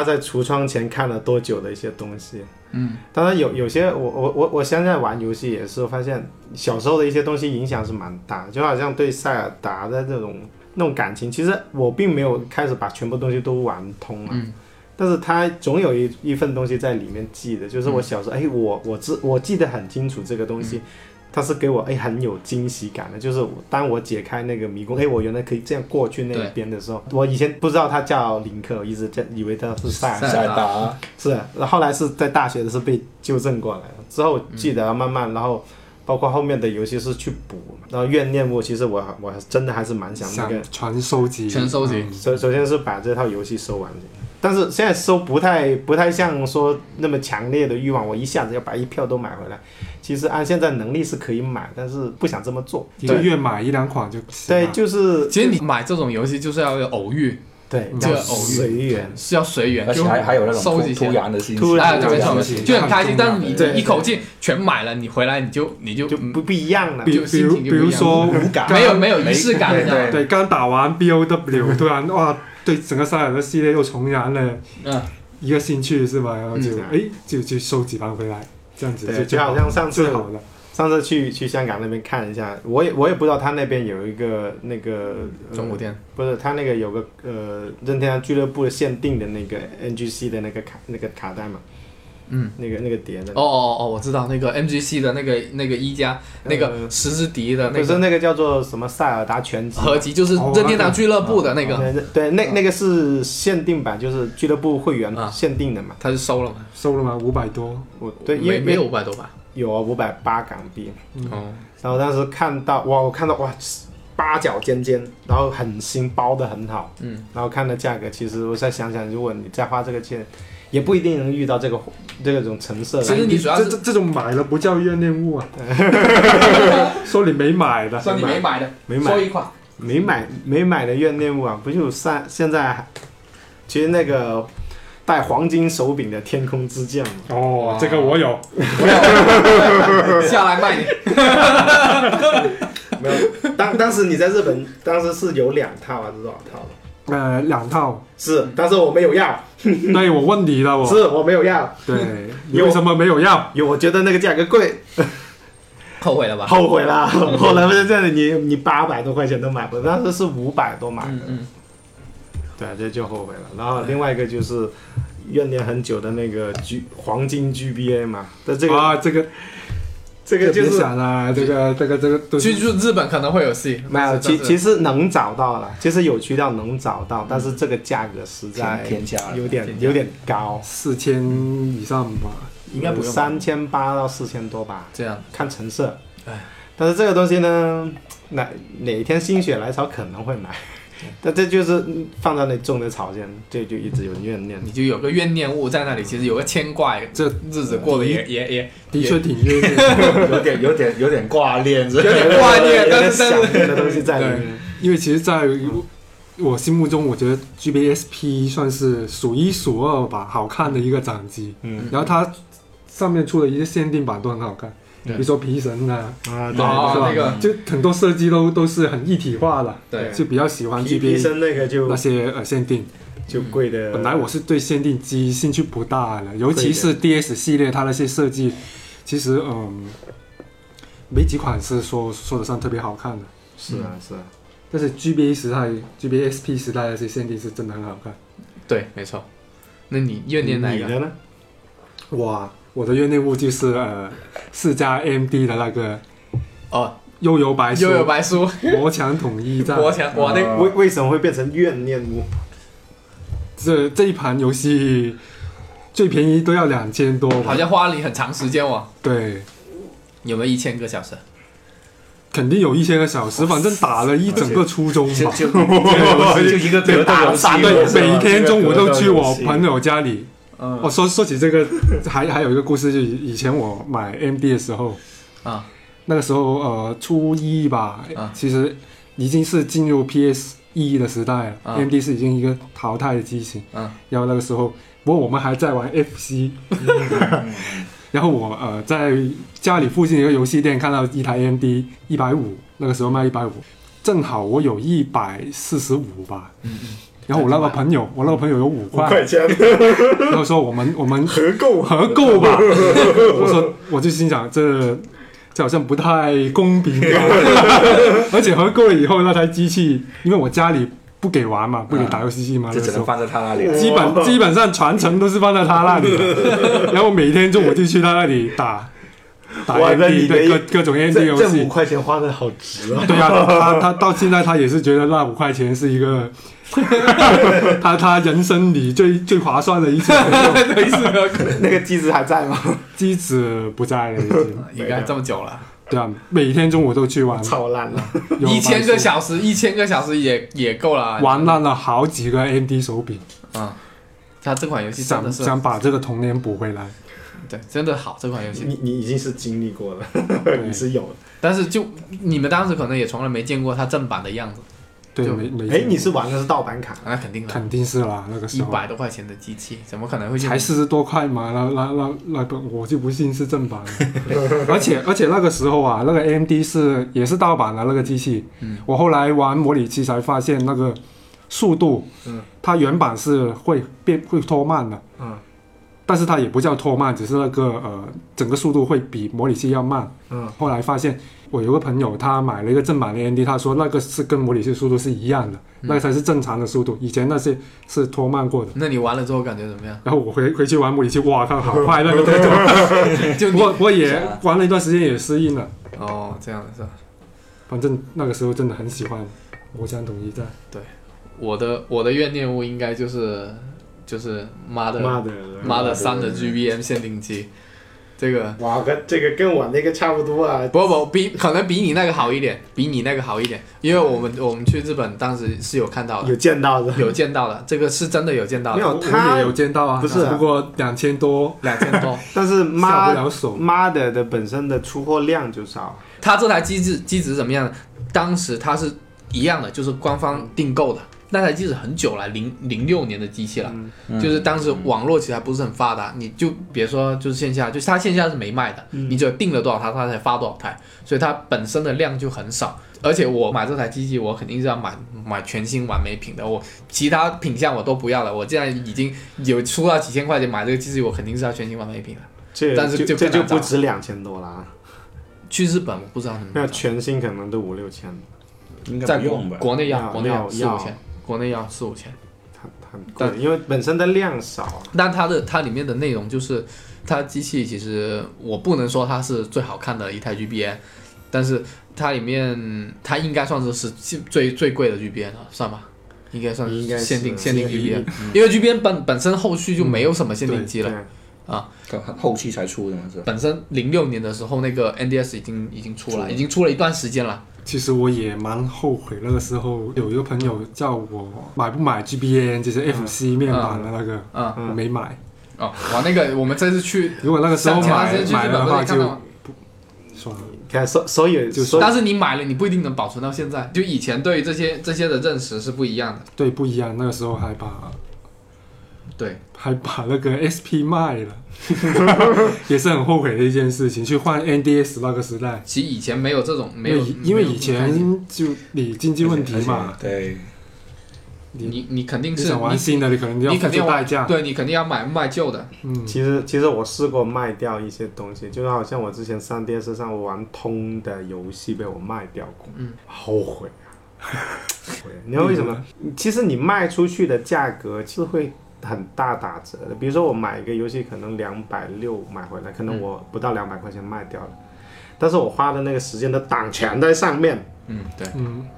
Speaker 2: 哎在橱窗前看了多久的一些东西。嗯，当然有有些我我我我现在玩游戏也是发现小时候的一些东西影响是蛮大的，就好像对塞尔达的这种那种感情，其实我并没有开始把全部东西都玩通了。但是它总有一一份东西在里面记的，就是我小时候，哎，我我知我记得很清楚这个东西，它是给我哎很有惊喜感的。就是我当我解开那个迷宫，哎，我原来可以这样过去那
Speaker 6: 对
Speaker 2: 边的时候，我以前不知道它叫林克，我一直在以为它是塞尔达
Speaker 6: 塞
Speaker 4: 塞
Speaker 6: 尔
Speaker 4: 尔
Speaker 6: 达
Speaker 4: 达，
Speaker 2: 是，然后后来是在大学的时候被纠正过来了，之后记得慢慢，然后包括后面的游戏是去补，然后怨念物，其实我我真的还是蛮想那
Speaker 3: 想
Speaker 2: 个，
Speaker 3: 全收集，
Speaker 6: 全收
Speaker 3: 啊
Speaker 6: 集
Speaker 2: 首首先是把这套游戏收完的，但是现在收不太不太像说那么强烈的欲望，我一下子要把一票都买回来，其实按现在能力是可以买，但是不想这么做，
Speaker 3: 一个月买一两款就行
Speaker 2: 对，
Speaker 3: 了。啊
Speaker 2: 就是
Speaker 6: 其实你买这种游戏就是要有偶遇，
Speaker 2: 对
Speaker 6: 这
Speaker 2: 叫
Speaker 6: 个偶遇
Speaker 2: 随缘，
Speaker 6: 是要随缘，
Speaker 4: 而且
Speaker 6: 就
Speaker 4: 还还有那种
Speaker 6: 收
Speaker 4: 突
Speaker 6: 集
Speaker 4: 突
Speaker 6: 起来。
Speaker 4: 然的信息，
Speaker 2: 突然
Speaker 6: 哎，
Speaker 2: 的
Speaker 6: 对，没
Speaker 3: 东
Speaker 6: 错没
Speaker 3: 西
Speaker 6: 错，就很开心。但是你
Speaker 2: 对
Speaker 6: 一口气全买了，你回来你就你就
Speaker 2: 就不不一样了，
Speaker 3: 比
Speaker 6: 就
Speaker 3: 比
Speaker 6: 心
Speaker 3: 如
Speaker 6: 情
Speaker 3: 比
Speaker 6: 就不一样
Speaker 3: 如 说
Speaker 4: 无感
Speaker 6: 没有没有仪式感，
Speaker 4: 对
Speaker 6: 你知道吗
Speaker 4: 对
Speaker 3: 对，刚打完 BOW，突然哇，对整个塞尔的系列又重燃了
Speaker 6: 嗯
Speaker 3: 一个兴趣，是吧？然后就
Speaker 2: 嗯
Speaker 3: 哎，就就收几盘回来，这样子
Speaker 2: 对
Speaker 3: 就
Speaker 2: 就好
Speaker 6: 哦
Speaker 2: 像上次
Speaker 3: 最好了。
Speaker 2: 上次去去香港那边看一下，我也我也不知道他那边有一个那个、呃
Speaker 6: 中古店，
Speaker 2: 不是他那个有个呃任天堂俱乐部限定的那个 NGC 的那个卡那个卡带嘛，
Speaker 6: 嗯，
Speaker 2: 那个那个碟的，
Speaker 6: 哦哦哦，我知道那个 MGC 的那个那个一加那个
Speaker 2: 呃
Speaker 6: 十之敌的
Speaker 2: 可
Speaker 6: 那
Speaker 2: 是
Speaker 6: 个
Speaker 2: 那个叫做什么塞尔达全集。
Speaker 6: 合集，就是
Speaker 3: 哦
Speaker 6: 任天堂俱乐部的那个，哦
Speaker 2: 对对，那那个是限定版，就是俱乐部会员
Speaker 6: 啊
Speaker 2: 限定的嘛。
Speaker 6: 他就收了嘛，
Speaker 3: 收了吗？五百多，
Speaker 2: 我对，因
Speaker 6: 没
Speaker 2: 为嗯
Speaker 6: 没有五百多吧？
Speaker 2: 有啊，五百八港币。
Speaker 6: 哦，
Speaker 2: 然后当时看到哇，我看到哇，八角尖尖，然后很新，包的很好，嗯，然后看的价格，其实我再想想，如果你再花这个钱，也不一定能遇到这个这种成色
Speaker 6: 其实你主要
Speaker 3: 这
Speaker 6: 是
Speaker 3: 这这种买了不叫怨念物啊， 说你没买的，
Speaker 6: 算你没买的，
Speaker 2: 没买
Speaker 6: 收一款，
Speaker 2: 没买没买的怨念物啊，不就上现在还，其实那个戴黄金手柄的天空之剑 嘛，
Speaker 3: 哦，这个我有，
Speaker 6: 下来卖你。
Speaker 2: 没有，当当时你在日本，当时是有两套还是多少套的？
Speaker 3: 呃，两套。
Speaker 6: 嗯
Speaker 2: 是，但是我没有要，
Speaker 3: 对，我问你了，
Speaker 6: 哦
Speaker 3: 我
Speaker 2: 是我没有要，
Speaker 3: 对，你
Speaker 2: 有
Speaker 3: 为什么没有要？
Speaker 2: 有我觉得那个价格贵。
Speaker 1: 后悔了吧？
Speaker 2: 后悔啦！后来不是这样的，你你八百多块钱都买不到，那时是五百多买的
Speaker 1: 嗯，嗯，
Speaker 2: 对，这就后悔了。然后另外一个就是怨念很久的那个 G 黄金 GBA 嘛，但这个
Speaker 3: 啊，这个
Speaker 2: 这个就
Speaker 3: 别
Speaker 2: 是
Speaker 3: 想了，这个这个这个都
Speaker 1: 去
Speaker 3: 是
Speaker 1: 日日本可能会有戏，
Speaker 2: 没有，其
Speaker 1: 但是
Speaker 2: 其实能找到了，其实有渠道能找到，但是这个价格实在
Speaker 4: 天价了
Speaker 2: 有
Speaker 1: 天
Speaker 2: 点
Speaker 1: 价
Speaker 2: 有点高，
Speaker 3: 四千以上吧。
Speaker 7: 应该不用吧
Speaker 2: 三千八到四千多吧，
Speaker 1: 这样
Speaker 2: 看成色
Speaker 7: 哎。
Speaker 2: 但是这个东西呢，哪哪一天心血来潮可能会买，但这就是放在那种的草间，这就一直有怨念。
Speaker 1: 你就有个怨念物在那里，其实有个牵挂，
Speaker 3: 这
Speaker 1: 日子过得也也也
Speaker 3: 的确挺热烈的，
Speaker 4: 有点有点有点挂念，这
Speaker 1: 有点挂念，
Speaker 2: 有
Speaker 1: 但
Speaker 2: 点
Speaker 1: 是但
Speaker 2: 想
Speaker 1: 是
Speaker 2: 念的东西在里面。
Speaker 3: 因为其实在我心目中，我觉得 GBSP 算是数一数二吧，好看的一个掌机。
Speaker 2: 嗯
Speaker 3: 然后它上面出的一些限定版都很好看，比
Speaker 2: 对
Speaker 3: 如说皮神啊，
Speaker 2: 啊，
Speaker 1: 对哦
Speaker 3: 是吧
Speaker 1: 那个
Speaker 3: 就很多设计都都是很一体化的，
Speaker 1: 对
Speaker 3: 就比较喜欢
Speaker 2: 皮皮
Speaker 3: GBA
Speaker 2: 身那个就
Speaker 3: 那些呃限定。
Speaker 2: 就贵的。
Speaker 3: 本来我是对限定机兴趣不大的，尤其是 DS 系列，它那些设计，其实嗯，没几款是说说得上特别好看的。
Speaker 2: 是啊是啊，
Speaker 3: 但是 GBA 时代、GBSP 时代那些限定是真的很好看。
Speaker 1: 对，没错。那你怨念哪一
Speaker 2: 你
Speaker 1: 个？
Speaker 2: 的呢？
Speaker 3: 哇，我的院内物就是呃，四加 MD 的那个
Speaker 1: 哦，
Speaker 3: 悠游白书，
Speaker 1: 又有白书，
Speaker 3: 魔墙统一战。
Speaker 1: 我想我那
Speaker 4: 啊
Speaker 2: 为为什么会变成怨念屋？
Speaker 3: 这这一盘游戏最便宜都要两千多吧，
Speaker 1: 好像花了你很长时间哦，
Speaker 3: 对，
Speaker 1: 有没有一千个小时？
Speaker 3: 肯定有一千个小时，反正打了一整个初中
Speaker 4: 就
Speaker 3: 吧。
Speaker 4: 就就一个德斗游戏，
Speaker 3: 对，每天中午都去我朋
Speaker 4: 友
Speaker 3: 友家里。哦
Speaker 1: 嗯
Speaker 3: 我说说起这个，还还有一个故事，就以以前我买 MD 的时候，
Speaker 1: 啊，
Speaker 3: 那个时候呃初一吧，
Speaker 1: 啊
Speaker 3: 其实已经是进入 PS 一的时代了、
Speaker 1: 啊
Speaker 3: m d 是已经一个淘汰的机型。
Speaker 1: 嗯
Speaker 3: 然后那个时候，不过我们还在玩 FC，然
Speaker 1: 嗯
Speaker 3: 后我呃在家里附近一个游戏店看到一台 MD 一百五，那个时候卖一百五，正好我有一百四十五吧。然后我那个朋友，我那个朋友有五块，
Speaker 2: 钱
Speaker 3: 然后说我们我们
Speaker 2: 合购
Speaker 3: 合购吧。我说我就心想这这好像不太公平 吧，而且合购了以后那台机器，因为我家里不给玩嘛，不给打游戏机嘛，
Speaker 4: 就
Speaker 3: 那个时
Speaker 4: 只能
Speaker 2: 哦
Speaker 3: 候。
Speaker 4: 放在他那里。
Speaker 3: 基本基本上传承都是放在他那里的，然后每天中午就去他那里打打
Speaker 2: 哇
Speaker 3: N
Speaker 2: 那你
Speaker 3: D 哎对
Speaker 2: 的
Speaker 3: 各各种 N D
Speaker 2: 这
Speaker 3: 游
Speaker 2: 这五
Speaker 3: 戏，
Speaker 2: 块钱花的好值 啊！
Speaker 3: 对啊，他他到现在他也是觉得那五块钱是一 个他他人生里最最划算的一次
Speaker 1: 类似 的，
Speaker 2: 那个机子还在吗？
Speaker 3: 机子不在了已 经，
Speaker 1: 应该这么久了，
Speaker 3: 对啊，每天中午都去玩，
Speaker 2: 超烂了，
Speaker 3: 有
Speaker 1: 一千
Speaker 3: 白
Speaker 1: 个
Speaker 3: 书
Speaker 1: 小时，一千个小时也也够了。
Speaker 3: 玩烂了好几个 N D 手柄，
Speaker 1: 啊，它这款游戏真
Speaker 3: 想
Speaker 1: 的是
Speaker 3: 想把这个童年补回来，
Speaker 1: 对，真的好这款游戏，
Speaker 2: 你你已经是经历过了， 你是有的。
Speaker 1: 但是就你们当时可能也从来没见过它正版的样子，
Speaker 3: 对，
Speaker 1: 就
Speaker 3: 没没
Speaker 2: 哎，你是玩的是盗版卡，
Speaker 1: 那肯定的，
Speaker 3: 肯定是啦，那个时
Speaker 1: 一
Speaker 3: 候
Speaker 1: 百多块钱的机器，怎么可能会去
Speaker 3: 才四十多块嘛，那那那那个我就不信是正 版的，而且而且那个时候啊，那个 AMD 是也是盗版的那个机器，
Speaker 2: 嗯
Speaker 3: 我后来玩模拟器才发现那个速度，它原版是会变会拖慢的，
Speaker 2: 嗯，
Speaker 3: 但是它也不叫拖慢，只是那个呃整个速度会比模拟器要慢，
Speaker 2: 嗯，
Speaker 3: 后来发现我有个朋友他买了一个正版的 AMD，他说那个是跟模拟器速度是一样的，
Speaker 2: 嗯
Speaker 3: 那个才是正常的速度，以前那些是拖慢过的。
Speaker 1: 那你玩了之后感觉怎么样？
Speaker 3: 然后我回回去玩模拟器，哇靠，好快那个动作！
Speaker 1: 就
Speaker 3: 不
Speaker 1: 你
Speaker 3: 过不过也玩了一段时间也适应了，
Speaker 1: 哦，这样的是吧？
Speaker 3: 反正那个时候真的很喜欢我想统一战。
Speaker 1: 我的我的怨念物应该就是就是妈的
Speaker 2: 妈的，
Speaker 1: 妈的三的 GBM 限定机，这个
Speaker 2: 哇，跟这个跟我那个差不多啊。
Speaker 1: 不不比可能比你那个好一点，比你那个好一点，因为我们我们去日本当时是有看到的，
Speaker 2: 有见到的，
Speaker 1: 有见到的，这个是真的有见到
Speaker 2: 没
Speaker 1: 的，
Speaker 2: 有
Speaker 3: 我
Speaker 2: 他
Speaker 3: 也有见到啊，
Speaker 2: 不是
Speaker 3: 只
Speaker 2: 啊
Speaker 3: 不过两千多
Speaker 1: 两千多。
Speaker 2: 但是
Speaker 3: 下
Speaker 2: 妈
Speaker 3: 不了手。
Speaker 2: 妈的的本身的出货量就少，
Speaker 1: 它这台机子机子怎么样呢？当时它是一样的，就是官方订购的。那台机子很久了，零零六年的机器了，
Speaker 4: 嗯
Speaker 1: 就是当时网络其实还不是很发达，你就别说就是线下，就是它线下是没卖的，你只有订了多少台，它才发多少台，嗯所以它本身的量就很少。而且我买这台机器，我肯定是要买买全新完美品的，我其他品相我都不要了。我既然已经有出到几千块钱买这个机器，我肯定是要全新完美品的。
Speaker 2: 这
Speaker 1: 但是
Speaker 2: 就
Speaker 1: 就
Speaker 2: 这
Speaker 1: 更难
Speaker 2: 就不
Speaker 1: 找
Speaker 2: 止两千多了啊。
Speaker 1: 去日本我不知道能不
Speaker 2: 那
Speaker 1: 能
Speaker 2: 全新可能都五六千，
Speaker 4: 应
Speaker 1: 在
Speaker 4: 该不
Speaker 1: 国
Speaker 4: 用吧？
Speaker 1: 国内要
Speaker 2: 要
Speaker 1: 国内要
Speaker 2: 要
Speaker 1: 四五千，国内要四五千。
Speaker 2: 很很贵，
Speaker 1: 但
Speaker 2: 因为本身的量少，
Speaker 1: 但它的它里面的内容就是，它机器其实我不能说它是最好看的一台 GBN，但是它里面它应该算是是最最贵的 GBN 了，啊算吧，应该算
Speaker 2: 应该是
Speaker 1: 限定限定
Speaker 2: 嗯是
Speaker 1: GBN，因为 GBN 本本身后续就没有什么限定机
Speaker 2: 对
Speaker 1: 了，，
Speaker 4: 后期才出的嘛，是吧？
Speaker 1: 本身零六年的时候那个 NDS 已经已经出
Speaker 4: 出
Speaker 1: 了，
Speaker 4: 了
Speaker 1: 已经出了一段时间了，
Speaker 3: 其实我也蛮后悔，那个时候有一个朋友叫我买不买 GBN，就是 FC 面板的那个，
Speaker 1: 嗯
Speaker 3: 我没买。
Speaker 1: 哦，哇，那个我们这次去
Speaker 3: 如果那个时候
Speaker 1: 前段时
Speaker 3: 买
Speaker 1: 间去
Speaker 3: 买
Speaker 1: 日
Speaker 3: 的
Speaker 1: 本不
Speaker 3: 话
Speaker 1: 是看
Speaker 3: 就
Speaker 1: 到吗
Speaker 3: 算了。
Speaker 2: 看所所以
Speaker 3: 就
Speaker 2: 所以
Speaker 1: 但是你买了，你不一定能保存到现在。就以前对于这些这些的认识是不一样的。
Speaker 3: 对，不一样，那个时候还把
Speaker 1: 对，
Speaker 3: 还把那个 SP 卖了， 也是很后悔的一件事情。去换 NDS 那个时代，
Speaker 1: 其实以前没有这种没
Speaker 3: 因
Speaker 1: 有
Speaker 3: 为，因为
Speaker 1: 没有
Speaker 3: 以前就你经济问题嘛，
Speaker 4: 对，
Speaker 1: 你你肯定
Speaker 3: 你
Speaker 1: 是
Speaker 3: 想玩
Speaker 1: 你
Speaker 3: 新的，你可能要
Speaker 1: 你
Speaker 3: 付
Speaker 1: 肯定
Speaker 3: 出
Speaker 1: 要
Speaker 3: 代价。
Speaker 1: 对你肯定要买卖旧的。
Speaker 3: 嗯，
Speaker 2: 其实其实我试过卖掉一些东西，就是好像我之前上电视上我玩通的游戏被我卖掉过，
Speaker 1: 嗯，
Speaker 2: 后悔啊！后悔啊你知道为什么？其实你卖出去的价格是会很大打折的。比如说我买一个游戏可能两百六买回来，可能我不到两百块钱卖掉了，但是我花的那个时间的档全在上面，
Speaker 1: 嗯，对，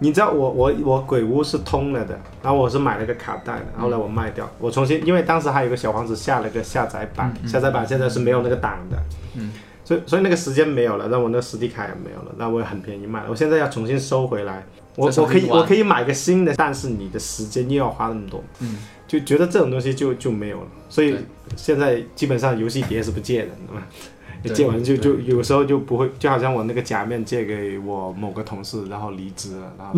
Speaker 2: 你知道我我我鬼屋是通了的，然后我是买了个卡带的，后来我卖
Speaker 1: 嗯
Speaker 2: 掉，我重新，因为当时还有个小王子下了个下载版，下载版现在是没有那个档的，
Speaker 1: 嗯，
Speaker 2: 所以所以那个时间没有了，让我那个实体卡也没有了，那我也很便宜卖了，我现在要重新收回来，我
Speaker 1: 再重
Speaker 2: 我可
Speaker 1: 新
Speaker 2: 以
Speaker 1: 玩
Speaker 2: 我可以买个新的，但是你的时间又要花那么多，
Speaker 1: 嗯，
Speaker 2: 就觉得这种东西就就没有了，所以
Speaker 1: 对
Speaker 2: 现在基本上游戏碟是不借的，对吧？
Speaker 1: 对
Speaker 2: 借完就就有时候就不会，就好像我那个假面借给我某个同事，然后离职了， 然后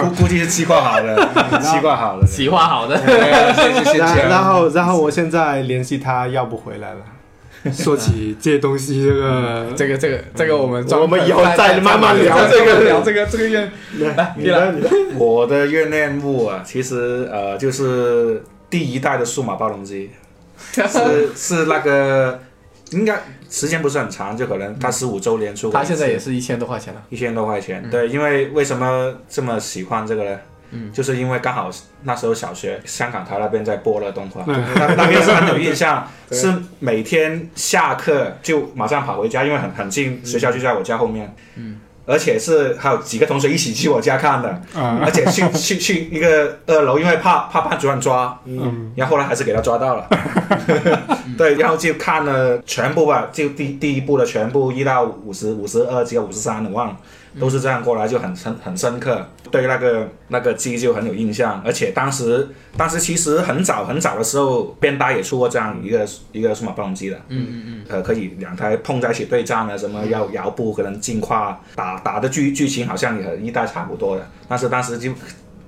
Speaker 4: 估估计是计划好的，计划哎好的。
Speaker 1: 企划好的，
Speaker 4: 对谢谢谢
Speaker 2: 然
Speaker 4: 谢。
Speaker 2: 然后然后我现在联系他要不回来了，
Speaker 3: 说起借东西这个，
Speaker 1: 这个这个这个我们专
Speaker 2: 我们以后再慢慢聊
Speaker 1: 这
Speaker 2: 这
Speaker 1: 个
Speaker 2: 个
Speaker 1: 聊这个这个愿 来
Speaker 2: 你
Speaker 1: 你来
Speaker 2: 呢？你呢？
Speaker 4: 我的月恋物啊，其实呃就是第一代的数码暴龙机，是是那个应该时间不是很长，就可能它十五周年出过
Speaker 1: 他
Speaker 4: 一次，
Speaker 1: 现在也是一千多块钱了。
Speaker 4: 一千多块钱。对，因为为什么这么喜欢这个呢？就是因为刚好那时候小学香港台那边在播了动画，那那边是很有印象，是每天下课就马上跑回家，因为很很近，学校就在我家后面。而且是还有几个同学一起去我家看的，而且去去去一个二楼，因为怕怕班主任抓，
Speaker 2: 嗯
Speaker 3: 嗯
Speaker 4: 然后后来还是给他抓到了，对，然后就看了全部吧，就第第一部的全部一到五十五十二集五十三，我忘了，都是这样过来，就很深很深刻，对那个那个机就很有印象，而且当时当时其实很早很早的时候，边搭也出过这样一个一个数码暴龙机的，嗯嗯嗯，呃，可以两台碰在一起对战啊，什么要摇步，可能进化打打的剧剧情好像也和一代差不多的，但是当时就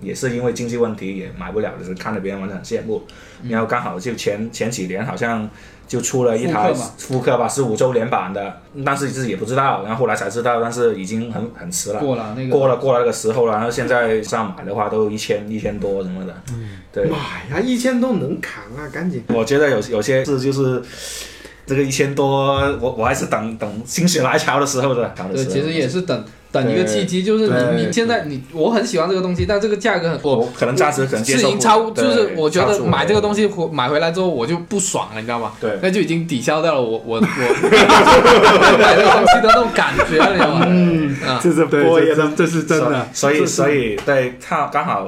Speaker 4: 也是因为经济问题也买不了，就是看着别人玩的很羡慕，然后刚好就前前几年好像就出了一
Speaker 1: 复
Speaker 4: 台
Speaker 1: 刻嘛
Speaker 4: 复刻吧，十五周年版的，但是自己也不知道，然后后来才知道，但是已经很很迟了，
Speaker 1: 过了那个
Speaker 4: 过了过了那个时候了，然后现在上买的话都一千一千多什么的，嗯，对，
Speaker 2: 妈呀，一千多能扛啊，赶紧！
Speaker 4: 我觉得有有些事就是。这个一千多，我我还是等等心血来潮的时候的。
Speaker 1: 对，其实也是等等一个契机，就是你
Speaker 4: 对
Speaker 1: 你现在你我很喜欢这个东西，但这个价格很我
Speaker 4: 我可能暂时可能接
Speaker 1: 是已
Speaker 4: 受
Speaker 1: 经
Speaker 4: 不
Speaker 1: 超，就
Speaker 4: 对
Speaker 1: 是我觉
Speaker 4: 超
Speaker 1: 得
Speaker 4: 出
Speaker 1: 买这个东
Speaker 4: 西，
Speaker 1: 西回买回来之后我就不爽了，你知道吗？
Speaker 4: 对
Speaker 1: 那就已经抵消掉了我 我我买这个东西的那种感觉了，你知道吗？嗯啊，
Speaker 3: 这是
Speaker 2: 播
Speaker 3: 对，
Speaker 2: 也
Speaker 3: 这
Speaker 2: 能
Speaker 3: 这这是真的。
Speaker 4: 所以
Speaker 3: 这是
Speaker 4: 所以对，他刚好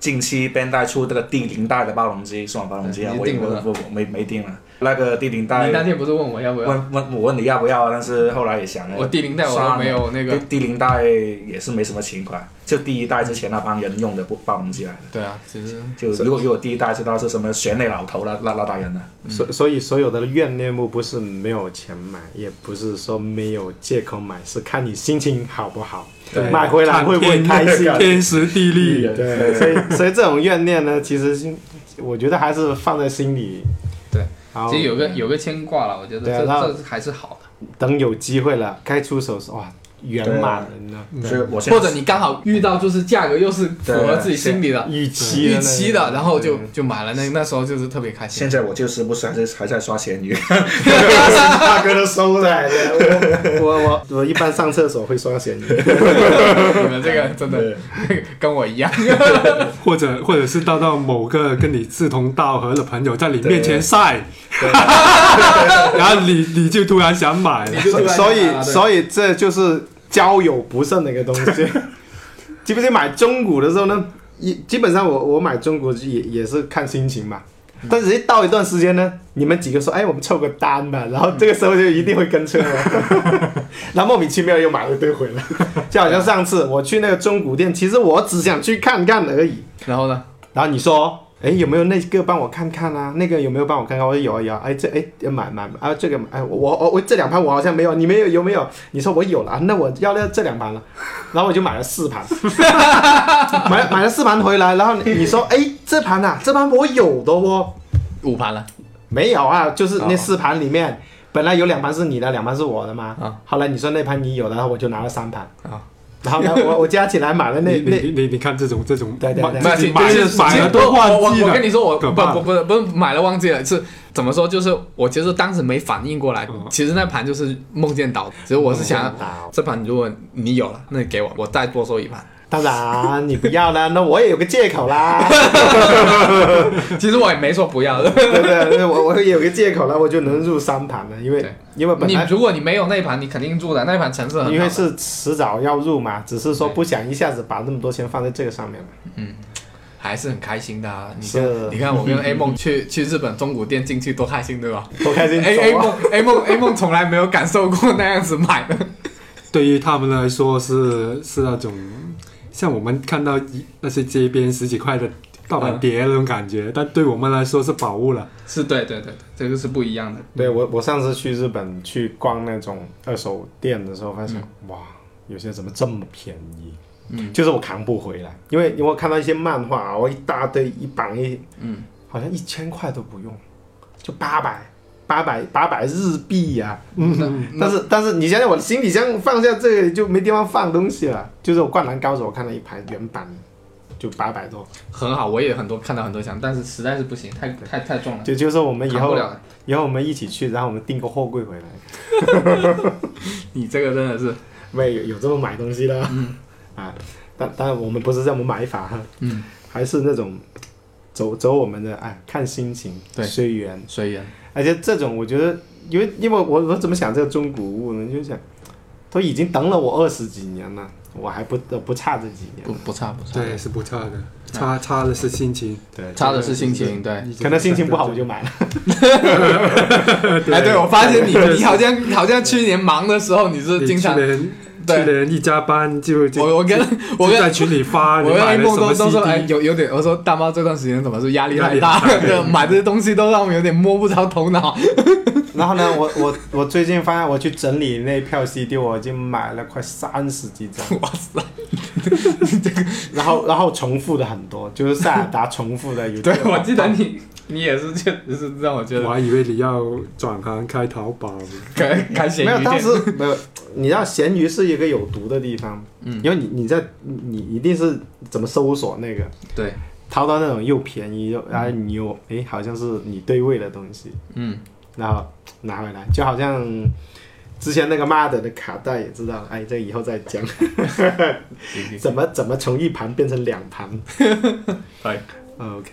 Speaker 4: 近期 b 带出这个第零代的暴龙机，数码暴龙机啊，
Speaker 1: 对
Speaker 4: 我
Speaker 1: 你
Speaker 4: 也
Speaker 1: 定
Speaker 4: 我
Speaker 1: 了
Speaker 4: 我我没没定了。那个第零代
Speaker 1: 你那天不是问我要不要？
Speaker 4: 问问我问你要不要啊，但是后来也想了，
Speaker 1: 我第零代我都没有那个。
Speaker 4: 第第零代也是没什么情怀，就第一代之前那帮人用的不暴龙机来的。
Speaker 1: 对啊，其实
Speaker 4: 就如果如果第一代知道是什么选内老头那那那代人呢？
Speaker 2: 所所以所有的怨念木不是没有钱买，也不是说没有借口买，是看你心情好不好，
Speaker 3: 对
Speaker 2: 买回来会不会开心？啊
Speaker 3: 天时地利，
Speaker 2: 对，所以所以这种怨念呢，其实是我觉得还是放在心里。
Speaker 1: 对，
Speaker 2: 然后
Speaker 1: 其实有个有个牵挂了，我觉得
Speaker 2: 对啊
Speaker 1: 这
Speaker 2: 那
Speaker 1: 这还是好的。
Speaker 2: 等有机会了，该出手时，哇，圆满人呢，
Speaker 3: 嗯
Speaker 4: 所以我现在
Speaker 1: 或者你刚好遇到就是价格又是符
Speaker 2: 啊
Speaker 1: 合自己心里的
Speaker 2: 预期
Speaker 1: 预
Speaker 2: 那个
Speaker 1: 期的，然后就
Speaker 2: 嗯
Speaker 1: 就买了。那那时候就是特别开心
Speaker 4: 现。在我就时不时还在还在刷闲 鱼，
Speaker 2: 大哥都收哎来了。我我 我我一般上厕所会刷咸鱼，
Speaker 1: 你们这个真的
Speaker 4: 对
Speaker 1: 跟我一样，
Speaker 3: 或者或者是到到某个跟你志同道合的朋友在你
Speaker 4: 对
Speaker 3: 面前晒， 然后你你就突然想买了，
Speaker 2: 所所以
Speaker 1: 以
Speaker 2: 所以这就是交友不慎的一个东 西。记不记得买中古的时候呢？也基本上我我买中古也也是看心情嘛。但是一到一段时间呢，你们几个说：“哎，我们凑个单吧。”然后这个时候就一定会跟车 了，然后莫名其妙又买了一堆回来。就好像上次我去那个中古店，其实我只想去看看而已，
Speaker 1: 然后呢？
Speaker 2: 然后你说，哎，有没有那个帮我看看啊？那个有没有帮我看看？我说有啊有啊，哎这哎买买啊这个哎我我我这两盘我好像没有，你没有有没有？你说我有了，啊那我要了这两盘了，然后我就买了四盘， 买买了四盘回来，然后你你说，哎这盘啊这盘我有的哦，
Speaker 1: 五盘了，
Speaker 2: 没有啊，就是那
Speaker 1: 哦
Speaker 2: 四盘里
Speaker 3: 啊
Speaker 2: 面。本来有两盘是你的，两盘是我的嘛。
Speaker 1: 啊
Speaker 2: 后来你说那盘你有了，然后我就拿了 三盘。
Speaker 1: 啊
Speaker 2: 然后呢，我我加起来买了那
Speaker 3: 你
Speaker 2: 那
Speaker 3: 你你你看这种这种
Speaker 2: 对对对
Speaker 3: 买自己买
Speaker 1: 就是
Speaker 3: 买了
Speaker 1: 其实
Speaker 3: 都
Speaker 1: 我我
Speaker 3: 忘记
Speaker 1: 我
Speaker 3: 了
Speaker 1: 跟，你说，我
Speaker 3: 可
Speaker 1: 不
Speaker 3: 怕
Speaker 1: 不不不是买了忘记了，是怎么说？就是我其实当时没反应过来
Speaker 3: 嗯，
Speaker 1: 其实那盘就是梦见岛，其实我是想
Speaker 2: 梦见岛
Speaker 1: 这盘如果你有了，那你给我，我再多收一盘。
Speaker 2: 当然，你不要啦，那我也有个借口啦，
Speaker 1: 其实我也没说不要 的。
Speaker 2: 对不对？我我也有个借口啦，我就能入三盘了，因为
Speaker 1: 对
Speaker 2: 因为 本
Speaker 1: 你
Speaker 2: 来
Speaker 1: 如果你没有那一盘，你肯定入的，那一盘成色很好的
Speaker 2: 因为是迟早要入嘛，只是说
Speaker 1: 对
Speaker 2: 不想一下子把那么多钱放在这个上面嘛。
Speaker 1: 还是很开心的、啊。你
Speaker 2: 是
Speaker 1: 看，你看我跟 A 梦去去日本中古店进去多开心，对吧
Speaker 2: 多开心
Speaker 1: ？A
Speaker 2: 走
Speaker 1: A
Speaker 2: 啊！
Speaker 1: 梦 A 梦 A 梦从来没有感受过那样子买的，
Speaker 3: 对于他们来说是是那种像我们看到一那些街边十几块的盗
Speaker 1: 嗯
Speaker 3: 版碟那种感觉，但对我们来说是宝物了。
Speaker 1: 是对对对，对这个是不一样的。
Speaker 2: 对我我上次去日本去逛那种二手店的时候，发现、哇，有些怎么这么便宜？
Speaker 1: 嗯，
Speaker 2: 就是我扛不回来，因为因为我看到一些漫画啊，我一大堆一绑一，
Speaker 1: 嗯，
Speaker 2: 好像一千块都不用，就八百八百八百日币呀、
Speaker 3: 嗯，
Speaker 2: 但是但是你想想，我行李箱放下这个就没地方放东西了。就是我《灌篮高手》，我看了一排原版，就八百多，
Speaker 1: 很好，我也很多看到很多想，但是实在是不行，太太太重了，
Speaker 2: 就就是我们以
Speaker 1: 嗯扛不
Speaker 2: 后
Speaker 1: 了。
Speaker 2: 以后我们一起去，然后我们订个货柜回来，
Speaker 1: 你这个真的是，
Speaker 2: 喂，有有这么买东西的、 啊？但当然我们不是这么买法，
Speaker 1: 嗯，
Speaker 2: 还是那种走走我们的哎，看心情，
Speaker 1: 对
Speaker 2: 随缘。
Speaker 1: 随缘。
Speaker 2: 而且这种我觉得，因为因为我我怎么想这个中古物呢？就想都已经等了我二十几年了，我还不不差这几年
Speaker 1: 不，不差不差，
Speaker 3: 对，是不差的，差差的是心情，
Speaker 2: 对，
Speaker 1: 差的是心情，对。
Speaker 2: 可能心情不好我就买了。
Speaker 1: 哎，对，我发现你你好像好像去年忙的时候，你是
Speaker 3: 你
Speaker 1: 经常
Speaker 3: 去年
Speaker 1: 对
Speaker 3: 去年一加班就就
Speaker 1: 我我跟我
Speaker 3: 就
Speaker 1: 跟
Speaker 3: 在群里发，你
Speaker 1: 我跟
Speaker 3: 买
Speaker 1: A
Speaker 3: 了
Speaker 1: 梦
Speaker 3: 什
Speaker 1: 都
Speaker 3: 么
Speaker 1: 都说，哎，
Speaker 3: CD？
Speaker 1: 有有点，我说大猫这段时间怎么是压力
Speaker 3: 压
Speaker 1: 太
Speaker 3: 力
Speaker 1: 大，
Speaker 3: 太大
Speaker 1: 对买这些东西都让我们有点摸不着头脑。
Speaker 2: 然后呢，我我我最近发现，我去整理那票 CD，我已经买了快三十几张，
Speaker 1: 哇塞，
Speaker 2: 然后然后重复的很多，就是塞尔达 重复的有。
Speaker 1: 对我记得 你你也是确实是让我觉
Speaker 3: 我
Speaker 1: 得
Speaker 3: 还以为你要转行开淘宝，
Speaker 1: 开开咸
Speaker 2: 没有，
Speaker 1: 鱼
Speaker 2: 当
Speaker 1: 店
Speaker 2: 时没有。你知道咸鱼是一个有毒的地方，嗯，因为你你在你你一定是怎么搜索那个，
Speaker 1: 对，
Speaker 2: 淘到那种又便宜又然后你又哎好像是你对味的东西，
Speaker 1: 嗯，
Speaker 2: 然后拿回来，就好像之前那个 mother 的卡带也知道，哎，这以后再讲。
Speaker 1: 行
Speaker 2: 怎么怎么从一盘变成两盘
Speaker 1: 对
Speaker 2: 呃？OK，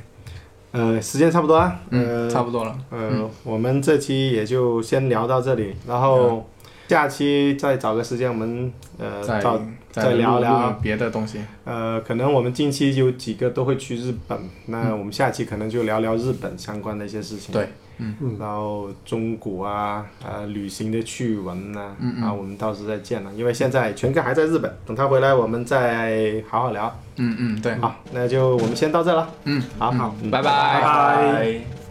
Speaker 2: 呃，时间差不多啊，
Speaker 1: 嗯，
Speaker 2: 呃，
Speaker 1: 差不多嗯了，
Speaker 2: 呃，我们这期也就先聊到这里，然后下期再找个时间我们呃
Speaker 1: 嗯再
Speaker 2: 找再
Speaker 1: 录
Speaker 2: 聊
Speaker 1: 录
Speaker 2: 聊
Speaker 1: 别的东西，
Speaker 2: 呃，可能我们近期有几个都会去日本，那我们下期可能就聊聊日本相关的一些事情。
Speaker 1: 嗯对，
Speaker 2: 嗯，然后中国啊，呃，旅行的趣闻呐、啊，
Speaker 1: 嗯嗯
Speaker 2: 我们到时再见了。因为现在全哥还在日本，等他回来我们再好好聊。
Speaker 1: 嗯嗯对，
Speaker 2: 好，那就我们先到这了。
Speaker 1: 嗯
Speaker 2: 好，
Speaker 1: 嗯
Speaker 2: 好，嗯
Speaker 1: 拜拜
Speaker 2: 拜拜。
Speaker 1: 拜。